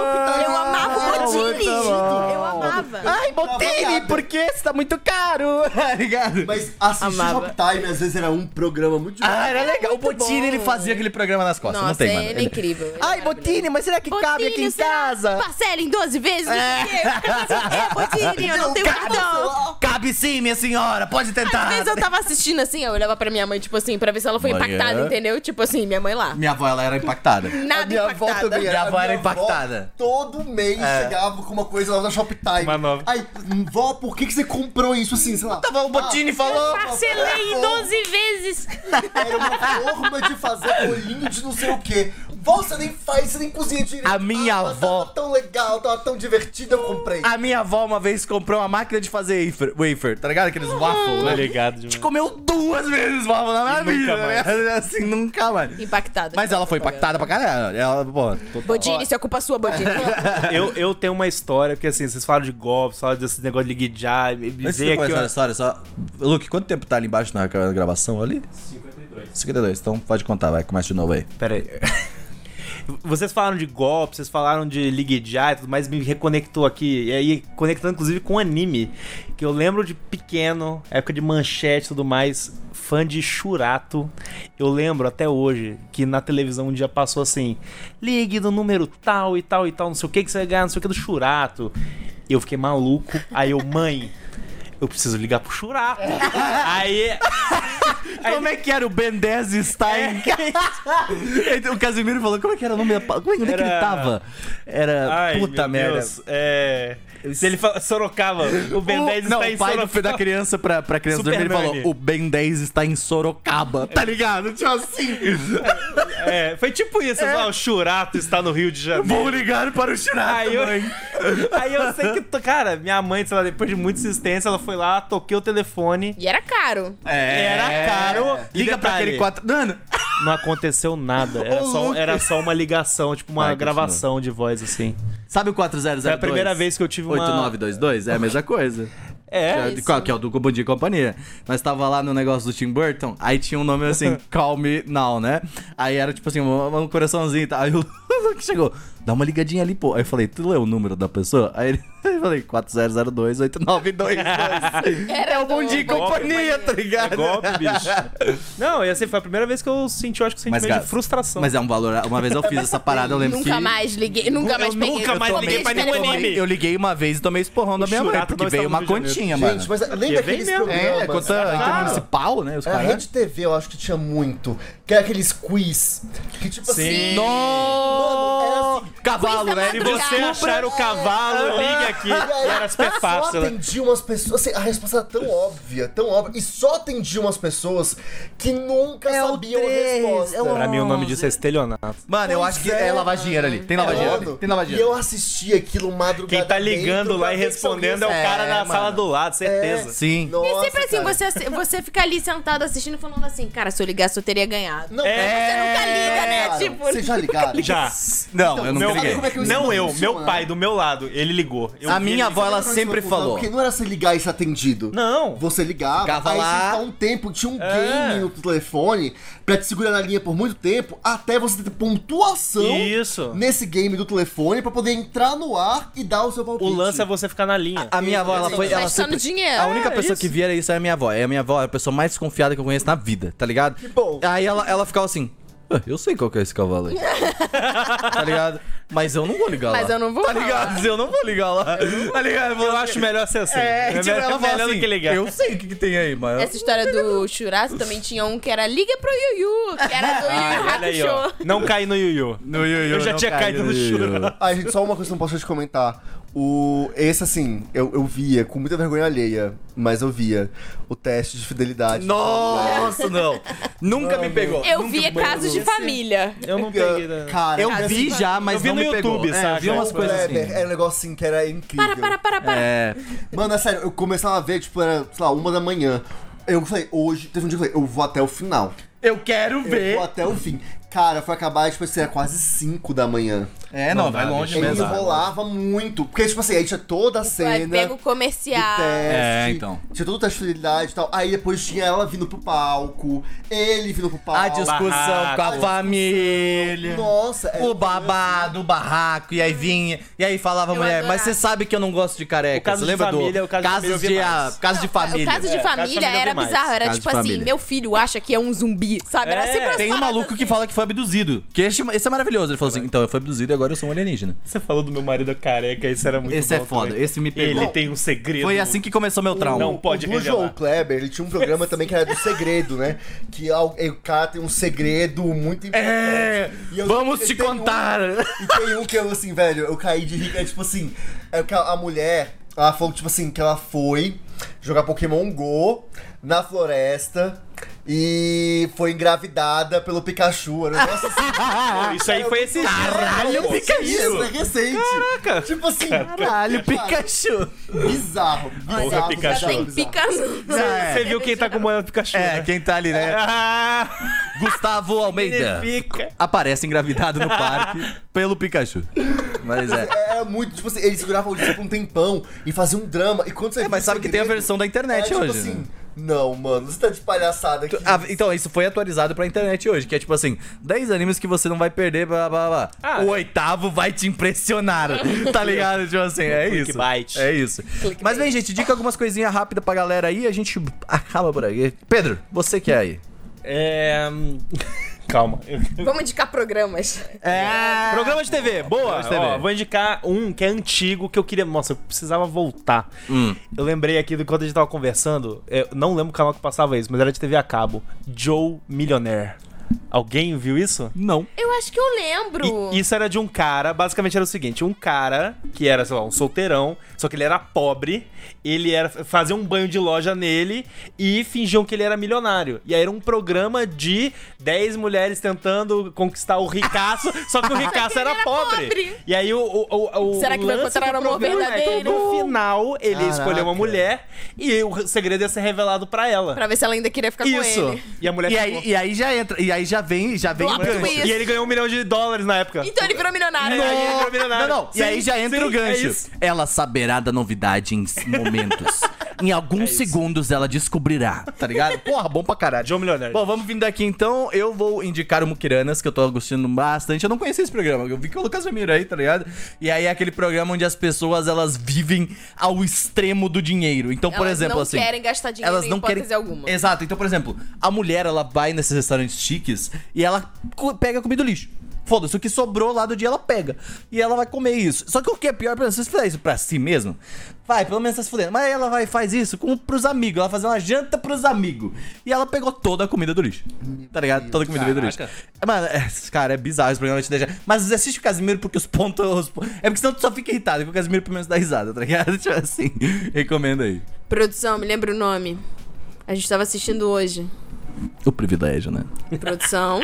[SPEAKER 4] amava
[SPEAKER 1] Ah,
[SPEAKER 4] o Bodini! Eu amava!
[SPEAKER 5] Ai, Botini, por que isso tá muito caro? Tá Ligado?
[SPEAKER 2] Mas assistir
[SPEAKER 4] Amava.
[SPEAKER 2] Shoptime às vezes era um programa muito
[SPEAKER 5] Ah, era legal. O
[SPEAKER 4] muito
[SPEAKER 5] Botini,
[SPEAKER 4] bom.
[SPEAKER 5] ele fazia aquele programa nas costas.
[SPEAKER 4] Nossa,
[SPEAKER 5] não tem,
[SPEAKER 4] ele
[SPEAKER 5] mano.
[SPEAKER 4] é incrível. ele
[SPEAKER 5] Ai,
[SPEAKER 4] é
[SPEAKER 5] Botini, mas será que cabe aqui em
[SPEAKER 4] Botini, será?
[SPEAKER 5] casa?
[SPEAKER 4] Parcela em 12 vezes? Não sei o quê. É, Botini, eu não tenho cartão.
[SPEAKER 5] Cabe sim, minha senhora, pode
[SPEAKER 4] Às
[SPEAKER 5] tentar.
[SPEAKER 4] vezes eu tava assistindo assim, eu olhava pra minha mãe, tipo assim, pra ver se ela foi
[SPEAKER 5] Olha.
[SPEAKER 4] impactada, entendeu? Tipo assim, minha mãe lá.
[SPEAKER 1] Minha avó, ela era impactada.
[SPEAKER 4] Nada impactada.
[SPEAKER 2] também
[SPEAKER 5] Minha
[SPEAKER 2] a
[SPEAKER 5] avó era
[SPEAKER 2] minha
[SPEAKER 5] impactada. É.
[SPEAKER 2] todo mês chegava com uma coisa lá da Shoptime.
[SPEAKER 3] Uma nova.
[SPEAKER 2] Aí, vó, por que, que você comprou isso assim, sei lá? Ah,
[SPEAKER 5] Tava o Botini falou.
[SPEAKER 4] Parcelei em 12 vezes.
[SPEAKER 2] Era uma forma de fazer bolinho de não sei o quê. Vó, você nem faz, você nem cozinha direito. Ah,
[SPEAKER 5] A minha
[SPEAKER 2] mas
[SPEAKER 5] avó- Ah,
[SPEAKER 2] Tava tão legal, tava tão divertida, eu comprei.
[SPEAKER 5] A minha avó uma vez comprou uma máquina de fazer wafer, wafer tá ligado? Aqueles waffle,
[SPEAKER 3] Tá
[SPEAKER 5] né?
[SPEAKER 3] ligado demais.
[SPEAKER 5] Comeu duas vezes waffle na minha vida, né? Assim, nunca mais.
[SPEAKER 4] Impactada.
[SPEAKER 5] Mas ela foi impactada pra caralho. Ela, pô, total.
[SPEAKER 4] Bodini, isso é culpa sua, Bodini.
[SPEAKER 3] Eu, eu tenho uma história, porque assim, vocês falam de golpe, falam desse negócio de guijar, me
[SPEAKER 1] Antes de
[SPEAKER 3] dizer aqui,
[SPEAKER 1] começar a
[SPEAKER 3] ó.
[SPEAKER 1] história, só. Luke, quanto tempo tá ali embaixo na gra- gravação ali? 52. 52, então pode contar, vai, começa de novo aí.
[SPEAKER 3] Pera aí. Vocês falaram de golpe, vocês falaram de liguejar e tudo mais, me reconectou aqui. E aí, conectando inclusive com anime. Que eu lembro de pequeno, época de manchete e tudo mais, fã de Churato. Eu lembro até hoje que na televisão um dia passou assim: ligue no número tal e tal e tal, não sei o que que você vai ganhar, não sei o que do Churato. Eu fiquei maluco. Aí eu, mãe, eu preciso ligar pro Churato. aí.
[SPEAKER 5] Como é que era o Ben 10
[SPEAKER 3] É.
[SPEAKER 5] Stein? o Casimiro falou, como é que era o nome da... pa- Como é onde é que ele
[SPEAKER 3] Era-
[SPEAKER 5] tava? Era...
[SPEAKER 3] Ai,
[SPEAKER 5] puta
[SPEAKER 3] meu
[SPEAKER 5] merda.
[SPEAKER 3] Deus, é. Se ele fala Sorocaba, o Ben 10
[SPEAKER 5] não,
[SPEAKER 3] está em
[SPEAKER 5] o pai do-
[SPEAKER 3] Sorocaba.
[SPEAKER 5] da criança pra, pra criança dormir, ele
[SPEAKER 3] Superman.
[SPEAKER 5] falou, o Ben 10 está em Sorocaba, tá ligado? Tipo assim,
[SPEAKER 3] É, foi tipo isso, ah, o Churato está no Rio de Janeiro.
[SPEAKER 5] vou ligar para o Chirato,
[SPEAKER 3] Aí eu-
[SPEAKER 5] mãe.
[SPEAKER 3] Aí eu sei que, to- cara, minha mãe, sei lá, depois de muita insistência, ela foi lá, toquei o telefone.
[SPEAKER 4] E era caro.
[SPEAKER 3] É. Era caro. E
[SPEAKER 5] Liga pra
[SPEAKER 3] detalhe,
[SPEAKER 5] aquele 4... Mano,
[SPEAKER 3] Não aconteceu nada. Era,
[SPEAKER 5] Ô,
[SPEAKER 3] só, um,
[SPEAKER 5] Lucas.
[SPEAKER 3] era só uma ligação, tipo uma
[SPEAKER 1] Vai, continua.
[SPEAKER 3] gravação de voz, assim.
[SPEAKER 5] sabe o 4002?
[SPEAKER 3] Foi a primeira vez que eu tive uma...
[SPEAKER 1] 8922? É a mesma coisa.
[SPEAKER 3] É,
[SPEAKER 1] De qual que é o do Bom Dia e Companhia. Nós tava lá no negócio do Tim Burton, aí tinha um nome assim, Calm Me Now, né? Aí era tipo assim, um, um coraçãozinho e tal. Aí o Luke chegou, dá uma ligadinha ali, pô. Aí eu falei, tu leu o número da pessoa? Aí ele eu falei, 4002 8922.
[SPEAKER 4] Era o Bom
[SPEAKER 5] De companhia, tá ligado?
[SPEAKER 3] é golpe, bicho. Não, e assim, foi a primeira vez que eu senti, eu acho que um sentimento
[SPEAKER 1] cara,
[SPEAKER 3] de frustração.
[SPEAKER 1] Mas é um valor. Uma vez eu fiz essa parada, eu lembro que.
[SPEAKER 4] Nunca mais liguei, nunca mais peguei.
[SPEAKER 3] nunca mais
[SPEAKER 4] tomei
[SPEAKER 3] liguei
[SPEAKER 4] de
[SPEAKER 3] pra nenhum
[SPEAKER 4] telefone.
[SPEAKER 3] anime.
[SPEAKER 1] Eu liguei uma vez e tomei esporrão da
[SPEAKER 3] um O
[SPEAKER 1] minha mãe,
[SPEAKER 3] Churato
[SPEAKER 1] porque
[SPEAKER 3] não
[SPEAKER 1] veio
[SPEAKER 3] está
[SPEAKER 1] uma
[SPEAKER 3] no Rio de
[SPEAKER 1] continha, mano.
[SPEAKER 2] Gente, mas nem
[SPEAKER 3] Aqui é bem
[SPEAKER 2] daqueles
[SPEAKER 3] mesmo.
[SPEAKER 1] É,
[SPEAKER 2] programas.
[SPEAKER 1] conta
[SPEAKER 2] Ah,
[SPEAKER 1] ah, municipal,
[SPEAKER 3] É,
[SPEAKER 1] né? Os
[SPEAKER 2] a
[SPEAKER 1] caras.
[SPEAKER 2] Rede TV eu acho que tinha muito. Que era aqueles quiz. Que tipo assim. Mano, era assim.
[SPEAKER 5] Cavalo, né?
[SPEAKER 4] Quiz da
[SPEAKER 3] Se você
[SPEAKER 4] Obrigado.
[SPEAKER 3] achar o cavalo, ligue aqui.
[SPEAKER 2] E aí,
[SPEAKER 3] Era super fácil.
[SPEAKER 2] Só
[SPEAKER 3] né?
[SPEAKER 2] atendia umas pessoas. Assim, a resposta era tão óbvia, tão óbvia. E só atendia umas pessoas que nunca
[SPEAKER 5] É o
[SPEAKER 2] sabiam
[SPEAKER 5] três,
[SPEAKER 2] a resposta.
[SPEAKER 5] é o-
[SPEAKER 3] Pra mim o nome disso é estelionato.
[SPEAKER 5] Mano, eu acho que
[SPEAKER 2] Pois é,
[SPEAKER 5] é lavar dinheiro ali. Tem lavar dinheiro ali.
[SPEAKER 2] Mano,
[SPEAKER 5] Tem lavar
[SPEAKER 2] Tá E
[SPEAKER 5] dinheiro.
[SPEAKER 2] eu assisti aquilo madrugada.
[SPEAKER 3] Quem tá
[SPEAKER 2] dentro
[SPEAKER 3] ligando lá
[SPEAKER 2] pra
[SPEAKER 3] e
[SPEAKER 2] ver se alguém
[SPEAKER 3] respondendo é o cara na
[SPEAKER 5] mano.
[SPEAKER 3] sala do lado, certeza.
[SPEAKER 1] Sim.
[SPEAKER 4] E
[SPEAKER 2] Nossa,
[SPEAKER 4] sempre assim,
[SPEAKER 2] cara.
[SPEAKER 4] você, assi- você fica ali sentado assistindo falando assim, cara, se eu ligasse eu teria ganhado.
[SPEAKER 2] Não, é,
[SPEAKER 4] Você nunca liga, né?
[SPEAKER 2] cara,
[SPEAKER 4] tipo,
[SPEAKER 2] Vocês já ligaram?
[SPEAKER 3] Já.
[SPEAKER 1] Não, É. eu
[SPEAKER 3] Meu,
[SPEAKER 1] nunca liguei.
[SPEAKER 2] como é que isso
[SPEAKER 3] não eu,
[SPEAKER 2] funciona?
[SPEAKER 3] meu pai do meu lado, ele ligou. Eu
[SPEAKER 1] A
[SPEAKER 3] vi
[SPEAKER 1] minha
[SPEAKER 3] ele-
[SPEAKER 1] avó, ela
[SPEAKER 2] Não,
[SPEAKER 1] sempre
[SPEAKER 2] isso não é confusão,
[SPEAKER 1] falou.
[SPEAKER 2] Porque não era você ligar e ser atendido.
[SPEAKER 3] Não.
[SPEAKER 2] Você ligava,
[SPEAKER 1] Ficava
[SPEAKER 2] aí
[SPEAKER 1] lá.
[SPEAKER 2] você ficava um tempo, tinha um
[SPEAKER 3] É.
[SPEAKER 2] game no telefone pra te segurar na linha por muito tempo, até você ter pontuação
[SPEAKER 3] Isso.
[SPEAKER 2] nesse game do telefone pra poder entrar no ar e dar o seu
[SPEAKER 3] O
[SPEAKER 2] palpite.
[SPEAKER 3] lance é você ficar na linha.
[SPEAKER 1] A minha avó, ela foi. Ela
[SPEAKER 4] Gastando
[SPEAKER 1] sempre,
[SPEAKER 4] dinheiro.
[SPEAKER 1] a única
[SPEAKER 3] É,
[SPEAKER 1] pessoa
[SPEAKER 3] isso.
[SPEAKER 1] que via era isso era a minha avó. É a minha avó é a pessoa mais desconfiada que eu conheço na vida, tá ligado? Que
[SPEAKER 2] bom.
[SPEAKER 1] Aí ela, ela ficava assim. "Ah, Eu sei qual que é esse cavalo aí. tá ligado? Mas eu não vou ligar lá.
[SPEAKER 4] Mas eu não vou
[SPEAKER 1] Tá
[SPEAKER 4] falar.
[SPEAKER 1] ligado? Eu não vou ligar lá. Tá ligado?
[SPEAKER 3] Eu acho melhor ser assim.
[SPEAKER 1] É, tipo,
[SPEAKER 3] melhor,
[SPEAKER 1] ela
[SPEAKER 3] melhor
[SPEAKER 1] fala
[SPEAKER 3] do
[SPEAKER 1] assim,
[SPEAKER 3] que ligar.
[SPEAKER 1] eu sei o que, que tem aí, mas...
[SPEAKER 4] Essa história do Churato também tinha um que era Liga pro Yuyu, que era do
[SPEAKER 3] Olha aí,
[SPEAKER 4] Yuyu
[SPEAKER 3] ó.
[SPEAKER 4] Hakusho.
[SPEAKER 3] Não caí no Yuyu.
[SPEAKER 1] No Yu-Yu
[SPEAKER 3] Eu já
[SPEAKER 1] não
[SPEAKER 3] tinha
[SPEAKER 1] cai
[SPEAKER 3] caído no
[SPEAKER 1] Yu-Yu.
[SPEAKER 3] churro.
[SPEAKER 2] Ai, gente, só uma coisa que eu não posso te comentar. O, esse, assim, eu, eu via com muita vergonha alheia, mas eu via o teste de fidelidade.
[SPEAKER 1] Nossa, não. Nunca me pegou.
[SPEAKER 4] Eu
[SPEAKER 1] Nunca me
[SPEAKER 4] via
[SPEAKER 1] pegou.
[SPEAKER 4] casos de família.
[SPEAKER 3] Eu não peguei. né?
[SPEAKER 2] Cara,
[SPEAKER 1] Eu
[SPEAKER 2] era
[SPEAKER 1] vi já, mas
[SPEAKER 3] Eu vi
[SPEAKER 1] não
[SPEAKER 3] no
[SPEAKER 1] me pegou.
[SPEAKER 3] YouTube,
[SPEAKER 1] É, eu
[SPEAKER 3] saca?
[SPEAKER 1] vi umas
[SPEAKER 2] um
[SPEAKER 1] coisas assim.
[SPEAKER 2] Kleber, Era um negócio assim que era incrível.
[SPEAKER 4] Para, para, para, para.
[SPEAKER 1] É,
[SPEAKER 2] Mano, é sério, eu começava a ver, tipo, era, sei lá, uma da manhã. Eu falei, hoje, teve um dia que eu falei, eu vou até o final.
[SPEAKER 5] Eu quero
[SPEAKER 2] Eu
[SPEAKER 5] ver.
[SPEAKER 2] vou até o fim. Cara, foi acabar, tipo assim, era quase 5 da manhã.
[SPEAKER 1] É, não,
[SPEAKER 3] Não dá,
[SPEAKER 1] vai longe
[SPEAKER 3] bicho,
[SPEAKER 2] Ele
[SPEAKER 1] mesmo.
[SPEAKER 3] Exato. não
[SPEAKER 2] enrolava muito. Porque, tipo assim, aí tinha toda a
[SPEAKER 4] Vai,
[SPEAKER 2] cena.
[SPEAKER 4] é, pega o
[SPEAKER 2] do
[SPEAKER 4] comercial.
[SPEAKER 2] teste,
[SPEAKER 1] É, então.
[SPEAKER 2] Tinha todo o teste de fidelidade e tal. Aí depois tinha ela vindo pro palco, ele vindo pro palco.
[SPEAKER 1] A discussão
[SPEAKER 3] barraco.
[SPEAKER 1] com a família.
[SPEAKER 2] Nossa, é-
[SPEAKER 1] O babado, o barraco, e aí vinha, e aí falava a
[SPEAKER 4] Eu
[SPEAKER 1] mulher, mas
[SPEAKER 4] adorava.
[SPEAKER 1] você sabe que eu não gosto de careca.
[SPEAKER 3] O caso
[SPEAKER 1] você
[SPEAKER 3] de
[SPEAKER 1] lembra
[SPEAKER 3] família,
[SPEAKER 1] do
[SPEAKER 3] o caso de
[SPEAKER 1] casos
[SPEAKER 3] família eu
[SPEAKER 1] de,
[SPEAKER 3] vi
[SPEAKER 1] a-
[SPEAKER 3] mais.
[SPEAKER 1] caso de família.
[SPEAKER 4] O caso de
[SPEAKER 3] É, caso de
[SPEAKER 4] família
[SPEAKER 3] família eu
[SPEAKER 4] era
[SPEAKER 3] vi mais.
[SPEAKER 4] bizarro. Era
[SPEAKER 1] Caso de
[SPEAKER 4] tipo assim,
[SPEAKER 1] família.
[SPEAKER 4] meu filho acha que é um zumbi, sabe? Era
[SPEAKER 3] É,
[SPEAKER 4] sempre as
[SPEAKER 1] Tem um
[SPEAKER 4] paradas
[SPEAKER 1] maluco que
[SPEAKER 4] assim.
[SPEAKER 1] fala que foi abduzido. Que esse, esse é maravilhoso. Ele falou assim: então, eu fui abduzido e agora eu sou um alienígena.
[SPEAKER 3] Você falou do meu marido careca, isso era muito
[SPEAKER 1] Esse é
[SPEAKER 3] bom
[SPEAKER 1] foda,
[SPEAKER 3] também.
[SPEAKER 1] esse me pegou.
[SPEAKER 3] Ele tem um segredo.
[SPEAKER 1] Foi assim que começou meu trauma.
[SPEAKER 3] Não pode
[SPEAKER 2] o
[SPEAKER 3] revelar.
[SPEAKER 2] João Kleber, ele tinha um programa também que era do segredo, né? Que al- o cara tem um segredo muito importante.
[SPEAKER 1] É,
[SPEAKER 2] E eu-
[SPEAKER 1] vamos
[SPEAKER 2] eu
[SPEAKER 1] te
[SPEAKER 2] tenho um-
[SPEAKER 1] contar.
[SPEAKER 2] E tem um que eu, assim, velho, eu caí de rica. É tipo assim, é que a, a mulher, ela falou, tipo assim, que ela foi jogar Pokémon GO na floresta e foi engravidada pelo Pikachu. Era um negócio assim.
[SPEAKER 3] Isso aí foi esse Caralho,
[SPEAKER 2] Pô, Isso
[SPEAKER 1] né?
[SPEAKER 2] é recente.
[SPEAKER 3] Caraca.
[SPEAKER 2] Tipo assim,
[SPEAKER 3] é
[SPEAKER 1] Caralho,
[SPEAKER 2] cara,
[SPEAKER 1] Pikachu.
[SPEAKER 2] Bizarro, bizarro.
[SPEAKER 3] Porra, Pikachu.
[SPEAKER 4] Já
[SPEAKER 2] bizarro,
[SPEAKER 4] tem
[SPEAKER 2] bizarro.
[SPEAKER 4] pica
[SPEAKER 3] Você viu quem tá com o moeda do Pikachu,
[SPEAKER 1] É,
[SPEAKER 3] né?
[SPEAKER 1] quem tá ali, né?
[SPEAKER 3] Ah,
[SPEAKER 1] Gustavo Almeida.
[SPEAKER 3] fica.
[SPEAKER 1] Aparece engravidado no parque pelo Pikachu. Mas é.
[SPEAKER 2] Era muito, tipo assim, eles seguravam isso por um tempão e faziam um drama. E quando você
[SPEAKER 1] É, mas sabe que tem a versão da internet
[SPEAKER 2] tipo
[SPEAKER 1] hoje,
[SPEAKER 2] Assim,
[SPEAKER 1] né?
[SPEAKER 2] Não, mano, você tá de palhaçada aqui.
[SPEAKER 1] Ah, então, isso foi atualizado pra internet hoje, que é tipo assim, 10 animes que você não vai perder, blá blá blá.
[SPEAKER 3] Ah,
[SPEAKER 1] o
[SPEAKER 3] é.
[SPEAKER 1] oitavo vai te impressionar, tá ligado? Tipo assim, é isso.
[SPEAKER 3] Clickbait.
[SPEAKER 1] É isso. Mas bem, gente, dica algumas coisinhas rápidas pra galera aí, a gente acaba por aí. Pedro, você que é aí.
[SPEAKER 3] É... hum, Calma.
[SPEAKER 4] Vamos indicar programas.
[SPEAKER 1] É...
[SPEAKER 3] Programa de TV, boa.
[SPEAKER 1] Programa de TV.
[SPEAKER 3] Ó, vou indicar um que é antigo, que eu queria... Nossa, eu precisava voltar. Eu lembrei aqui, do quando a gente tava conversando, eu não lembro o canal que passava isso, mas era de TV a cabo. Joe Millionaire. Alguém viu isso?
[SPEAKER 1] Não.
[SPEAKER 4] Eu acho que eu lembro.
[SPEAKER 3] E isso era de um cara, basicamente era o seguinte, um cara que era, sei lá, um solteirão, só que ele era pobre, ele era fazer um banho de loja nele e fingiam que ele era milionário. E aí era um programa de 10 mulheres tentando conquistar o ricaço, só que o ricaço era,
[SPEAKER 4] era
[SPEAKER 3] pobre.
[SPEAKER 4] pobre.
[SPEAKER 3] E aí o, o, o, o
[SPEAKER 4] Será que vai
[SPEAKER 3] lance do
[SPEAKER 4] encontrar o amor
[SPEAKER 3] programa é que
[SPEAKER 4] verdadeiro?
[SPEAKER 3] No final ele ia escolher uma
[SPEAKER 1] Caraca.
[SPEAKER 3] mulher e o segredo ia ser revelado pra ela.
[SPEAKER 4] Pra ver se ela ainda queria ficar com
[SPEAKER 3] Isso.
[SPEAKER 4] ele.
[SPEAKER 3] E a mulher
[SPEAKER 1] E
[SPEAKER 3] ficou.
[SPEAKER 1] aí, e aí já entra, e aí já vem, já vem
[SPEAKER 4] Plot
[SPEAKER 1] o gancho.
[SPEAKER 4] twist.
[SPEAKER 3] E ele ganhou um milhão de dólares na época.
[SPEAKER 4] Então ele virou milionário.
[SPEAKER 3] Não.
[SPEAKER 4] né?
[SPEAKER 3] Aí entra o
[SPEAKER 1] Não,
[SPEAKER 3] milionário.
[SPEAKER 1] não. e
[SPEAKER 3] É. Sim,
[SPEAKER 1] aí já entra
[SPEAKER 3] sim,
[SPEAKER 1] o
[SPEAKER 3] é
[SPEAKER 1] gancho.
[SPEAKER 3] isso.
[SPEAKER 1] ela saberá da novidade em s- momentos.
[SPEAKER 3] É
[SPEAKER 1] em alguns segundos ela descobrirá. Tá ligado? Porra, bom pra caralho.
[SPEAKER 3] Joe um Milionário.
[SPEAKER 1] Bom, vamos vindo daqui então. Eu vou indicar o Mukiranas, que eu tô gostando bastante. Eu não conhecia esse programa. Eu vi que o Lucas Ramiro aí, tá ligado? E aí é aquele programa onde as pessoas elas vivem ao extremo do dinheiro. Então, por
[SPEAKER 4] Elas
[SPEAKER 1] exemplo,
[SPEAKER 4] não
[SPEAKER 1] assim.
[SPEAKER 4] querem gastar dinheiro
[SPEAKER 1] elas
[SPEAKER 4] em
[SPEAKER 1] não querem
[SPEAKER 4] hipótese alguma.
[SPEAKER 1] Exato. Então, por exemplo, a mulher ela vai nesses restaurantes chiques e ela co- pega comida do lixo. Foda-se, o que sobrou lá do dia ela pega. E ela vai comer isso. Só que o que é pior, por exemplo, se você fizer isso pra si mesmo, vai, pelo menos tá se fudendo. Mas aí ela vai e faz isso com, pros amigos. Ela faz uma janta pros amigos. E ela pegou toda a comida do lixo. Tá ligado? Toda a comida veio do lixo. Mano, é, cara, é bizarro esse programa. te deixa... Mas assiste o Casimiro porque os pontos. os pon- É porque senão tu só fica irritado, porque o Casimiro pelo menos dá risada, tá ligado? Tipo assim, recomendo aí.
[SPEAKER 4] Produção, me lembra o nome. A gente tava assistindo hoje.
[SPEAKER 1] O privilégio, né?
[SPEAKER 4] Produção.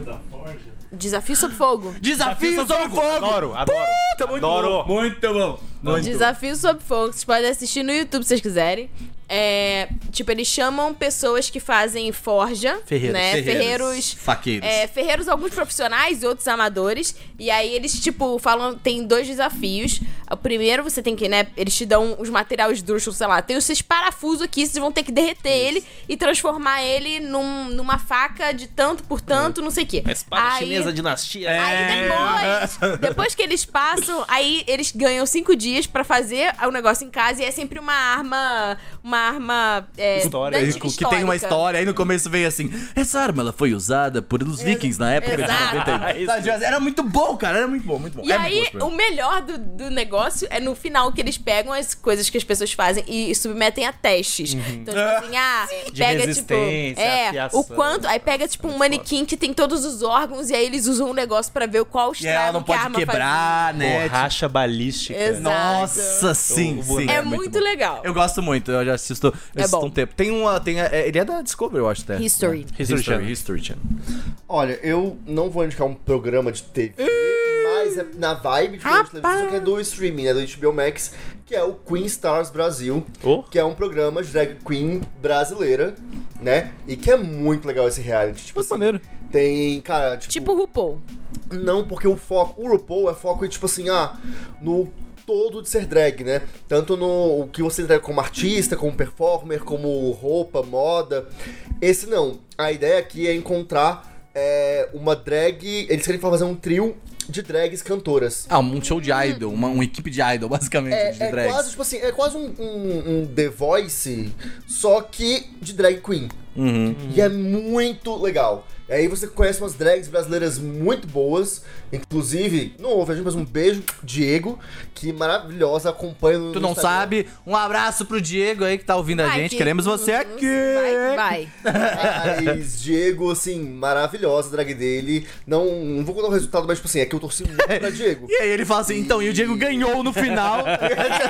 [SPEAKER 4] Desafio da Forja. Desafio sob fogo.
[SPEAKER 1] Desafio sobre fogo!
[SPEAKER 3] Adoro, adoro.
[SPEAKER 1] Puta, muito
[SPEAKER 3] Adoro.
[SPEAKER 1] bom! Muito bom! Muito
[SPEAKER 3] então.
[SPEAKER 4] Desafio sob fogo. Vocês podem assistir no YouTube se vocês quiserem. É, tipo, eles chamam pessoas que fazem forja,
[SPEAKER 3] Ferreiros,
[SPEAKER 4] né?
[SPEAKER 1] ferreiros, faqueiros.
[SPEAKER 4] é, ferreiros, alguns profissionais e outros amadores. E aí eles, tipo, falam, tem dois desafios. O primeiro, você tem que, né? Eles te dão os materiais duros, sei lá, tem esses parafusos aqui, vocês vão ter que derreter ele e transformar ele num- numa faca de tanto por
[SPEAKER 3] É.
[SPEAKER 4] tanto, não sei o quê. Aí-
[SPEAKER 1] É.
[SPEAKER 3] dinastia.
[SPEAKER 4] né? Aí depois, depois que eles passam, aí eles ganham cinco dias pra fazer o negócio em casa e é sempre uma arma. Uma arma. É,
[SPEAKER 3] História,
[SPEAKER 4] da-
[SPEAKER 1] Que tem uma
[SPEAKER 4] histórica.
[SPEAKER 1] história, aí no começo veio assim: essa arma ela foi usada por os vikings na época
[SPEAKER 4] É, exato.
[SPEAKER 1] de 91. Sabe, tipo assim, Era muito bom, cara, era muito bom, muito bom.
[SPEAKER 4] E
[SPEAKER 1] É muito bom
[SPEAKER 4] aí, um
[SPEAKER 1] esse programa.
[SPEAKER 4] o melhor do, do negócio é no final que eles pegam as coisas que as pessoas fazem e submetem a testes.
[SPEAKER 1] Uhum.
[SPEAKER 4] Então, tipo assim, ah,
[SPEAKER 3] De
[SPEAKER 4] pega tipo.
[SPEAKER 3] resistência,
[SPEAKER 4] É,
[SPEAKER 3] afiação.
[SPEAKER 4] o quanto. Aí pega tipo um manequim que tem todos os órgãos e aí eles usam um negócio pra ver qual
[SPEAKER 1] E ela
[SPEAKER 4] estrago
[SPEAKER 1] não
[SPEAKER 4] que a
[SPEAKER 1] pode
[SPEAKER 4] arma
[SPEAKER 1] quebrar, né?
[SPEAKER 3] Borracha balística.
[SPEAKER 4] Exato.
[SPEAKER 1] Nossa, sim, sim.
[SPEAKER 4] fazia. É, muito
[SPEAKER 1] bom.
[SPEAKER 4] legal. É
[SPEAKER 1] Eu gosto muito, eu já assisto, eu assisto
[SPEAKER 4] bom.
[SPEAKER 1] um tempo. Tem uma, tem a- é, ele é da Discovery, eu acho até.
[SPEAKER 4] History.
[SPEAKER 1] History Channel. History Channel.
[SPEAKER 2] Olha, eu não vou indicar um programa de TV, mas mas é na vibe de programa de televisão, só que é do streaming, né? Do HBO Max, que é o Queen Stars Brasil,
[SPEAKER 3] Oh.
[SPEAKER 2] que é um programa de drag queen brasileira, né? E que é muito legal esse reality. Tipo, assim,
[SPEAKER 3] maneiro.
[SPEAKER 2] tem, cara, tipo,
[SPEAKER 4] Tipo RuPaul.
[SPEAKER 2] não, porque o foco. O RuPaul é foco, em, tipo assim, ah, no todo de ser drag, né? Tanto no o que você entrega como artista, como performer, como roupa, moda. Esse não. A ideia aqui é encontrar é, uma drag. Eles querem fazer um trio de drags cantoras.
[SPEAKER 1] Ah, um show de idol, uma, uma equipe de idol, basicamente,
[SPEAKER 2] É,
[SPEAKER 1] de
[SPEAKER 2] é
[SPEAKER 1] drags.
[SPEAKER 2] quase, tipo assim, é quase um, um, um The Voice, só que de drag queen. E é muito legal. E aí você conhece umas drags brasileiras muito boas. Inclusive, não houve a gente, mas um beijo, Diego, que maravilhosa, acompanha no.
[SPEAKER 1] Tu
[SPEAKER 2] no
[SPEAKER 1] não
[SPEAKER 2] Instagram.
[SPEAKER 1] sabe? Um abraço pro Diego aí que tá ouvindo a
[SPEAKER 4] Vai,
[SPEAKER 1] gente.
[SPEAKER 4] Diego.
[SPEAKER 1] Queremos você aqui.
[SPEAKER 4] Vai, vai.
[SPEAKER 2] Mas Diego, assim, maravilhosa a drag dele. Não, não vou contar o resultado, mas, tipo assim, é que eu torci muito pra Diego.
[SPEAKER 1] E aí ele fala assim, então, e o Diego ganhou no final.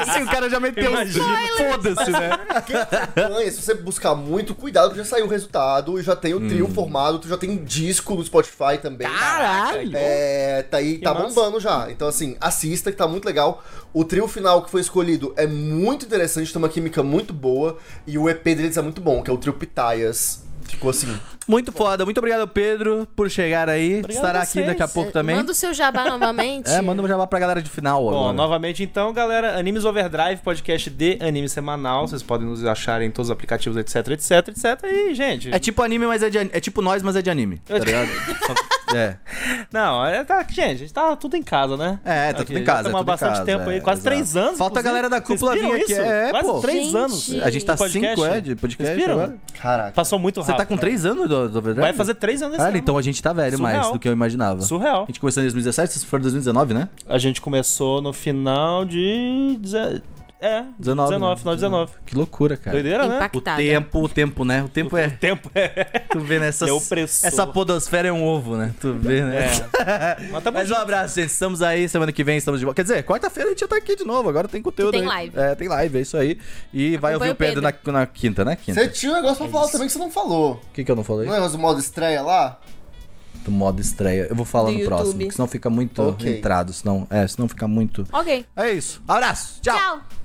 [SPEAKER 1] assim, o cara já meteu.
[SPEAKER 3] Imagina.
[SPEAKER 1] Foda-se, né?
[SPEAKER 2] Quem acompanha, se você buscar muito, cuidado, porque já saiu o resultado e já tem o trio formado, tu já tem disco no Spotify também.
[SPEAKER 1] Caralho!
[SPEAKER 2] É, tá aí, tá
[SPEAKER 3] massa.
[SPEAKER 2] bombando já. Então, assim, assista que tá muito legal. O trio final que foi escolhido é muito interessante, tem uma química muito boa. E o EP deles é muito bom, que é o trio Pitaias. Ficou assim.
[SPEAKER 1] Muito foda. Muito obrigado, Pedro, por chegar aí. Estará aqui
[SPEAKER 3] vocês.
[SPEAKER 1] daqui a pouco também.
[SPEAKER 4] É, Manda o seu jabá novamente.
[SPEAKER 1] É, manda um jabá pra galera de final
[SPEAKER 3] Bom,
[SPEAKER 1] agora.
[SPEAKER 3] novamente então, galera, Animes Overdrive, podcast de anime semanal. Vocês podem nos achar em todos os aplicativos, etc, etc, etc. E, gente.
[SPEAKER 1] É tipo anime, mas é de an- É tipo nós, mas é de anime. Tá ligado? Só- é.
[SPEAKER 3] Não, é, tá, gente, a gente tá tudo em casa, né?
[SPEAKER 1] É, tá
[SPEAKER 3] Aqui,
[SPEAKER 1] tudo em
[SPEAKER 3] já
[SPEAKER 1] casa, tudo
[SPEAKER 3] Estamos há
[SPEAKER 1] em
[SPEAKER 3] bastante
[SPEAKER 1] casa,
[SPEAKER 3] tempo aí,
[SPEAKER 1] é,
[SPEAKER 3] quase
[SPEAKER 1] exato.
[SPEAKER 3] três anos.
[SPEAKER 1] Falta a galera da cúpula
[SPEAKER 3] Vocês viram
[SPEAKER 1] vir aqui,
[SPEAKER 3] isso?
[SPEAKER 1] é,
[SPEAKER 3] quase
[SPEAKER 1] pô.
[SPEAKER 3] três
[SPEAKER 4] Gente.
[SPEAKER 3] anos.
[SPEAKER 1] A gente tá
[SPEAKER 3] Podcast.
[SPEAKER 1] cinco,
[SPEAKER 3] né?
[SPEAKER 1] é, de podcast
[SPEAKER 3] Vocês viram?
[SPEAKER 1] agora.
[SPEAKER 2] Caraca.
[SPEAKER 3] Passou muito
[SPEAKER 1] Você
[SPEAKER 3] rápido.
[SPEAKER 1] tá com três anos do, do Overdrive?
[SPEAKER 3] Vai fazer três anos esse
[SPEAKER 1] Caralho,
[SPEAKER 3] ano.
[SPEAKER 1] então a gente tá velho mais
[SPEAKER 3] Assim, é Surreal.
[SPEAKER 1] do que eu imaginava.
[SPEAKER 3] Surreal.
[SPEAKER 1] A gente começou em 2017, isso foi 2019, né?
[SPEAKER 3] A gente começou no final de. deze- É,
[SPEAKER 1] 19,
[SPEAKER 3] 19,
[SPEAKER 1] né?
[SPEAKER 3] final de 19.
[SPEAKER 1] Que loucura, cara.
[SPEAKER 3] Doideira, né?
[SPEAKER 1] O
[SPEAKER 4] Impactada.
[SPEAKER 1] tempo, o tempo, né? O tempo é.
[SPEAKER 3] Tempo é.
[SPEAKER 1] Tu vê nessa.
[SPEAKER 3] Ele é opressor.
[SPEAKER 1] Essa podosfera é um ovo, né? Tu vê, né?
[SPEAKER 3] Mas tá bom.
[SPEAKER 1] Mas um abraço, gente. Estamos aí, semana que vem estamos de volta. Quer dizer, quarta-feira a gente já tá aqui de novo, agora tem conteúdo.
[SPEAKER 4] Tem
[SPEAKER 1] aí.
[SPEAKER 4] live.
[SPEAKER 1] É, tem live, é isso aí. E vai ouvir o
[SPEAKER 4] o
[SPEAKER 1] Pedro, Na, na quinta, né? Quinta.
[SPEAKER 2] Você tinha um negócio pra falar também que você não falou.
[SPEAKER 1] O que, que eu não falei?
[SPEAKER 2] Não é negócio do modo estreia lá?
[SPEAKER 1] Do modo estreia. Eu vou falar
[SPEAKER 4] Do
[SPEAKER 1] no próximo,
[SPEAKER 4] YouTube.
[SPEAKER 1] porque senão fica muito
[SPEAKER 2] Ok.
[SPEAKER 1] entrado. Senão, é, senão fica muito.
[SPEAKER 4] Ok.
[SPEAKER 1] É isso. Abraço. Tchau.
[SPEAKER 4] Tchau.